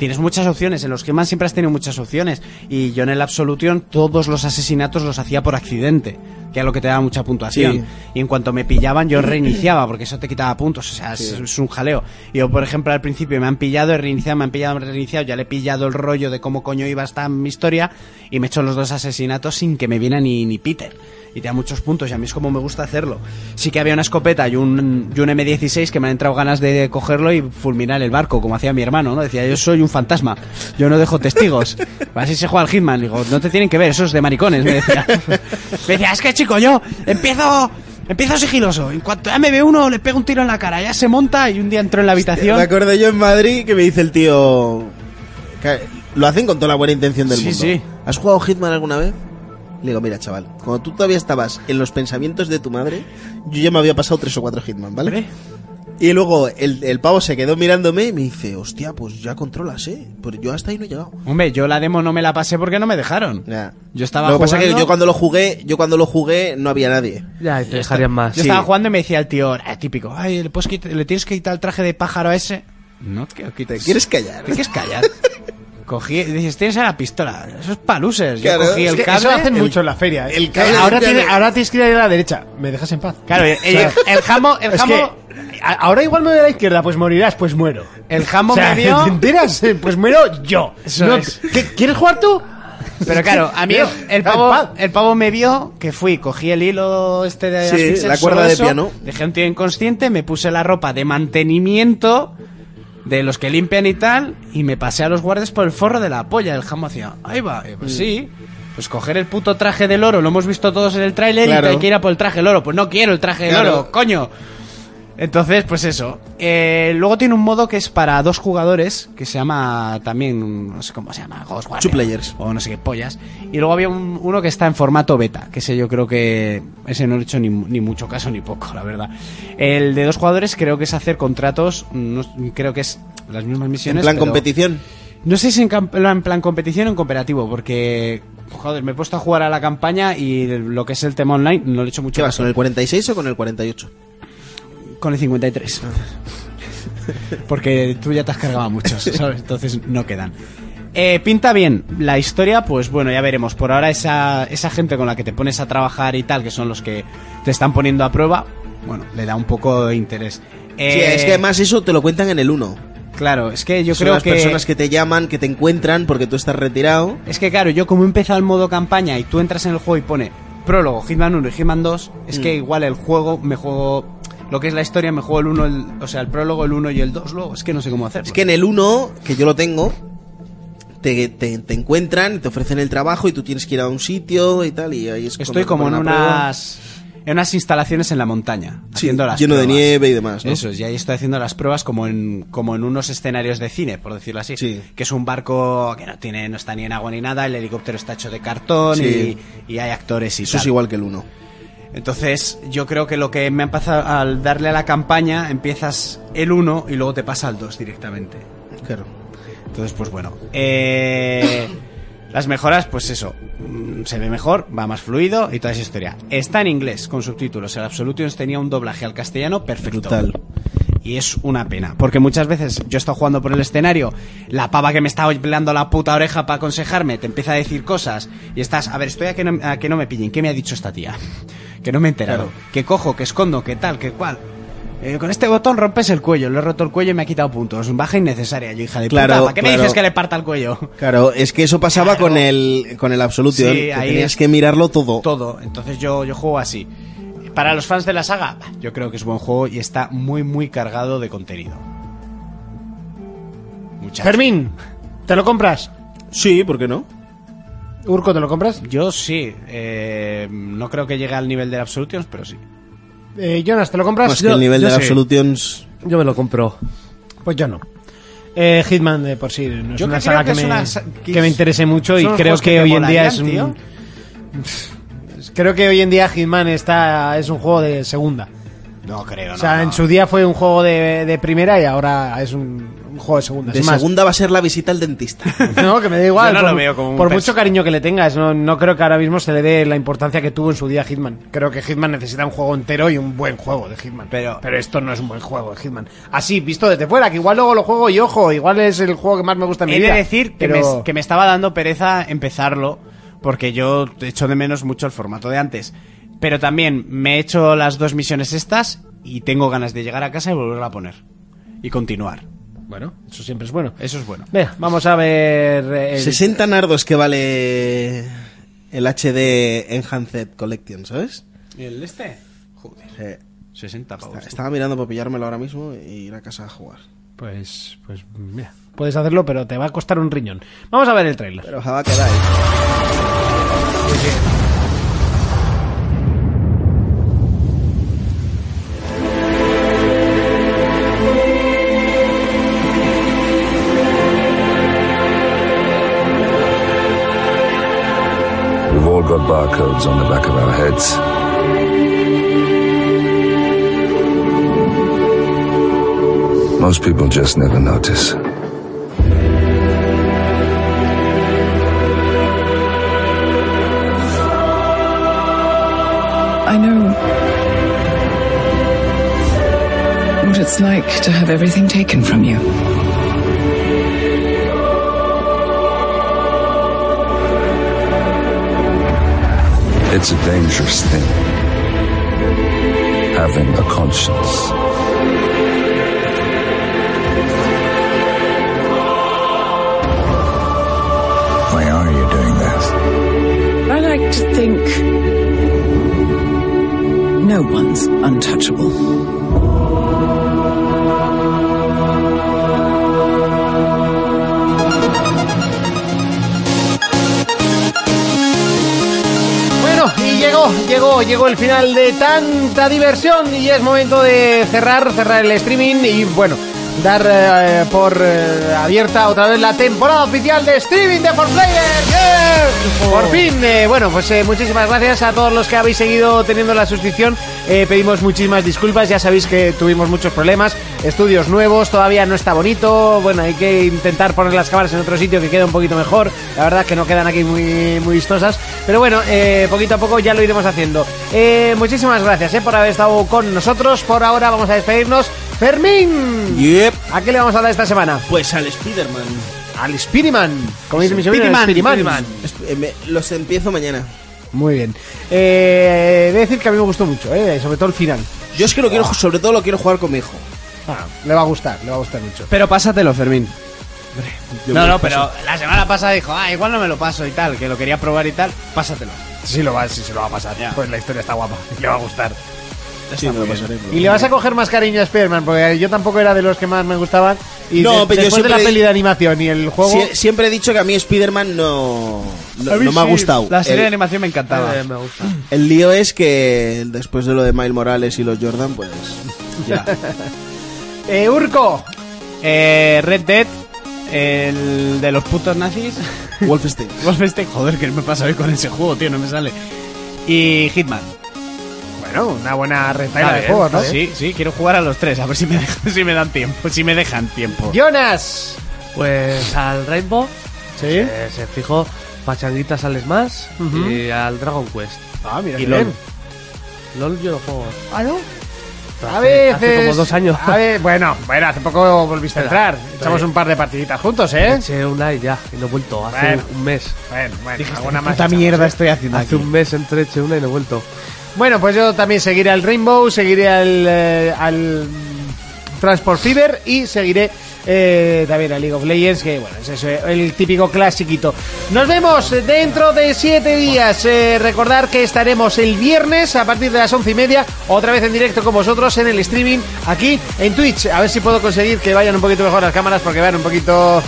[SPEAKER 8] Tienes muchas opciones. En los que más siempre has tenido muchas opciones. Y yo en el Absolution todos los asesinatos los hacía por accidente. Que era lo que te daba mucha puntuación.
[SPEAKER 5] Sí.
[SPEAKER 8] Y en cuanto me pillaban yo reiniciaba. Porque eso te quitaba puntos. O sea, es- es un jaleo. Yo, por ejemplo, al principio me han pillado, he reiniciado, me han pillado, me han reiniciado. Ya le he pillado el rollo de cómo coño iba esta mi historia. Y me he hecho los dos asesinatos sin que me viera ni, ni Peter. Y te da muchos puntos. Y a mí es como me gusta hacerlo. Sí que había una escopeta y un, y un M16 que me han entrado ganas de cogerlo y fulminar el barco, como hacía mi hermano, ¿no? Decía, yo soy un fantasma. Yo no dejo testigos. Así se juega al Hitman. Digo, no te tienen que ver, esos de maricones, me decía. Me decía, es que chico, yo empiezo. Empiezo sigiloso. En cuanto ya me ve uno, le pego un tiro en la cara. Ya se monta y un día entro en la
[SPEAKER 5] Me
[SPEAKER 8] habitación.
[SPEAKER 5] acuerdo yo en Madrid que me dice el tío. que lo hacen con toda la buena intención del
[SPEAKER 8] Sí,
[SPEAKER 5] mundo.
[SPEAKER 8] sí.
[SPEAKER 5] ¿Has jugado Hitman alguna vez? Le digo, mira, chaval, cuando tú todavía estabas en los pensamientos de tu madre, yo ya me había pasado tres o cuatro Hitman, ¿vale? Y luego el, el pavo se quedó mirándome y me dice, hostia, pues ya controlas, ¿eh? Pero yo hasta ahí no he llegado.
[SPEAKER 8] Hombre, yo la demo no me la pasé porque no me dejaron.
[SPEAKER 5] Ya.
[SPEAKER 8] Yo estaba
[SPEAKER 5] Lo que pasa es que
[SPEAKER 8] jugando-
[SPEAKER 5] yo cuando lo jugué, yo cuando lo jugué no había nadie.
[SPEAKER 7] Ya, y te dejarían más.
[SPEAKER 8] Yo
[SPEAKER 7] Sí.
[SPEAKER 8] estaba jugando y me decía el tío, ah, típico, ay, ¿le, puedes quitar- le tienes que quitar el traje de pájaro a ese. No, te
[SPEAKER 5] ¿Te quieres callar?
[SPEAKER 8] ¿Te quieres callar? Cogí, dices, tienes a la pistola. Eso es pa' losers. Yo
[SPEAKER 5] Claro,
[SPEAKER 8] cogí
[SPEAKER 5] es
[SPEAKER 8] el
[SPEAKER 5] que
[SPEAKER 8] cable.
[SPEAKER 4] Eso lo hacen
[SPEAKER 5] el-
[SPEAKER 4] mucho en la feria. ¿eh?
[SPEAKER 5] el cable
[SPEAKER 4] ahora,
[SPEAKER 5] de-
[SPEAKER 4] tiene- ahora tienes que ir a la derecha. Me dejas en paz.
[SPEAKER 8] Claro, el,
[SPEAKER 4] O sea,
[SPEAKER 8] el jamo, el
[SPEAKER 4] es que
[SPEAKER 8] jamo,
[SPEAKER 4] a- ahora igual me voy a la izquierda, pues morirás, pues muero.
[SPEAKER 8] el jamo
[SPEAKER 4] O sea, ¿te
[SPEAKER 8] me dio.
[SPEAKER 4] enteras? Eh, Pues muero yo.
[SPEAKER 8] Eso
[SPEAKER 4] No,
[SPEAKER 8] es.
[SPEAKER 4] ¿qué- ¿Quieres jugar tú?
[SPEAKER 8] Pero claro, a mí
[SPEAKER 4] Tío,
[SPEAKER 8] el
[SPEAKER 4] en
[SPEAKER 8] pavo,
[SPEAKER 4] paz.
[SPEAKER 8] el pavo me vio que fui, cogí el hilo este de
[SPEAKER 5] Sí,
[SPEAKER 8] asfixia,
[SPEAKER 5] la cuerda
[SPEAKER 8] solo
[SPEAKER 5] de
[SPEAKER 8] eso,
[SPEAKER 5] piano.
[SPEAKER 8] Dejé a un tío inconsciente, me puse la ropa de mantenimiento de los que limpian y tal, y me pasé a los guardias por el forro de la polla. El jamo hacía, ahí va, eh,
[SPEAKER 5] Mm.
[SPEAKER 8] pues sí. Pues coger el puto traje del oro, lo hemos visto todos en el tráiler
[SPEAKER 5] Claro.
[SPEAKER 8] y hay que ir a por el traje del oro. Pues no quiero el traje del
[SPEAKER 5] Claro.
[SPEAKER 8] oro, coño. Entonces, pues eso. Eh, luego tiene un modo que es para dos jugadores, que se llama también, no sé cómo se llama, Ghost Warrior.
[SPEAKER 5] Two players.
[SPEAKER 8] O no sé qué pollas. Y luego había un- uno que está en formato beta, que ese yo creo que ese no he hecho ni, ni mucho caso ni poco, la verdad. El de dos jugadores creo que es hacer contratos, no- creo que es las mismas
[SPEAKER 5] En
[SPEAKER 8] misiones.
[SPEAKER 5] plan
[SPEAKER 8] pero-
[SPEAKER 5] competición.
[SPEAKER 8] No sé si en, camp- en plan competición o en cooperativo, porque. Joder, me he puesto a jugar a la campaña y lo que es el tema online no le he hecho mucho
[SPEAKER 5] ¿Qué vas,
[SPEAKER 8] caso.
[SPEAKER 5] con el 46 o con el 48?
[SPEAKER 8] Con el 53. Porque tú ya te has cargado a muchos, ¿sabes? Entonces no quedan. Eh, pinta bien la historia, pues bueno, ya veremos. Por ahora esa, esa gente con la que te pones a trabajar y tal, que son los que te están poniendo a prueba, bueno, le da un poco de interés. Eh,
[SPEAKER 5] Sí, es que además eso te lo cuentan en el 1.
[SPEAKER 8] Claro, es que yo
[SPEAKER 5] Son
[SPEAKER 8] creo
[SPEAKER 5] las
[SPEAKER 8] que...
[SPEAKER 5] personas que te llaman, que te encuentran porque tú estás retirado.
[SPEAKER 8] Es que claro, yo como he empezado el modo campaña y tú entras en el juego y pone prólogo, Hitman 1 y Hitman 2, es
[SPEAKER 5] Mm.
[SPEAKER 8] que igual el juego me juego... Lo que es la historia me juego el 1, el- o sea, el prólogo, el 1 y el 2 luego. Es que no sé cómo hacerlo.
[SPEAKER 5] Es que en el 1, que yo lo tengo, te, te, te encuentran, te ofrecen el trabajo y tú tienes que ir a un sitio y tal. Y ahí es cuando
[SPEAKER 8] Estoy
[SPEAKER 5] te
[SPEAKER 8] como en
[SPEAKER 5] ponen a prueba.
[SPEAKER 8] unas, en unas instalaciones en la montaña,
[SPEAKER 5] Sí,
[SPEAKER 8] haciendo las
[SPEAKER 5] lleno de
[SPEAKER 8] pruebas.
[SPEAKER 5] nieve y demás. ¿no?
[SPEAKER 8] Eso, es, y ahí estoy haciendo las pruebas como en, como en unos escenarios de cine, por decirlo así.
[SPEAKER 5] Sí.
[SPEAKER 8] Que es un barco que no tiene, no está ni en agua ni nada, el helicóptero está hecho de cartón
[SPEAKER 5] Sí.
[SPEAKER 8] y, y hay actores y
[SPEAKER 5] Eso es
[SPEAKER 8] tal.
[SPEAKER 5] igual que el 1.
[SPEAKER 8] Entonces, yo creo que lo que me ha pasado al darle a la campaña, empiezas el 1 y luego te pasa al 2 directamente.
[SPEAKER 5] Claro.
[SPEAKER 8] Entonces, pues bueno. eh, las mejoras, pues eso. mm, Se ve mejor, va más fluido y toda esa historia. Está en inglés, con subtítulos. El Absolutions tenía un doblaje al castellano perfecto.
[SPEAKER 5] Brutal.
[SPEAKER 8] Y es una pena, porque muchas veces yo he estado jugando por el escenario, la pava que me está pelando la puta oreja para aconsejarme te empieza a decir cosas y estás, a ver, estoy a que no, a que no me pillen, ¿qué me ha dicho esta tía? Que no me he enterado, que cojo, que escondo, que tal, que cual. Eh, con este botón rompes el cuello, le he roto el cuello y me ha quitado puntos. Baja innecesaria, yo hija de
[SPEAKER 5] Claro,
[SPEAKER 8] puta. ¿Para qué me
[SPEAKER 5] claro.
[SPEAKER 8] dices que le parta el cuello?
[SPEAKER 5] Claro, es que eso pasaba con el con el Absolution.
[SPEAKER 8] Sí,
[SPEAKER 5] que
[SPEAKER 8] ahí
[SPEAKER 5] tenías
[SPEAKER 8] es-
[SPEAKER 5] que mirarlo todo.
[SPEAKER 8] Todo, entonces yo, yo juego así. Para los fans de la saga, yo creo que es buen juego y está muy, muy cargado de contenido. Muchas
[SPEAKER 4] Fermín, ¿te lo compras?
[SPEAKER 5] Sí, ¿por qué no?
[SPEAKER 4] Urco, ¿te lo compras?
[SPEAKER 8] Yo sí. eh, no creo que llegue al nivel del Absolutions, pero sí.
[SPEAKER 4] Eh, Jonas, ¿te lo compras?
[SPEAKER 5] Más que el nivel
[SPEAKER 4] yo
[SPEAKER 5] del
[SPEAKER 4] sí.
[SPEAKER 5] Absolutions.
[SPEAKER 7] Yo me lo compro.
[SPEAKER 4] Pues yo no. Eh, Hitman de por sí no es
[SPEAKER 8] Yo
[SPEAKER 4] una
[SPEAKER 8] que
[SPEAKER 4] saga
[SPEAKER 8] creo
[SPEAKER 4] que,
[SPEAKER 8] que es
[SPEAKER 4] me,
[SPEAKER 8] una sa- que
[SPEAKER 4] que me
[SPEAKER 8] es-
[SPEAKER 4] interese mucho
[SPEAKER 8] son
[SPEAKER 4] y
[SPEAKER 8] los
[SPEAKER 4] creo
[SPEAKER 8] juegos
[SPEAKER 4] que,
[SPEAKER 8] que te
[SPEAKER 4] hoy en día es un...
[SPEAKER 8] molarían,
[SPEAKER 4] Creo que hoy en día Hitman está, es un juego de segunda.
[SPEAKER 8] No creo,
[SPEAKER 4] o sea, en su día fue un juego de, de primera y ahora es un, un juego de segunda.
[SPEAKER 5] De
[SPEAKER 4] Es más,
[SPEAKER 5] segunda va a ser la visita al dentista.
[SPEAKER 4] No, que me da igual.
[SPEAKER 8] Yo no
[SPEAKER 4] por
[SPEAKER 8] lo veo como un
[SPEAKER 4] por
[SPEAKER 8] pers-
[SPEAKER 4] mucho cariño que le tengas, no, no creo que ahora mismo se le dé la importancia que tuvo en su día a Hitman. Creo que Hitman necesita un juego entero y un buen juego de Hitman.
[SPEAKER 8] Pero-
[SPEAKER 4] esto no es un buen juego de Hitman. Así, visto desde fuera, que igual luego lo juego y ojo, igual es el juego que más me gusta en mi
[SPEAKER 8] He de
[SPEAKER 4] vida.
[SPEAKER 8] decir que,
[SPEAKER 4] Pero-
[SPEAKER 8] me, que me estaba dando pereza empezarlo, porque yo echo de menos mucho el formato de antes. Pero también me he hecho las dos misiones estas y tengo ganas de llegar a casa y volverla a poner. Y continuar.
[SPEAKER 4] Bueno, eso siempre es bueno.
[SPEAKER 8] Eso es bueno.
[SPEAKER 4] Venga, vamos a ver... el-
[SPEAKER 5] 60 nardos que vale el HD Enhanced Collection, ¿sabes?
[SPEAKER 8] ¿El este? Joder.
[SPEAKER 5] Eh,
[SPEAKER 8] 60 pavos.
[SPEAKER 5] estaba mirando para pillármelo ahora mismo y ir a casa a jugar.
[SPEAKER 4] Pues, pues mira, puedes hacerlo, pero te va a costar un riñón. Vamos a ver el trailer.
[SPEAKER 5] Pero ojalá quedáis.
[SPEAKER 8] ¿eh?
[SPEAKER 2] We've all got barcodes on the back of our heads. Most people just never notice.
[SPEAKER 3] I know what it's like to have everything taken from you.
[SPEAKER 2] It's a dangerous thing. Having a conscience. Why are you doing this?
[SPEAKER 3] I like to think no one's untouchable.
[SPEAKER 4] Bueno, y llegó, llegó, llegó el final de tanta diversión y es momento de cerrar, cerrar el streaming y bueno, dar eh, por eh, abierta otra vez la temporada oficial de streaming de For Players. ¡Yeah! Por fin, eh, bueno, pues eh, muchísimas gracias a todos los que Pues habéis seguido teniendo la suscripción. Eh, pedimos muchísimas disculpas, ya sabéis que tuvimos muchos problemas. estudios nuevos, todavía no está bonito, bueno, hay que intentar poner las cámaras en otro sitio que quede un poquito mejor, la verdad que no quedan aquí muy, muy vistosas, pero bueno, eh, poquito a poco ya lo iremos haciendo. Eh, muchísimas gracias eh, por haber estado con nosotros, por ahora vamos a despedirnos. Fermín,
[SPEAKER 5] Yep.
[SPEAKER 4] ¿a qué le vamos a dar esta semana?
[SPEAKER 5] Pues al Spider-Man.
[SPEAKER 4] Al Spiriman, como dice mi sobrino, el Spiriman.
[SPEAKER 5] Esp- eh, me- Los empiezo mañana.
[SPEAKER 4] Muy bien. Eh, he de decir que a mí me gustó mucho, eh, sobre todo el final.
[SPEAKER 5] Yo es
[SPEAKER 8] Ah.
[SPEAKER 5] que lo quiero, sobre todo lo quiero jugar con mi hijo.
[SPEAKER 4] Le va a gustar, le va a gustar mucho.
[SPEAKER 8] Pero pásatelo, Fermín.
[SPEAKER 4] No, no,
[SPEAKER 8] Pero la semana pasada dijo, ah, igual no me lo paso y tal, que lo quería probar y tal, pásatelo.
[SPEAKER 4] Sí, lo va, sí se lo va a pasar. Pues la historia está guapa. Le va a gustar.
[SPEAKER 5] Sí, me lo pasaré, pero-
[SPEAKER 4] Y le vas a coger más cariño a Spider-Man, porque yo tampoco era de los que más me gustaban. Y
[SPEAKER 5] No,
[SPEAKER 4] de-
[SPEAKER 5] pero yo
[SPEAKER 4] después de la
[SPEAKER 5] siempre-
[SPEAKER 4] peli de animación y el juego.
[SPEAKER 5] Sie- siempre he dicho que a mí Spider-Man no, no,
[SPEAKER 8] A mí
[SPEAKER 5] no me ha
[SPEAKER 8] sí,
[SPEAKER 5] gustado.
[SPEAKER 8] La serie de
[SPEAKER 5] el,
[SPEAKER 8] animación me encantaba.
[SPEAKER 7] Eh, me gusta.
[SPEAKER 5] el lío es que después de lo de Miles Morales y los Jordan, pues. Ya.
[SPEAKER 4] Eh, Urco,
[SPEAKER 8] Eh, Red Dead, el de los putos nazis.
[SPEAKER 5] Wolfenstein.
[SPEAKER 8] Wolfenstein, joder, que Pues me pasa hoy con ese juego, tío, no me sale. Y Hitman.
[SPEAKER 4] bueno, una buena retaila
[SPEAKER 8] Está
[SPEAKER 4] de
[SPEAKER 8] bien,
[SPEAKER 4] juegos, ¿no?
[SPEAKER 8] Sí, sí, quiero jugar a los tres, a ver si me, dejan- si me dan tiempo, si me dejan tiempo.
[SPEAKER 4] Jonas.
[SPEAKER 7] Pues al Rainbow,
[SPEAKER 4] Sí.
[SPEAKER 7] eh, se fijó pachanguitas al Smash y al Dragon Quest.
[SPEAKER 4] Ah, mira,
[SPEAKER 7] Y
[SPEAKER 4] qué
[SPEAKER 7] LOL.
[SPEAKER 4] bien.
[SPEAKER 7] LOL yo lo juego.
[SPEAKER 4] Ah, ¿no?
[SPEAKER 7] hace-
[SPEAKER 4] A veces.
[SPEAKER 7] Hace como dos años.
[SPEAKER 4] A ver, bueno, bueno, hace poco volviste a entrar. Echamos un par de partiditas juntos, ¿eh?
[SPEAKER 7] Eché una y ya, y no he vuelto. Hace
[SPEAKER 4] Bueno.
[SPEAKER 7] un mes.
[SPEAKER 4] Bueno, bueno, alguna más.
[SPEAKER 8] Puta
[SPEAKER 4] echamos,
[SPEAKER 8] mierda
[SPEAKER 4] ¿eh?
[SPEAKER 8] estoy haciendo
[SPEAKER 7] Hace
[SPEAKER 8] aquí.
[SPEAKER 7] un mes entre eché una y no he vuelto.
[SPEAKER 4] Bueno, pues yo también seguiré al Rainbow, seguiré al, eh, al mm, Transport Fever y seguiré eh, también a League of Legends, que bueno, es eso, eh, el típico clasiquito. Nos vemos eh, dentro de siete días. Eh, recordar que estaremos el viernes a partir de las once y media, otra vez en directo con vosotros en el streaming aquí en Twitch. A ver si puedo conseguir que vayan un poquito mejor las cámaras porque van un poquito...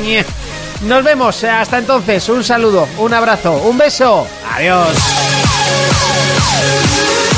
[SPEAKER 4] Nos vemos, hasta entonces, un saludo, un abrazo, un beso, adiós.